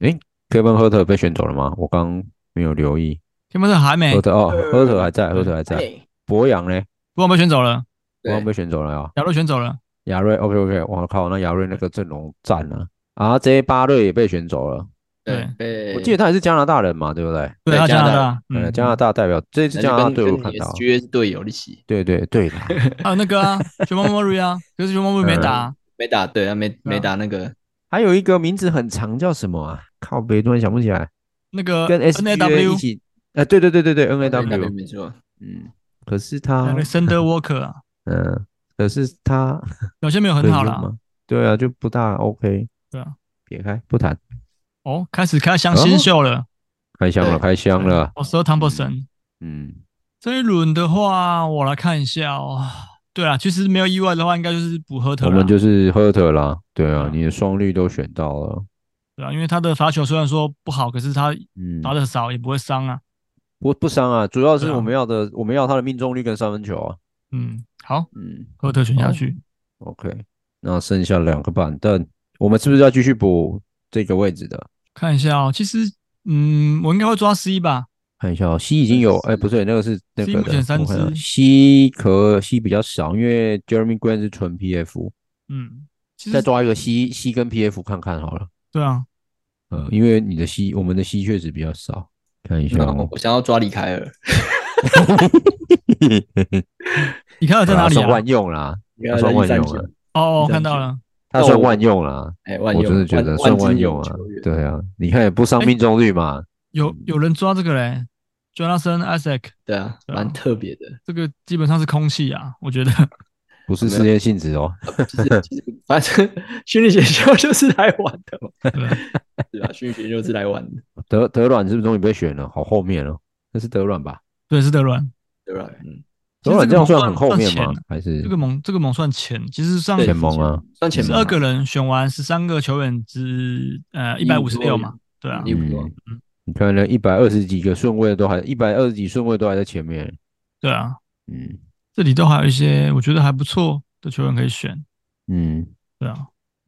[SPEAKER 2] 诶 k e v i n Herter 被选走了吗？我刚没有留意。
[SPEAKER 4] 天门特还没，
[SPEAKER 2] Herter 哦
[SPEAKER 3] 呃
[SPEAKER 2] ，Herter 还在，Herter 还 在。
[SPEAKER 3] 对，
[SPEAKER 2] 博洋呢？
[SPEAKER 4] 不过被选走了，
[SPEAKER 2] 博洋被选走了啊。
[SPEAKER 4] 亚洛选走了，
[SPEAKER 2] 亚瑞，OK OK，我靠，那亚瑞那个阵容赞啊。RJ 巴瑞也被选走了，
[SPEAKER 4] 对
[SPEAKER 3] 对，
[SPEAKER 2] 我记得他也是加拿大人嘛，对不对？
[SPEAKER 4] 对他加
[SPEAKER 3] 加拿
[SPEAKER 4] 拿
[SPEAKER 3] 大
[SPEAKER 4] 大，
[SPEAKER 2] 呃，
[SPEAKER 4] 嗯，
[SPEAKER 2] 加拿大代表这一次加拿大队我看到，
[SPEAKER 3] 绝对队友一起
[SPEAKER 2] 对对对啦，
[SPEAKER 4] 还有那个 啊 j o m o r y 啊，可是 j o m o r y 没打
[SPEAKER 2] 嗯
[SPEAKER 4] 啊，
[SPEAKER 3] 没打对啊，没没打那个
[SPEAKER 2] 还有一个名字很长，叫什么啊？靠北，突然想不起来。
[SPEAKER 4] 那个
[SPEAKER 2] 跟 S G A 一
[SPEAKER 4] NAW
[SPEAKER 2] 起，呃，对对对对对，N
[SPEAKER 4] 哦
[SPEAKER 2] A
[SPEAKER 3] 那
[SPEAKER 2] W，
[SPEAKER 3] 个没错，
[SPEAKER 2] 嗯，可是他，
[SPEAKER 4] Alexander Walker 啊，
[SPEAKER 2] 嗯，可是他
[SPEAKER 4] 表现没有很
[SPEAKER 2] 对
[SPEAKER 4] 好
[SPEAKER 2] 是
[SPEAKER 4] 啦。
[SPEAKER 2] 吗对啊，就不大 OK。
[SPEAKER 4] 对啊，
[SPEAKER 2] 撇开不谈，
[SPEAKER 4] 哦，开始开箱新秀了，哦
[SPEAKER 2] 开箱了，
[SPEAKER 3] 对
[SPEAKER 2] 开箱了，
[SPEAKER 4] 我说 Thompson
[SPEAKER 2] 嗯，
[SPEAKER 4] 这一轮的话，我来看一下哦。对啊，其实没有意外的话，应该就是补赫特
[SPEAKER 2] 我
[SPEAKER 4] 啦
[SPEAKER 2] 们就是 Hurt 啦，对啊，
[SPEAKER 4] 嗯
[SPEAKER 2] 你的双率都选到了，
[SPEAKER 4] 对啊，因为他的罚球虽然说不好，可是他
[SPEAKER 2] 嗯，
[SPEAKER 4] 罚的少也不会伤啊。
[SPEAKER 2] 不不伤啊，主要是
[SPEAKER 4] 对啊
[SPEAKER 2] 我们要的，我们要他的命中率跟三分球啊，
[SPEAKER 4] 嗯，好，
[SPEAKER 2] 嗯
[SPEAKER 4] 赫特选下去。
[SPEAKER 2] ，OK，那剩下两个板凳，我们是不是要继续补这个位置的？
[SPEAKER 4] 看一下哦，其实嗯，我应该会抓 C 吧。
[SPEAKER 2] 看一下哦，西已经有，哎，不对，那个是那
[SPEAKER 4] C
[SPEAKER 2] 个
[SPEAKER 4] 目前
[SPEAKER 2] 的
[SPEAKER 4] 三
[SPEAKER 2] 我看一下
[SPEAKER 4] 支
[SPEAKER 2] 西可西比较少，因为 Jeremy Grant 是纯 PF，
[SPEAKER 4] 嗯，其
[SPEAKER 2] 再
[SPEAKER 4] 实
[SPEAKER 2] 抓一个西西跟 PF 看看好了。
[SPEAKER 4] 对啊，
[SPEAKER 2] 呃，因为你的西，我们的西确实比较少，看一下
[SPEAKER 3] 那我
[SPEAKER 2] 哦。
[SPEAKER 3] 我想要抓李凯尔，
[SPEAKER 4] 你看到在
[SPEAKER 2] 好啦
[SPEAKER 4] 哪里
[SPEAKER 2] 算
[SPEAKER 4] 啊
[SPEAKER 2] 万？用啦，
[SPEAKER 3] 李凯
[SPEAKER 2] 他
[SPEAKER 3] 尔
[SPEAKER 2] 算
[SPEAKER 3] 在
[SPEAKER 2] 万
[SPEAKER 3] 一三
[SPEAKER 2] 用
[SPEAKER 3] 九
[SPEAKER 2] 啊，，
[SPEAKER 4] 哦，
[SPEAKER 3] 你这样
[SPEAKER 4] 看到了。
[SPEAKER 2] 他
[SPEAKER 3] 那
[SPEAKER 2] 算
[SPEAKER 3] 我
[SPEAKER 2] 万用啦。
[SPEAKER 3] 哎，万
[SPEAKER 2] 我
[SPEAKER 3] 用，
[SPEAKER 2] 真的觉
[SPEAKER 3] 万
[SPEAKER 2] 得算
[SPEAKER 3] 万
[SPEAKER 2] 万
[SPEAKER 3] 金油
[SPEAKER 2] 用啊
[SPEAKER 3] 球员，
[SPEAKER 2] 对啊，你看也不伤
[SPEAKER 4] 哎
[SPEAKER 2] 命中率嘛，
[SPEAKER 4] 有
[SPEAKER 2] 嗯
[SPEAKER 4] 有人抓这个嘞，Jonathan Isaac，
[SPEAKER 3] 对啊，
[SPEAKER 4] 对啊
[SPEAKER 3] 蛮特别的。
[SPEAKER 4] 这个基本上是空气啊，我觉得。
[SPEAKER 2] 不是
[SPEAKER 3] 没
[SPEAKER 2] 世
[SPEAKER 3] 有
[SPEAKER 2] 界性质哦。
[SPEAKER 3] 就是其实反正 训练学校就是来玩的嘛，
[SPEAKER 4] 对啊
[SPEAKER 3] 对吧？训练学校就是来玩的，
[SPEAKER 2] 德德软是不是终于被选了？好后面哦，那是德软吧？
[SPEAKER 4] 对，是德软。
[SPEAKER 3] 对吧？嗯，
[SPEAKER 4] 其
[SPEAKER 2] 德
[SPEAKER 4] 实
[SPEAKER 2] 软
[SPEAKER 4] 这个
[SPEAKER 2] 这样
[SPEAKER 4] 盟
[SPEAKER 2] 算很
[SPEAKER 4] 算
[SPEAKER 2] 后面
[SPEAKER 4] 算
[SPEAKER 2] 吗
[SPEAKER 4] 前啊？
[SPEAKER 2] 还是
[SPEAKER 4] 这个盟这个盟算前，其实上
[SPEAKER 3] 对
[SPEAKER 2] 前盟啊？
[SPEAKER 3] 算前
[SPEAKER 4] 十
[SPEAKER 3] 面
[SPEAKER 4] 二个人选完十三个球员之呃一百五十六嘛，对啊
[SPEAKER 3] 一，五多，
[SPEAKER 4] 嗯
[SPEAKER 2] 你看那一百二十几个顺位都还一百二十几顺位都还在前面，
[SPEAKER 4] 对啊，
[SPEAKER 2] 嗯
[SPEAKER 4] 这里都还有一些我觉得还不错的球员可以选，
[SPEAKER 2] 嗯
[SPEAKER 4] 对啊，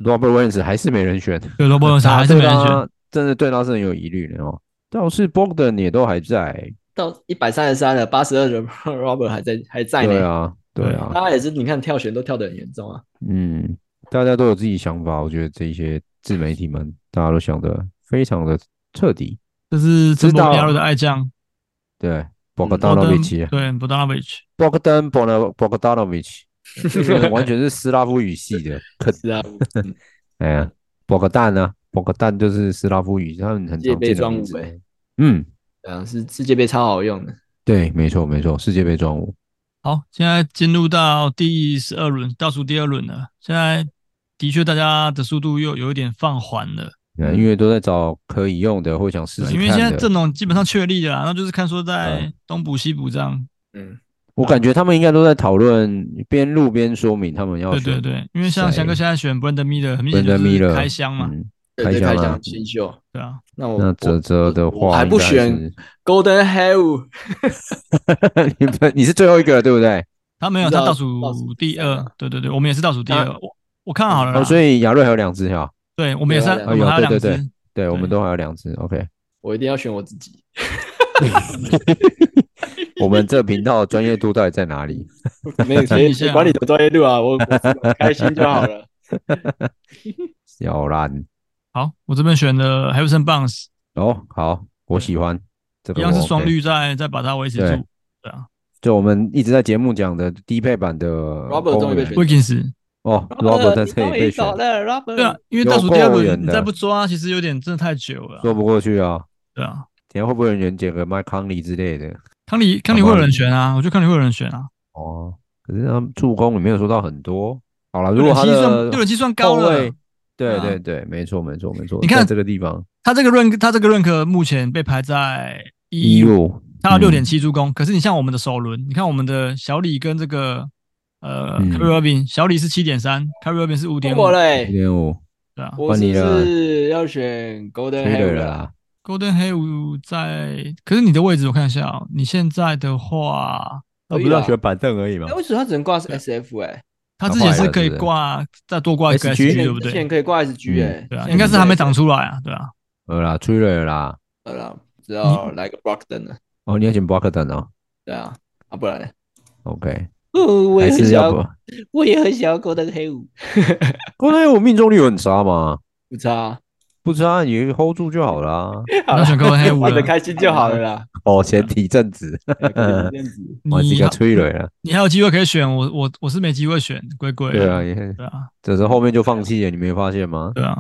[SPEAKER 2] ，Robert Williams 还是没人 选，
[SPEAKER 4] 对罗伯特啥还是没人
[SPEAKER 2] 啊
[SPEAKER 4] 选，，
[SPEAKER 2] 真的对他是很有疑虑的哦。倒是 Bogdan 也都还在，
[SPEAKER 3] 到一百三十三了，八十二的 Robert 还在还在
[SPEAKER 2] 对
[SPEAKER 3] 呢，
[SPEAKER 2] 啊对啊，
[SPEAKER 3] 他也是你看跳选都跳得很严重啊，
[SPEAKER 2] 嗯，大家都有自己想法，我觉得这一些自媒体们大家都想的非常的彻底，
[SPEAKER 4] 这是
[SPEAKER 2] 知
[SPEAKER 4] 陈
[SPEAKER 2] 道
[SPEAKER 4] 柏亚路的爱将嗯
[SPEAKER 2] 对
[SPEAKER 4] 罗登，
[SPEAKER 2] ，Bogdanovic
[SPEAKER 4] 对 b o d a n o v i c
[SPEAKER 2] Bogdan Bona- Bogdanovic，这个人完 全是斯拉夫语 系的，可
[SPEAKER 3] 是啊，嗯
[SPEAKER 2] 哎呀，博格蛋啊，博格蛋就是斯拉夫语，他们很
[SPEAKER 3] 世界
[SPEAKER 2] 常
[SPEAKER 3] 杯
[SPEAKER 2] 见的
[SPEAKER 3] 庄
[SPEAKER 2] 名
[SPEAKER 3] 武
[SPEAKER 2] 字
[SPEAKER 3] 呗。
[SPEAKER 2] 嗯，
[SPEAKER 3] 对啊，是世界杯超好用的，
[SPEAKER 2] 对，没错没错，世界杯庄武。
[SPEAKER 4] 好，现在进入到第十二轮，倒数第二轮了。现在的确大家的速度又有一点放缓了，
[SPEAKER 2] 嗯，因为都在找可以用的或想试
[SPEAKER 4] 对
[SPEAKER 2] 试
[SPEAKER 4] 因为现在
[SPEAKER 2] 看的。
[SPEAKER 4] 阵容基本上确立了啊，那就是看说在
[SPEAKER 2] 嗯
[SPEAKER 4] 东补西补这样。
[SPEAKER 3] 嗯，
[SPEAKER 2] 我感觉他们应该都在讨论，边录边说明他们要
[SPEAKER 4] 对
[SPEAKER 2] 选
[SPEAKER 4] 对对，因为像
[SPEAKER 2] 谁
[SPEAKER 4] 翔哥现在选 Brandon Miller，很明显
[SPEAKER 2] Brandon
[SPEAKER 4] 就是
[SPEAKER 2] Miller
[SPEAKER 4] 开箱嘛，
[SPEAKER 2] 嗯，
[SPEAKER 3] 对
[SPEAKER 2] 开
[SPEAKER 3] 对，开
[SPEAKER 2] 箱啊
[SPEAKER 3] 箱新秀，
[SPEAKER 4] 对啊，
[SPEAKER 3] 那我
[SPEAKER 2] 那哲哲的
[SPEAKER 3] 我
[SPEAKER 2] 话
[SPEAKER 3] 还不
[SPEAKER 2] 应该
[SPEAKER 3] 选
[SPEAKER 2] 是，
[SPEAKER 3] Golden h a i r
[SPEAKER 2] 你不你是最后一个了对不对？
[SPEAKER 4] 他没有，
[SPEAKER 3] 不知
[SPEAKER 4] 他
[SPEAKER 3] 道
[SPEAKER 4] 倒
[SPEAKER 3] 倒
[SPEAKER 4] 数
[SPEAKER 3] 数
[SPEAKER 4] 第
[SPEAKER 3] 第三
[SPEAKER 4] 二
[SPEAKER 3] 啊，
[SPEAKER 4] 对对对，我们也是倒数第二。
[SPEAKER 2] 啊
[SPEAKER 4] 我我看好了
[SPEAKER 2] 哦，
[SPEAKER 4] 啦，
[SPEAKER 2] 所以亚瑞还有两只哈，
[SPEAKER 4] 对我们也是，
[SPEAKER 3] 对
[SPEAKER 4] 我
[SPEAKER 3] 啊
[SPEAKER 4] 们还有
[SPEAKER 2] 对
[SPEAKER 4] 两
[SPEAKER 2] 对对
[SPEAKER 4] 只，
[SPEAKER 2] 对我们
[SPEAKER 4] 对
[SPEAKER 2] 都还有两只，OK。
[SPEAKER 3] 我一定要选我自己，
[SPEAKER 2] 我们这频道的专业度到底在哪里？
[SPEAKER 3] 没有
[SPEAKER 4] 等一
[SPEAKER 3] 谁
[SPEAKER 4] 下
[SPEAKER 3] 谁管你的专业度啊，我我开心就 好了。
[SPEAKER 2] 小烂
[SPEAKER 4] 好，我这边选的 Harrison Barnes，
[SPEAKER 2] 哦，好，我喜欢这
[SPEAKER 4] 一
[SPEAKER 2] 个，
[SPEAKER 4] 样是双，绿在在把它维持
[SPEAKER 2] 对
[SPEAKER 4] 住。对啊
[SPEAKER 2] 就我们一直在节目讲的低配版的
[SPEAKER 3] Robert 终于被选
[SPEAKER 2] 公园
[SPEAKER 4] ，Wiggins，
[SPEAKER 2] 哦，Robert 在这里被选，
[SPEAKER 3] 了，Robert，
[SPEAKER 4] 对啊，因为倒数第二
[SPEAKER 2] 有够远
[SPEAKER 4] 轮
[SPEAKER 2] 的
[SPEAKER 4] 你再不抓，其实有点真的太久了
[SPEAKER 2] 说
[SPEAKER 4] 啊。
[SPEAKER 2] 不过去啊。
[SPEAKER 4] 对啊，
[SPEAKER 2] 等一下会不会有人捡个麦康利之类的？
[SPEAKER 4] 康里康里会有人选啊，我觉得康里会有人选啊。
[SPEAKER 2] 哦，可是他们助攻也没有说到很多。好了，如
[SPEAKER 4] 六
[SPEAKER 2] 果
[SPEAKER 4] 点
[SPEAKER 2] 他
[SPEAKER 4] 七算
[SPEAKER 2] 的
[SPEAKER 4] 六点七算高
[SPEAKER 2] 后
[SPEAKER 4] 了
[SPEAKER 2] 卫，，对
[SPEAKER 4] 啊
[SPEAKER 2] 对对，没错没错没错。
[SPEAKER 4] 你看
[SPEAKER 2] 在这个地方，
[SPEAKER 4] 他这个 rank 他这个 rank 目前被排在
[SPEAKER 2] 一
[SPEAKER 4] 一五，
[SPEAKER 2] 路
[SPEAKER 4] 他有
[SPEAKER 2] 嗯
[SPEAKER 4] 六点七助攻。可是你像我们的首轮，你看我们的小李跟这个呃
[SPEAKER 2] 嗯
[SPEAKER 4] c a r r y Irving，小李是七点三 c a r r y Irving 是五点五
[SPEAKER 3] 我，
[SPEAKER 2] 一
[SPEAKER 3] 嘞，
[SPEAKER 2] 点五
[SPEAKER 4] 对啊
[SPEAKER 3] 我
[SPEAKER 2] 换
[SPEAKER 3] 是
[SPEAKER 2] 你了
[SPEAKER 3] 不是要选 Golden
[SPEAKER 2] 吹
[SPEAKER 3] Hair
[SPEAKER 2] 了？啊啦。
[SPEAKER 4] ，Golden h a y 在，可是你的位置我看一下哦，你现在的话，
[SPEAKER 3] 可以啦
[SPEAKER 2] 板凳而已嘛
[SPEAKER 3] 哎，为什么他只能挂是 SF 哎？
[SPEAKER 4] 他之前
[SPEAKER 2] 他坏
[SPEAKER 4] 是
[SPEAKER 2] 了
[SPEAKER 4] 可以
[SPEAKER 2] 是不是
[SPEAKER 4] 挂再多挂一个 SG
[SPEAKER 2] SG
[SPEAKER 4] 对不
[SPEAKER 3] 之前
[SPEAKER 4] 对？
[SPEAKER 3] 可以
[SPEAKER 2] 嗯
[SPEAKER 3] 挂 SG 哎，
[SPEAKER 4] 对啊，
[SPEAKER 3] 现在
[SPEAKER 4] 应该是还没长
[SPEAKER 3] 是
[SPEAKER 4] 出来啊，对啊。
[SPEAKER 2] 呃啦，吹了啦。
[SPEAKER 3] SF 了啦，只要来个 Brockton 了，
[SPEAKER 2] 哦，你要选 b 克 c 哦
[SPEAKER 3] 对啊，啊不然嘞，
[SPEAKER 2] ，OK，
[SPEAKER 3] 哦，我
[SPEAKER 2] 还
[SPEAKER 3] 也很
[SPEAKER 2] 是
[SPEAKER 3] 想
[SPEAKER 2] 要不
[SPEAKER 3] 要，？我也很想要 Golden Hair，
[SPEAKER 2] 刚才我命中率有很差嘛，
[SPEAKER 3] 不差啊，
[SPEAKER 2] 不差你 hold 住就好 啊啦。
[SPEAKER 4] 那
[SPEAKER 3] 好啦
[SPEAKER 4] 选 Golden Hair
[SPEAKER 3] 玩的
[SPEAKER 4] 了
[SPEAKER 3] 开心就好 了啦，
[SPEAKER 2] 哦，前提 正直，
[SPEAKER 3] 哎就是这样子。
[SPEAKER 2] 我是
[SPEAKER 4] 你
[SPEAKER 2] 个催泪了。
[SPEAKER 4] 你还有机会可以选，我我我是没机会选龟龟。
[SPEAKER 2] 对啊，，也是
[SPEAKER 4] 对啊，
[SPEAKER 2] 只是后面就放弃了，你没发现吗？
[SPEAKER 4] 对啊。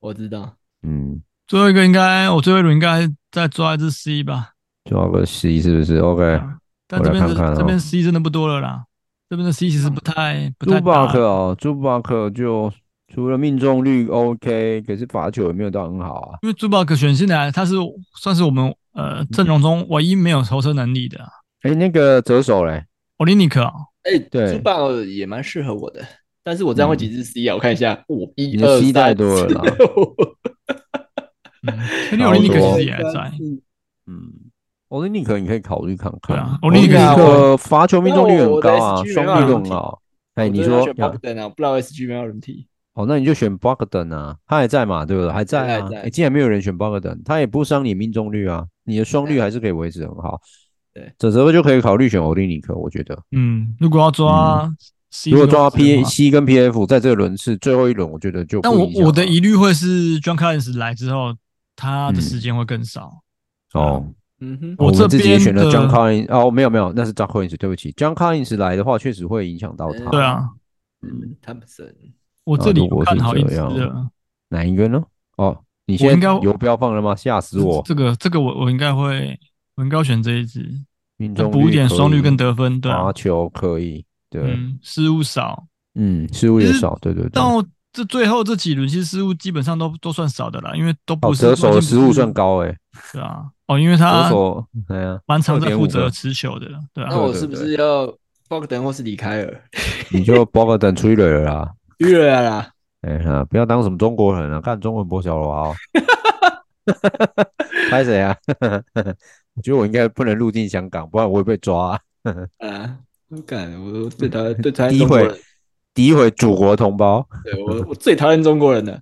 [SPEAKER 3] 我知道，
[SPEAKER 2] 嗯，
[SPEAKER 4] 最后一个应该我最后一轮应该再抓一只 C 吧，
[SPEAKER 2] 抓个 C 是不是
[SPEAKER 4] 对
[SPEAKER 2] ？OK，
[SPEAKER 4] 啊但这边
[SPEAKER 2] 我
[SPEAKER 4] 的
[SPEAKER 2] 来看看哦
[SPEAKER 4] 这边 C 真的不多了啦，这边的 C 其实不太不太
[SPEAKER 2] 朱巴
[SPEAKER 4] 大
[SPEAKER 2] 克。哦，朱巴克就除了命中率 OK，可是罚球也没有到很好啊。
[SPEAKER 4] 因为朱宝可选进来，他是算是我们呃阵容中唯一没有投射能力的。
[SPEAKER 2] 哎，那个折手嘞，
[SPEAKER 4] 奥林尼克哦，
[SPEAKER 3] 哎，
[SPEAKER 2] 对
[SPEAKER 3] 猪爸也蛮适合我的，但是我这样会几只 C 啊？我看一下，我
[SPEAKER 2] 你
[SPEAKER 3] 一
[SPEAKER 2] 的
[SPEAKER 3] 二
[SPEAKER 2] C 太
[SPEAKER 3] 三
[SPEAKER 2] 多了
[SPEAKER 3] 四
[SPEAKER 2] 啦
[SPEAKER 3] 六，
[SPEAKER 4] 因 为奥林尼克其实也还在。
[SPEAKER 2] 嗯，欧林尼克你可以考虑看
[SPEAKER 4] 对
[SPEAKER 2] 看。
[SPEAKER 4] 啊
[SPEAKER 2] 欧林尼
[SPEAKER 3] 欧林尼
[SPEAKER 2] 克
[SPEAKER 3] 克
[SPEAKER 2] 罚球命中率很高
[SPEAKER 3] 那我
[SPEAKER 2] 啊，
[SPEAKER 3] 我的 SG
[SPEAKER 2] 双
[SPEAKER 3] 没办法
[SPEAKER 2] 率都很
[SPEAKER 3] 踢
[SPEAKER 2] 好。哎，
[SPEAKER 3] 我
[SPEAKER 2] 你
[SPEAKER 3] 真的
[SPEAKER 2] 说
[SPEAKER 3] 要选
[SPEAKER 2] 要
[SPEAKER 3] Bogdan 啊？我不知道 SG 没有人踢，
[SPEAKER 2] 哦，那你就选巴格登啊，他还在嘛，对不对？还在啊
[SPEAKER 3] 还，在
[SPEAKER 2] 哎，竟然没有人选巴格登，他也不伤你命中率啊，你的双率还是可以维持很好。
[SPEAKER 3] 对，
[SPEAKER 2] 这时候就可以考虑选欧林尼克，我觉得，
[SPEAKER 4] 嗯，如果要抓 C，
[SPEAKER 2] 如果抓到
[SPEAKER 4] 这种
[SPEAKER 2] P
[SPEAKER 4] 话
[SPEAKER 2] C 跟 P F 在这个轮次最后一轮，我觉得就
[SPEAKER 4] 但
[SPEAKER 2] 不
[SPEAKER 4] 我
[SPEAKER 2] 影响
[SPEAKER 4] 我的
[SPEAKER 2] 了
[SPEAKER 4] 疑虑会是 John Collins 来之后，他的时
[SPEAKER 2] 嗯
[SPEAKER 4] 间会更少。
[SPEAKER 2] 哦，
[SPEAKER 3] 嗯哼，
[SPEAKER 4] 我
[SPEAKER 2] 我
[SPEAKER 4] 这
[SPEAKER 2] 们自己也
[SPEAKER 4] 边
[SPEAKER 2] 选了
[SPEAKER 4] 的
[SPEAKER 2] John Collins 哦，没有没有，那是 John Collins，对不起，John Collins 来的话确实会影响到他。
[SPEAKER 3] 嗯
[SPEAKER 4] 对啊，
[SPEAKER 3] 嗯，Thompson，
[SPEAKER 4] 我这里
[SPEAKER 2] 啊如
[SPEAKER 4] 有
[SPEAKER 2] 果是
[SPEAKER 4] 看好一只
[SPEAKER 2] 这样
[SPEAKER 4] 的，
[SPEAKER 2] 哪一个呢？哦，你
[SPEAKER 4] 我
[SPEAKER 2] 现
[SPEAKER 4] 应该
[SPEAKER 2] 在有标放了吗？吓死我！
[SPEAKER 4] 这个这个我我应该会，我应该要选这一只，
[SPEAKER 2] 命中
[SPEAKER 4] 补一点
[SPEAKER 2] 可
[SPEAKER 4] 双率
[SPEAKER 2] 以
[SPEAKER 4] 跟得分，对啊
[SPEAKER 2] 罚球可以，对，
[SPEAKER 4] 嗯，失误少，
[SPEAKER 2] 嗯，失误也
[SPEAKER 4] 其实
[SPEAKER 2] 少，对对对。
[SPEAKER 4] 到这最后这几轮其实失误基本上都都算少的啦，因为都不
[SPEAKER 2] 哦，
[SPEAKER 4] 是
[SPEAKER 2] 折手的失误算
[SPEAKER 4] 高，
[SPEAKER 2] 高诶，
[SPEAKER 4] 对啊，哦，因为
[SPEAKER 2] 折
[SPEAKER 4] 他
[SPEAKER 2] 手，哎呀，
[SPEAKER 4] 蛮常在负
[SPEAKER 2] 2.5
[SPEAKER 4] 责
[SPEAKER 2] 个
[SPEAKER 4] 持球的，对啊
[SPEAKER 3] 那，我
[SPEAKER 2] 对
[SPEAKER 3] 是不是要 Bogdan 或是李凯尔？
[SPEAKER 2] 你就包个等吹了啦。
[SPEAKER 3] 对了啦，
[SPEAKER 2] 啊哎呀，不要当什么中国人啊，看中文不小了啊！ 拍谁啊？ 我觉得我应该不能入境香港，不然我会被抓、啊。
[SPEAKER 3] 啊，我敢，我我最讨厌最讨厌
[SPEAKER 2] 诋
[SPEAKER 3] 中国
[SPEAKER 2] 毁
[SPEAKER 3] 人，
[SPEAKER 2] 诋毁祖国同胞。
[SPEAKER 3] 对我我最讨厌中国人了，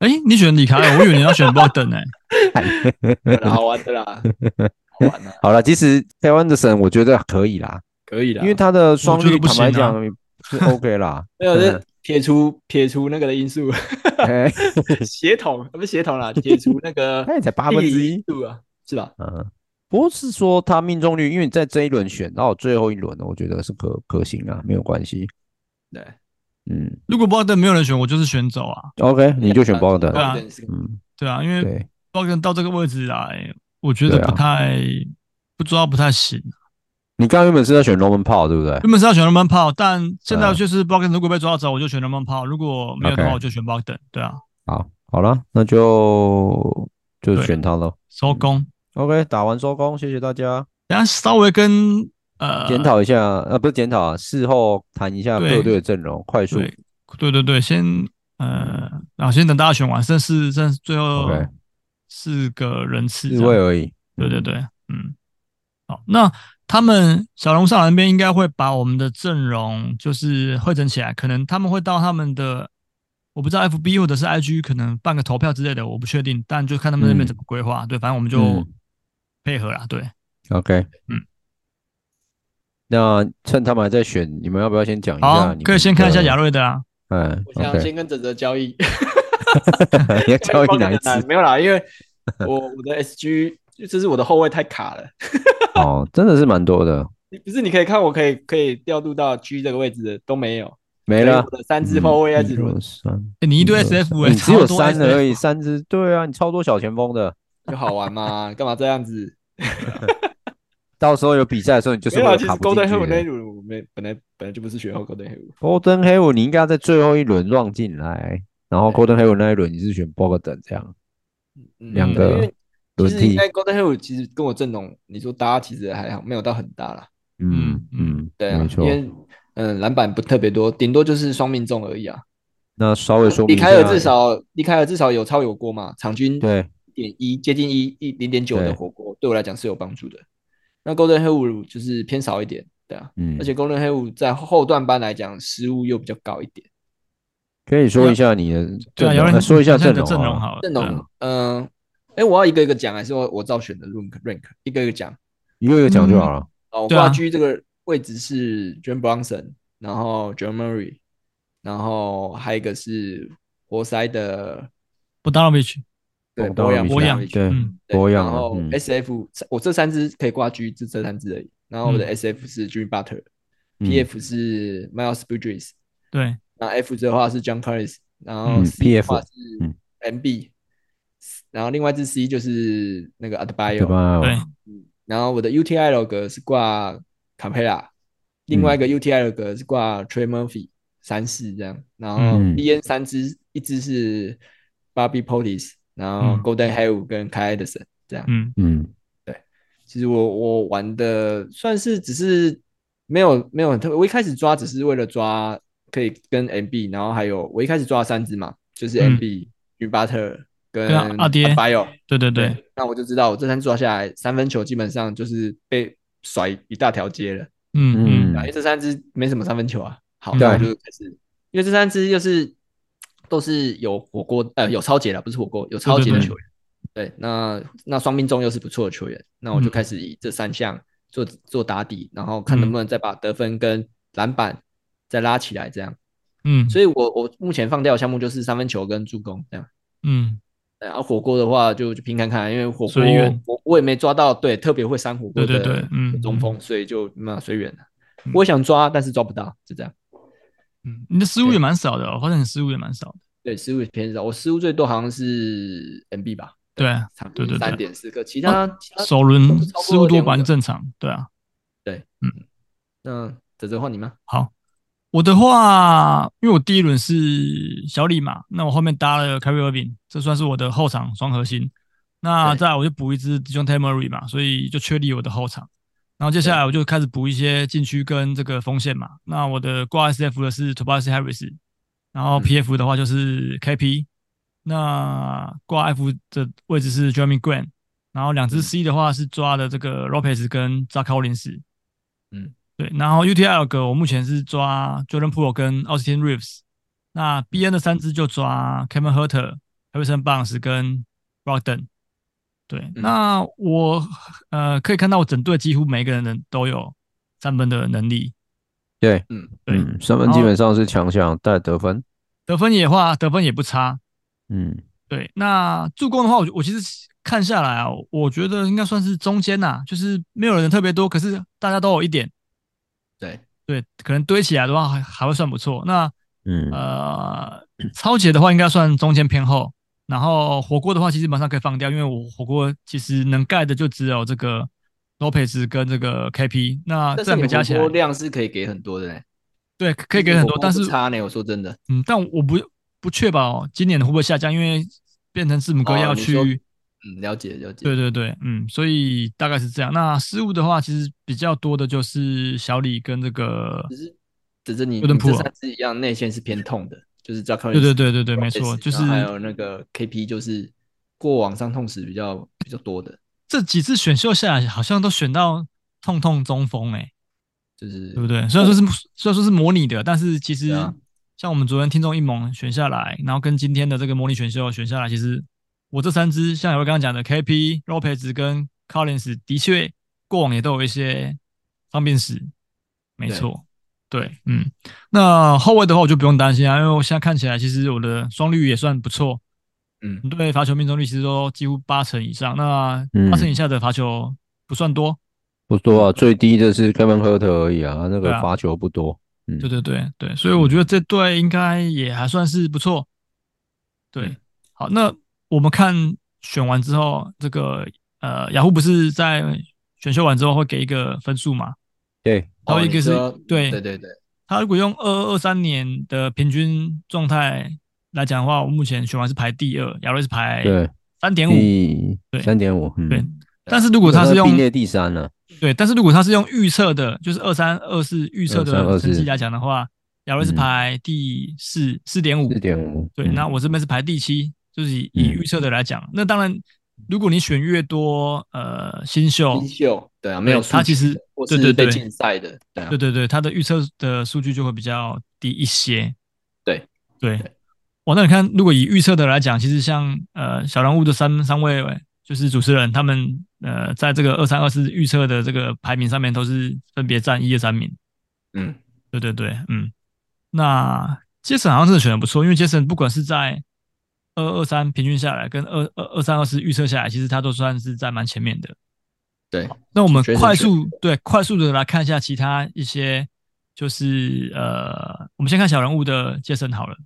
[SPEAKER 4] 哎，你选李凯 尔，我以为你要选 Bogdan 哎，
[SPEAKER 3] 对啦好玩的 啦，好玩啊，
[SPEAKER 2] 好了，其实台湾的神我觉得可以啦，
[SPEAKER 3] 可以啦，
[SPEAKER 2] 因为他的双
[SPEAKER 4] 啊我觉得
[SPEAKER 2] 率
[SPEAKER 4] 不
[SPEAKER 2] 坦
[SPEAKER 4] 行
[SPEAKER 2] 白
[SPEAKER 4] 啊
[SPEAKER 2] 讲是 OK 啦。
[SPEAKER 3] 没有
[SPEAKER 2] 嗯
[SPEAKER 3] 是撇除撇除那个的因素，
[SPEAKER 2] 哎，
[SPEAKER 3] 协同不是协同啦，撇除那 个
[SPEAKER 2] 他也才八分
[SPEAKER 3] 地
[SPEAKER 2] 之
[SPEAKER 3] 理
[SPEAKER 2] 一
[SPEAKER 3] 因。素啊，是吧？
[SPEAKER 2] 嗯，不过是说他命中率，因为在这一轮选到最后一轮呢，我觉得是可可行啊，没有关系。
[SPEAKER 3] 对
[SPEAKER 2] 嗯
[SPEAKER 4] 如果 Bogdan 没有人选，我就是选走啊，
[SPEAKER 2] ，OK，你就选包的。
[SPEAKER 4] 对啊
[SPEAKER 3] 是个
[SPEAKER 2] 嗯，
[SPEAKER 4] 对啊，因为
[SPEAKER 2] 对，
[SPEAKER 4] Bogdan 到这个位置来，我觉得
[SPEAKER 2] 对啊
[SPEAKER 4] 不太、不抓不太行。
[SPEAKER 2] 啊你刚刚原本是要选龙门炮，对不对？
[SPEAKER 4] 原本是要选 Roman p a 但现在
[SPEAKER 2] 嗯
[SPEAKER 4] 就是 Bogdan 如果被抓走，我就选 Roman p a 如果没有的话，
[SPEAKER 2] OK
[SPEAKER 4] 我就选 Bogdan。对啊，
[SPEAKER 2] 好，好了，那就就
[SPEAKER 4] 对
[SPEAKER 2] 选他喽。
[SPEAKER 4] 收工。
[SPEAKER 2] OK，打完收工，谢谢大家。
[SPEAKER 4] 等一下稍微跟呃
[SPEAKER 2] 检讨一下，呃，不是检讨啊，事后谈一下
[SPEAKER 4] 对
[SPEAKER 2] 各队的阵容，快速。
[SPEAKER 4] 对对对对，先呃，然后先等大家选完，剩四剩最后
[SPEAKER 2] OK
[SPEAKER 4] 四个人次这
[SPEAKER 2] 四
[SPEAKER 4] 样。
[SPEAKER 2] 位而已。
[SPEAKER 4] 对对对，嗯，好，那他们小龙上篮那边应该会把我们的阵容就是汇整起来，可能他们会到他们的我不知道 FB 或者是 IG 可能办个投票之类的，我不确定，但就看他们那边怎么规划。对，反正我们就
[SPEAKER 2] 嗯
[SPEAKER 4] 配合啦。对，
[SPEAKER 2] OK，
[SPEAKER 4] 嗯，
[SPEAKER 2] 那趁他们还在选，你们要不要先讲一
[SPEAKER 4] 好
[SPEAKER 2] 下？，
[SPEAKER 4] 可以先看一下亚
[SPEAKER 2] 瑞。
[SPEAKER 4] 瑞的啊。
[SPEAKER 2] 嗯
[SPEAKER 3] 我想
[SPEAKER 2] ，OK，
[SPEAKER 3] 先跟泽泽交易，
[SPEAKER 2] 你要 交易哪一
[SPEAKER 3] 很 难
[SPEAKER 2] 次？
[SPEAKER 3] 没有 啦，因为我我的 SG 就是我的后卫太卡了。
[SPEAKER 2] 哦，真的是蛮多的，
[SPEAKER 3] 你不是，你可以看，我可以可以调度到 G 这个位置的都没有，
[SPEAKER 2] 没了嗯
[SPEAKER 3] 所以。我的三支后卫在
[SPEAKER 2] 只
[SPEAKER 3] 这轮
[SPEAKER 2] 三，
[SPEAKER 4] 欸你一堆
[SPEAKER 2] 一二
[SPEAKER 4] SF 哎，
[SPEAKER 2] 你只有
[SPEAKER 4] 超多
[SPEAKER 2] 三
[SPEAKER 4] SF
[SPEAKER 2] 而已，三支，对啊，你超多小前锋的。
[SPEAKER 3] 就好玩嘛，干嘛这样子？
[SPEAKER 2] 到时候有比赛的时候，你就是
[SPEAKER 3] 没有
[SPEAKER 2] 会
[SPEAKER 3] 啊，
[SPEAKER 2] 有
[SPEAKER 3] 其实
[SPEAKER 2] 卡不进
[SPEAKER 3] Golden
[SPEAKER 2] 去的
[SPEAKER 3] h e 那一轮我没本来本来就不是选后 Golden h e
[SPEAKER 2] Golden h a l 你应该在最后一轮让进来，然后 Golden h a l 那一轮你是选 b o g d a n 这样两
[SPEAKER 4] 个
[SPEAKER 3] 嗯因为其
[SPEAKER 2] 轮
[SPEAKER 3] 实应
[SPEAKER 2] 替。
[SPEAKER 3] 该 Golden h e 其实跟我阵容，你说搭其实还好，没有到很搭啦。
[SPEAKER 2] 嗯
[SPEAKER 4] 嗯
[SPEAKER 2] 嗯，
[SPEAKER 3] 对啊
[SPEAKER 2] 没，
[SPEAKER 3] 因
[SPEAKER 2] 错。
[SPEAKER 3] 为嗯篮板不特别多，顶多就是双命中而已啊。
[SPEAKER 2] 那稍微说
[SPEAKER 3] 李
[SPEAKER 2] 明一
[SPEAKER 3] 凯尔
[SPEAKER 2] 下
[SPEAKER 3] 至少李凯尔至少有超有锅嘛，场均
[SPEAKER 2] 对
[SPEAKER 3] 点一接近一一零点九
[SPEAKER 2] 对
[SPEAKER 3] 的火锅，对我来讲是有帮助的。那 Golden Hill 就是偏少一点，对啊，
[SPEAKER 2] 嗯
[SPEAKER 3] 而且 Golden Hill 在后段班来讲失误又比较高一点。
[SPEAKER 2] 可以说一下你的
[SPEAKER 4] 对啊，
[SPEAKER 2] 阵
[SPEAKER 4] 有
[SPEAKER 2] 容，
[SPEAKER 4] 人
[SPEAKER 2] 呃说一下阵
[SPEAKER 4] 容阵
[SPEAKER 2] 容啊，
[SPEAKER 4] 好了，
[SPEAKER 3] 阵
[SPEAKER 4] 对啊
[SPEAKER 3] 容，嗯，哎，我要一个一个讲，还是我我照选的 rank rank 一个一个讲？
[SPEAKER 2] 一个一个讲就好了。
[SPEAKER 3] 哦，我
[SPEAKER 4] 对啊
[SPEAKER 3] 挂居这个位置是 j o h n Bronson，然后 j o h n Murray，然后还有一个是活塞的
[SPEAKER 4] 不当 i c
[SPEAKER 3] 对
[SPEAKER 2] 哦
[SPEAKER 3] 博
[SPEAKER 2] 当然
[SPEAKER 3] 扬
[SPEAKER 2] 比
[SPEAKER 4] 博
[SPEAKER 2] 较
[SPEAKER 4] 扬，
[SPEAKER 2] 对
[SPEAKER 4] 嗯，
[SPEAKER 3] 对
[SPEAKER 2] 博扬
[SPEAKER 3] 然
[SPEAKER 2] 啊
[SPEAKER 3] 后
[SPEAKER 2] 嗯
[SPEAKER 3] SF，、我这三支可以挂 G，这这三支而已。然后我的 SF 是 Jimmy Butler，PF、
[SPEAKER 2] 嗯
[SPEAKER 3] PF 是 Miles Bridges，
[SPEAKER 4] 对，
[SPEAKER 3] 那 F 的话是 John Collins，然后
[SPEAKER 2] 嗯
[SPEAKER 3] C 的
[SPEAKER 2] PF
[SPEAKER 3] 话是
[SPEAKER 2] 嗯
[SPEAKER 3] MB，、然后另外一支 C 就是那个 a d b i
[SPEAKER 2] 对
[SPEAKER 3] o
[SPEAKER 2] 吧？
[SPEAKER 4] 对，
[SPEAKER 3] 然后我的 UTI 格是挂 Capella，另外一个
[SPEAKER 4] 嗯
[SPEAKER 3] UTI 格是挂 Trey Murphy 三四这样，然后
[SPEAKER 2] 嗯
[SPEAKER 3] BN 三支，一支是 Bobby Portis，然后
[SPEAKER 4] 嗯
[SPEAKER 3] Golden Hill 跟 Kai Anderson 这样。
[SPEAKER 4] 嗯，
[SPEAKER 2] 嗯，
[SPEAKER 3] 其实我我玩的算是只是没有没有很特别，我一开始抓只是为了抓可以跟 MB，然后还有我一开始抓了三只嘛，就是
[SPEAKER 4] 嗯
[SPEAKER 3] MB、与巴特跟
[SPEAKER 4] 对啊阿爹
[SPEAKER 3] Bio，
[SPEAKER 4] 对对对，，
[SPEAKER 3] 那我就知道我这三抓下来，三分球基本上就是被甩一大条街了，
[SPEAKER 4] 嗯嗯
[SPEAKER 2] 嗯
[SPEAKER 3] 因为这三只没什么三分球啊。好，
[SPEAKER 4] 对
[SPEAKER 3] 那我就开始，因为这三只就是都是有火锅呃有超节了，不是火锅有超节的
[SPEAKER 4] 对
[SPEAKER 3] 球员。对，那那双命中又是不错的球员，那我就
[SPEAKER 4] 嗯
[SPEAKER 3] 开始以这三项做做打底，然后看能不能再把得分跟篮板再拉起来，这样。
[SPEAKER 4] 嗯，
[SPEAKER 3] 所以我我目前放掉的项目就是三分球跟助攻这样。
[SPEAKER 4] 嗯，
[SPEAKER 3] 然啊后火锅的话就就拼看看，因为火锅
[SPEAKER 4] 随缘
[SPEAKER 3] 我我也没抓到，对，特别会删火
[SPEAKER 4] 对
[SPEAKER 3] 锅的
[SPEAKER 4] 对对，嗯，
[SPEAKER 3] 中锋，所以就那随缘了
[SPEAKER 4] 嗯。
[SPEAKER 3] 我也想抓，但是抓不到，就这样。
[SPEAKER 4] 嗯，嗯，你的失误也蛮少的哦，我发现你失误也蛮少的，
[SPEAKER 3] 对，失误偏少，我失误最多好像是 NB 吧，
[SPEAKER 4] 对，
[SPEAKER 3] 差不
[SPEAKER 4] 对对对
[SPEAKER 3] 多三点四个，其他其他
[SPEAKER 4] 首轮
[SPEAKER 3] 都是超过
[SPEAKER 4] 失误多
[SPEAKER 3] 2.5
[SPEAKER 4] 蛮
[SPEAKER 3] 的
[SPEAKER 4] 正常，对啊。
[SPEAKER 3] 那泽泽换你吗？
[SPEAKER 4] 好，我的话，因为我第一轮是小李嘛，那我后面搭了 Carry Irving，这算是我的后场双核心。那
[SPEAKER 3] 对
[SPEAKER 4] 再来我就补一支 Dijon t a m e r y 嘛，所以就确立我的后场。然后接下来我就开始补一些禁区跟这个锋线嘛。那我的挂 SF 的是 Tobias Harris，然后
[SPEAKER 3] 嗯
[SPEAKER 4] PF 的话就是 KP，、那挂 F 的位置是 Jeremy Grant，然后两
[SPEAKER 3] 嗯
[SPEAKER 4] 只 C 的话是抓的这个 Lopez 跟 z a c o l i n s 对，然后 UTL 格我目前是抓 Jordan p o o l 跟 Austin Reeves，那 BN 的三支就抓 Kevin Herter、Harrison Barnes 跟 Brogdon。对，那我呃可以看到我整队几乎每个人都有三分的能力，
[SPEAKER 2] 对，
[SPEAKER 3] 嗯，
[SPEAKER 4] 对
[SPEAKER 2] 嗯，三分
[SPEAKER 4] 然后
[SPEAKER 2] 基本上是强项，带得分。
[SPEAKER 4] 得分也话得分也不差。
[SPEAKER 2] 嗯，
[SPEAKER 4] 对，那助攻的话，我我其实看下来啊，我觉得应该算是中间呐、就是没有人特别多，可是大家都有一点，
[SPEAKER 3] 对，
[SPEAKER 4] 对，可能堆起来的话还还会算不错。那
[SPEAKER 2] 嗯，
[SPEAKER 4] 呃，超姐的话应该算中间偏后，然后火锅的话其实马上可以放掉，因为我火锅其实能盖的就只有这个 Lopez 跟这个 KP，那啊这
[SPEAKER 3] 但是
[SPEAKER 4] 两
[SPEAKER 3] 你
[SPEAKER 4] 个加
[SPEAKER 3] 火
[SPEAKER 4] 起来
[SPEAKER 3] 锅，量是可以给很多的嘞，
[SPEAKER 4] 对，可以给很多
[SPEAKER 3] 火，锅
[SPEAKER 4] 但
[SPEAKER 3] 不
[SPEAKER 4] 是
[SPEAKER 3] 差呢，我说真的，
[SPEAKER 4] 嗯，但我不不确保今年会不会下降，因为变成字母哥
[SPEAKER 3] 哦
[SPEAKER 4] 要
[SPEAKER 3] 你说
[SPEAKER 4] 去，
[SPEAKER 3] 嗯，了解了解，
[SPEAKER 4] 对对对，嗯，所以大概是这样。那失误的话，其实比较多的就是小李跟这个，
[SPEAKER 3] 只是只是你
[SPEAKER 4] 有点
[SPEAKER 3] 你
[SPEAKER 4] 普
[SPEAKER 3] 这
[SPEAKER 4] 哦
[SPEAKER 3] 三支一样，内线是偏痛的，就是扎克。
[SPEAKER 4] 对对对对对，没错，就是
[SPEAKER 3] 还有那个 KP，就是过往伤痛史比较比较多的。
[SPEAKER 4] 这几次选秀下来，好像都选到痛痛中锋哎、
[SPEAKER 3] 就是嗯
[SPEAKER 4] 对不对？虽然说是虽然说是模拟的，但是其实
[SPEAKER 3] 对啊
[SPEAKER 4] 像我们昨天听众一盟选下来，然后跟今天的这个模拟选秀选下来，其实我这三支像有刚刚讲的 KP、Lopez 跟 Collins 的确过往也都有一些伤病史，没
[SPEAKER 3] 对
[SPEAKER 4] 错。对，嗯，那后卫的话我就不用担心啊，因为我现在看起来其实我的双率也算不错，
[SPEAKER 3] 嗯
[SPEAKER 4] 对罚球命中率其实都几乎八成以上，那
[SPEAKER 2] 嗯
[SPEAKER 4] 八成以下的罚球不算多，
[SPEAKER 2] 不多啊，最低的是 Kevin Herter 而已啊，他那
[SPEAKER 4] 对
[SPEAKER 2] 个
[SPEAKER 4] 啊
[SPEAKER 2] 罚球不多。嗯
[SPEAKER 4] 对对对对，所以我觉得这队应该也还算是不错。对
[SPEAKER 3] 嗯，
[SPEAKER 4] 好，那我们看选完之后，这个呃，雅虎不是在选秀完之后会给一个分数嘛？
[SPEAKER 2] 对，
[SPEAKER 4] 还有
[SPEAKER 3] 哦
[SPEAKER 4] 一个
[SPEAKER 3] 你
[SPEAKER 4] 是、
[SPEAKER 3] 说
[SPEAKER 4] 对
[SPEAKER 3] 对对对，
[SPEAKER 4] 他如果用二二二三年的平均状态来讲的话，我目前选完是排第二，亚瑞是排
[SPEAKER 2] 对，
[SPEAKER 4] 三点五。
[SPEAKER 2] 第
[SPEAKER 4] 对
[SPEAKER 2] 三点五，嗯
[SPEAKER 4] 哎对但是如果他是
[SPEAKER 2] 可能
[SPEAKER 4] 用
[SPEAKER 2] 并列第三了，
[SPEAKER 4] 对，但是如果他是用预测的，就是二三二四预测的
[SPEAKER 2] 23
[SPEAKER 4] 成绩来讲的话，亚瑞是
[SPEAKER 2] 嗯
[SPEAKER 4] 排第四四点五
[SPEAKER 2] 四。点五。
[SPEAKER 4] 对，
[SPEAKER 2] 嗯
[SPEAKER 4] 那我这边是排第七，就是以以
[SPEAKER 2] 嗯
[SPEAKER 4] 预测的来讲，那当然，如果你选越多呃新秀
[SPEAKER 3] 新，秀对啊，没有
[SPEAKER 4] 对他
[SPEAKER 3] 数据
[SPEAKER 4] 其实
[SPEAKER 3] 的或
[SPEAKER 4] 对
[SPEAKER 3] 是
[SPEAKER 4] 对
[SPEAKER 3] 被
[SPEAKER 4] 对
[SPEAKER 3] 禁赛的，对啊
[SPEAKER 4] 对，对对，他的预测的数据就会比较低一些。
[SPEAKER 3] 对
[SPEAKER 4] 对
[SPEAKER 3] 对，
[SPEAKER 4] 哇，那你看，如果以预测的来讲，其实像呃小人物的三三位就是主持人他们呃在这个二三二四预测的这个排名上面都是分别占一二三名。
[SPEAKER 3] 嗯，
[SPEAKER 4] 对对对，嗯，那杰森好像真的选的不错，因为杰森不管是在二二三平均下来，跟二二二三二四预测下来，其实他都算是在蛮前面的。
[SPEAKER 3] 对，
[SPEAKER 4] 那我们
[SPEAKER 3] 确实
[SPEAKER 4] 快
[SPEAKER 3] 是
[SPEAKER 4] 速对快速的来看一下其他一些，就是呃，我们先看小人物的杰森好了，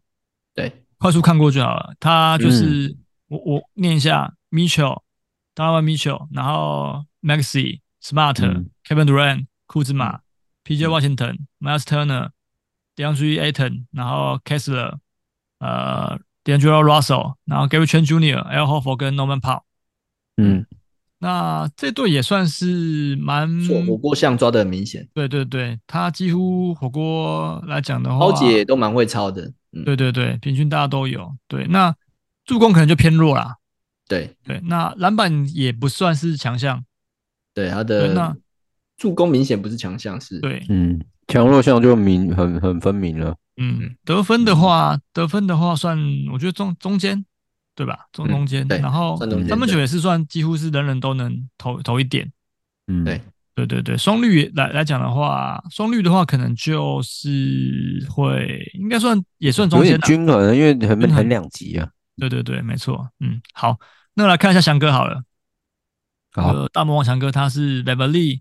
[SPEAKER 3] 对，
[SPEAKER 4] 快速看过就好了。他就是、
[SPEAKER 3] 嗯
[SPEAKER 4] 我我念一下：Mitchell、Donovan Mitchell，然后 Maxi、Smart、
[SPEAKER 2] 嗯
[SPEAKER 4] Kevin Durant、库兹
[SPEAKER 3] 嗯
[SPEAKER 4] 马、P.J. Washington、Miles Turner、DeAndre Ayton，然后 Kessler，呃，D'Angelo Russell，然后 Gary Trent Jr.、Al Horford 跟 Norman Powell。
[SPEAKER 2] 嗯，
[SPEAKER 4] 那这队也算是蛮
[SPEAKER 3] 做火锅像抓的很明显，
[SPEAKER 4] 对对对，他几乎火锅来讲的话，
[SPEAKER 3] 超姐也都蛮会抄的，嗯，
[SPEAKER 4] 对对对，平均大家都有。对，那助攻可能就偏弱啦。
[SPEAKER 3] 对
[SPEAKER 4] 对，那篮板也不算是强项。
[SPEAKER 3] 对，他
[SPEAKER 4] 对那
[SPEAKER 3] 的助攻明显不是强项，是，
[SPEAKER 4] 对，
[SPEAKER 2] 嗯，强弱项就明很很分明了。
[SPEAKER 4] 嗯
[SPEAKER 3] 嗯，
[SPEAKER 4] 得分的话，得分的话算，我觉得中中间，对吧？中
[SPEAKER 3] 嗯
[SPEAKER 4] 中间，
[SPEAKER 3] 对
[SPEAKER 4] 然后
[SPEAKER 3] 算中间
[SPEAKER 4] 三分
[SPEAKER 3] 对
[SPEAKER 4] 球也是算，几乎是人人都能投投一点。
[SPEAKER 2] 嗯，
[SPEAKER 3] 对，
[SPEAKER 4] 对对对，双率来来讲的话，双率的话可能就是会应该算也算中
[SPEAKER 2] 有
[SPEAKER 4] 间
[SPEAKER 2] 点
[SPEAKER 4] 啦。
[SPEAKER 2] 均衡，因为很
[SPEAKER 4] 均衡
[SPEAKER 2] 很两极啊。
[SPEAKER 4] 对对对，没错。嗯，好，那来看一下翔哥好了。
[SPEAKER 2] 好
[SPEAKER 4] 呃，大魔王翔哥他是 Beverly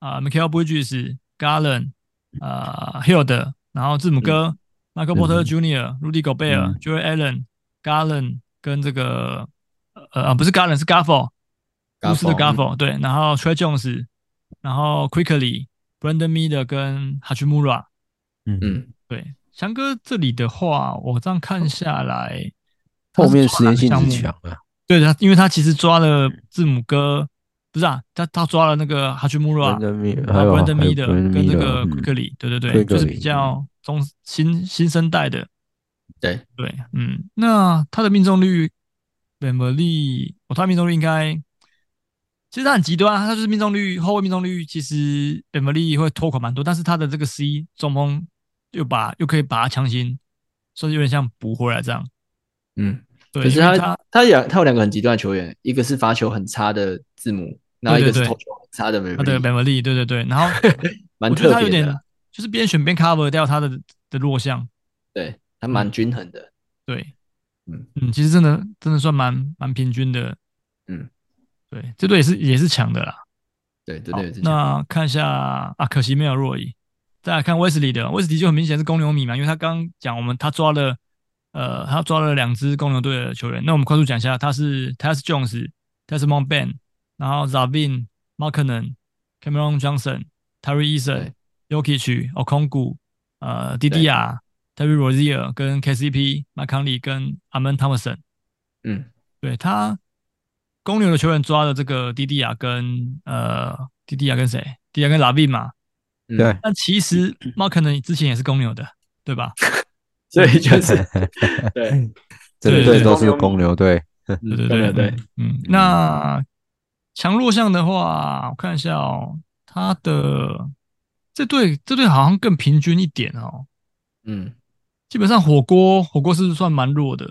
[SPEAKER 4] 啊、m i c h a e l Bridges、Garland 啊、Hild，然后字母哥、Michael Porter
[SPEAKER 2] 嗯
[SPEAKER 4] Jr.、Rudy Gobert、
[SPEAKER 2] 嗯
[SPEAKER 4] Joel Allen、Garland 跟这个呃啊不是 Garland 是 Gaffo，巫师的
[SPEAKER 2] 嗯
[SPEAKER 3] Gafford，
[SPEAKER 4] Gaffo 对，然后 Trey Jones，然后 Quickly、Brandon Miller 跟 Hachimura，
[SPEAKER 3] 嗯，
[SPEAKER 4] 对，翔哥这里的话，我这样看下来，
[SPEAKER 2] 后面
[SPEAKER 4] 他是抓哪个
[SPEAKER 2] 实验性
[SPEAKER 4] 项
[SPEAKER 2] 很
[SPEAKER 4] 目
[SPEAKER 2] 强。啊。
[SPEAKER 4] 对他，因为他其实抓了字母哥，不是啊，他他抓了那个哈奇穆拉，
[SPEAKER 2] 啊 Brandon Miller，
[SPEAKER 4] 然
[SPEAKER 2] 还
[SPEAKER 4] 后
[SPEAKER 2] 有
[SPEAKER 4] 啊 Brandon
[SPEAKER 2] 还有
[SPEAKER 4] Miller
[SPEAKER 2] Brandon
[SPEAKER 4] 跟那
[SPEAKER 2] Miller，
[SPEAKER 4] 个
[SPEAKER 2] 嗯
[SPEAKER 4] Quickly，、对对对，就是
[SPEAKER 2] Quigley，
[SPEAKER 4] 比较中新新生代的，
[SPEAKER 3] 对，
[SPEAKER 4] 对，嗯，那他的命中率，本伯利，哦，他的命中率应该，其实他很极端啊，他就是命中率后卫命中率，其实本伯利会拖垮蛮多，但是他的这个 C 中锋又把又可以把他强行，算是有点像补回来这样，
[SPEAKER 3] 嗯，
[SPEAKER 4] 对，
[SPEAKER 3] 可是
[SPEAKER 4] 因为
[SPEAKER 3] 他他两他有两个很极端的球员，一个是罚球很差的字母，然后一个
[SPEAKER 4] 对
[SPEAKER 3] 是
[SPEAKER 4] 对
[SPEAKER 3] 投球很差的
[SPEAKER 4] 他的
[SPEAKER 3] Beverly，
[SPEAKER 4] 本伯利，对对对，然后
[SPEAKER 3] 蛮
[SPEAKER 4] 我觉得
[SPEAKER 3] 特
[SPEAKER 4] 他有
[SPEAKER 3] 别
[SPEAKER 4] 点
[SPEAKER 3] 的啊，
[SPEAKER 4] 就是边选边 cover 掉他的的弱项。
[SPEAKER 3] 对
[SPEAKER 4] 嗯
[SPEAKER 3] 他蛮均衡的，
[SPEAKER 4] 对，
[SPEAKER 3] 嗯
[SPEAKER 4] 嗯，其实真的真的算蛮蛮平均的。
[SPEAKER 3] 嗯，
[SPEAKER 4] 对，这队也是也是强的啦。
[SPEAKER 3] 对对
[SPEAKER 4] 好
[SPEAKER 3] 对，之前
[SPEAKER 4] 那看一下啊，可惜没有若伊。再来看威斯利的，威斯利就很明显是公牛米嘛，因为他刚讲我们他抓了呃他抓了两支公牛队的球员。那我们快速讲一下，他是 Tess Jones、Tess m o n b a n 然后 Zavin、m a r k a n e n Cameron Johnson、Terry Eason
[SPEAKER 3] 对、
[SPEAKER 4] Yokich、Okongu、呃 DDR、Terry Rozier 跟 KCP、m c c o n l e y 跟 Amon Thompson。
[SPEAKER 3] 嗯
[SPEAKER 4] 对他公牛的球员抓的这个迪迪亚跟呃迪迪亚跟谁？迪迪亚跟拉宾嘛。
[SPEAKER 3] 嗯
[SPEAKER 2] 对，
[SPEAKER 4] 但其 实马可能之前也是公牛的，对吧？
[SPEAKER 3] 所 以就是对嗯
[SPEAKER 2] 整
[SPEAKER 4] 对
[SPEAKER 2] 队
[SPEAKER 4] 对
[SPEAKER 2] 都是公牛队。
[SPEAKER 4] 对对
[SPEAKER 3] 对
[SPEAKER 4] 对
[SPEAKER 3] 对，
[SPEAKER 4] 嗯，嗯那强弱项的话，我看一下哦，他的这队这队好像更平均一点哦。
[SPEAKER 3] 嗯，
[SPEAKER 4] 基本上火锅火锅是算蛮弱的，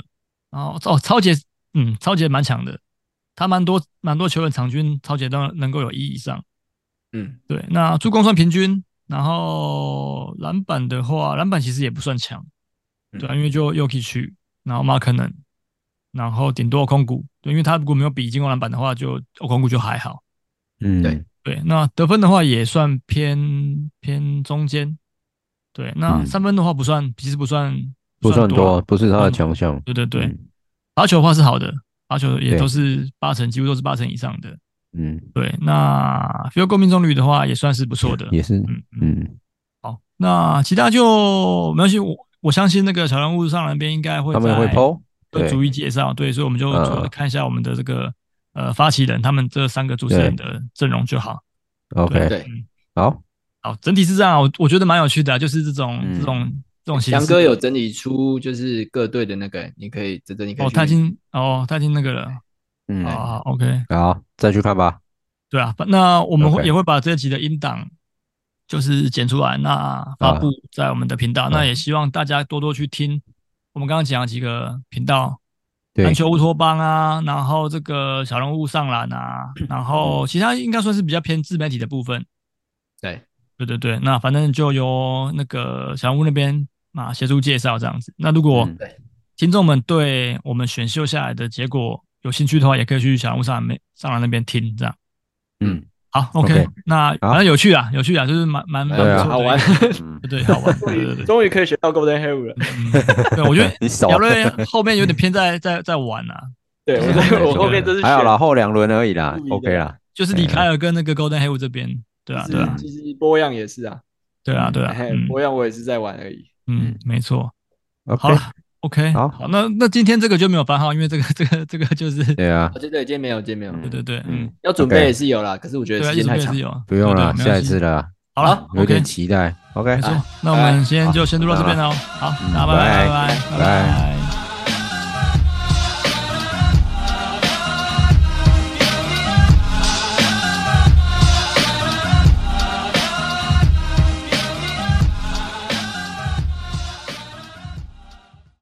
[SPEAKER 4] 然后哦超杰嗯超杰蛮强的，他蛮多蛮多球员场均超杰都能够有一以上。
[SPEAKER 3] 嗯，
[SPEAKER 4] 对，那助攻算平均，然后篮板的话，篮板其实也不算强，
[SPEAKER 2] 嗯
[SPEAKER 4] 对啊，因为就 Yuki 去，然后 m a r k 能，然后顶多空谷，对，因为他如果没有比进攻篮板的话，就空谷就还好。
[SPEAKER 2] 嗯，
[SPEAKER 3] 对，
[SPEAKER 4] 对，那得分的话也算偏偏中间。对，那
[SPEAKER 2] 嗯
[SPEAKER 4] 三分的话不算，其实不算
[SPEAKER 2] 不算
[SPEAKER 4] 多
[SPEAKER 2] 多，
[SPEAKER 4] 啊。
[SPEAKER 2] 不是他的强项。
[SPEAKER 4] 对对对，
[SPEAKER 2] 嗯
[SPEAKER 4] 罚球的话是好的，罚球也
[SPEAKER 2] 对
[SPEAKER 4] 都是八成，几乎都是八成以上的。
[SPEAKER 2] 嗯，
[SPEAKER 4] 对，那 field goal 命中率的话也算是不错的。
[SPEAKER 2] 也是，
[SPEAKER 4] 嗯嗯，
[SPEAKER 2] 嗯，
[SPEAKER 4] 好，那其他就没关系，我我相信那个小人物上那边应该会
[SPEAKER 2] 他们会
[SPEAKER 4] 在
[SPEAKER 2] 抛，
[SPEAKER 4] 会
[SPEAKER 2] 对，
[SPEAKER 4] 逐一介绍，对，所以我们就
[SPEAKER 2] 嗯
[SPEAKER 4] 主要看一下我们的这个呃发起人他们这三个主持人的阵容就好。对
[SPEAKER 2] OK，
[SPEAKER 3] 对
[SPEAKER 4] 嗯
[SPEAKER 2] 好，
[SPEAKER 4] 好，整体是这样啊，我我觉得蛮有趣的啊、就是这种、
[SPEAKER 2] 嗯
[SPEAKER 4] 这种这种形
[SPEAKER 3] 翔
[SPEAKER 4] 式。
[SPEAKER 3] 哥有整理出就是各队的那个，你可以这这你可以
[SPEAKER 4] 哦，
[SPEAKER 3] 去
[SPEAKER 4] 他已经哦，他已经那个了。
[SPEAKER 2] 嗯
[SPEAKER 4] 好，好，OK，
[SPEAKER 2] 好，再去看吧。
[SPEAKER 4] 对啊，那我们会
[SPEAKER 2] OK
[SPEAKER 4] 也会把这集的音档就是剪出来，那
[SPEAKER 2] 啊
[SPEAKER 4] 发布在我们的频道。
[SPEAKER 2] 嗯
[SPEAKER 4] 那也希望大家多多去听我们刚刚讲的几个频道，
[SPEAKER 2] 对
[SPEAKER 4] 篮，球乌托邦啊，然后这个小人物上篮啊，然
[SPEAKER 2] 嗯
[SPEAKER 4] 后其他应该算是比较偏自媒体的部分。
[SPEAKER 3] 对
[SPEAKER 4] 对对对，那反正就由那个小人物那边啊协助介绍这样子。那如果
[SPEAKER 2] 嗯
[SPEAKER 3] 对
[SPEAKER 4] 听众们对我们选秀下来的结果有兴趣的话，也可以去小人物上篮那上篮那边听这样。
[SPEAKER 2] 嗯，
[SPEAKER 4] 好，OK，,
[SPEAKER 2] OK
[SPEAKER 4] 那反正有趣啊，有趣啊，就是蛮蛮蛮
[SPEAKER 2] 对
[SPEAKER 4] 不
[SPEAKER 2] 啊
[SPEAKER 4] 错的
[SPEAKER 3] 好玩，
[SPEAKER 2] 嗯
[SPEAKER 4] 对对，好玩，对对对，
[SPEAKER 3] 终于可以学到 Golden h a r 了。
[SPEAKER 4] 嗯，对我觉 得
[SPEAKER 2] 你少
[SPEAKER 4] 姚瑞后面有点偏在在在玩啊，
[SPEAKER 3] 对，
[SPEAKER 4] 对
[SPEAKER 3] 我
[SPEAKER 4] 对对
[SPEAKER 3] 我后面
[SPEAKER 4] 对
[SPEAKER 3] 这是
[SPEAKER 2] 还好
[SPEAKER 3] 选
[SPEAKER 2] 啦，后两轮而已啦
[SPEAKER 3] 故意的
[SPEAKER 2] ，OK 啦，
[SPEAKER 4] 就是李凯尔跟那个 Golden h a l 这边，对啊，
[SPEAKER 3] 其
[SPEAKER 4] 对啊
[SPEAKER 3] 实，其实波样也是啊，
[SPEAKER 4] 对啊，对啊，
[SPEAKER 3] 哎
[SPEAKER 4] 嗯
[SPEAKER 3] 波样嗯我也是在玩而已。
[SPEAKER 4] 嗯，没错，好
[SPEAKER 2] OK，
[SPEAKER 4] 了，OK，
[SPEAKER 2] 好
[SPEAKER 4] 好，那那今天这个就没有番号，因为这个这个这个就是，对
[SPEAKER 2] 对啊
[SPEAKER 3] 哦，，对对，今天没有，今天没有，
[SPEAKER 2] 嗯
[SPEAKER 4] 对对，
[SPEAKER 2] 嗯
[SPEAKER 4] 嗯，
[SPEAKER 3] 要准备
[SPEAKER 2] OK
[SPEAKER 3] 也是有啦，可是我觉
[SPEAKER 4] 对
[SPEAKER 3] 得
[SPEAKER 4] 啊，
[SPEAKER 3] 时
[SPEAKER 4] 一
[SPEAKER 3] 间
[SPEAKER 4] 直
[SPEAKER 3] 太
[SPEAKER 4] 也
[SPEAKER 3] 长
[SPEAKER 4] 是。有，
[SPEAKER 2] 不用
[SPEAKER 4] 对
[SPEAKER 2] 了，
[SPEAKER 4] 对没
[SPEAKER 2] 下
[SPEAKER 4] 关
[SPEAKER 2] 一
[SPEAKER 4] 系
[SPEAKER 2] 次了，
[SPEAKER 4] 好了
[SPEAKER 2] 有
[SPEAKER 4] ，OK，
[SPEAKER 2] 点期待，OK，
[SPEAKER 4] 哎没错，那我
[SPEAKER 3] 拜
[SPEAKER 4] 嗯们今天就先录到这边喽，好，那拜拜
[SPEAKER 2] 拜
[SPEAKER 4] 拜拜
[SPEAKER 2] 拜
[SPEAKER 4] 拜。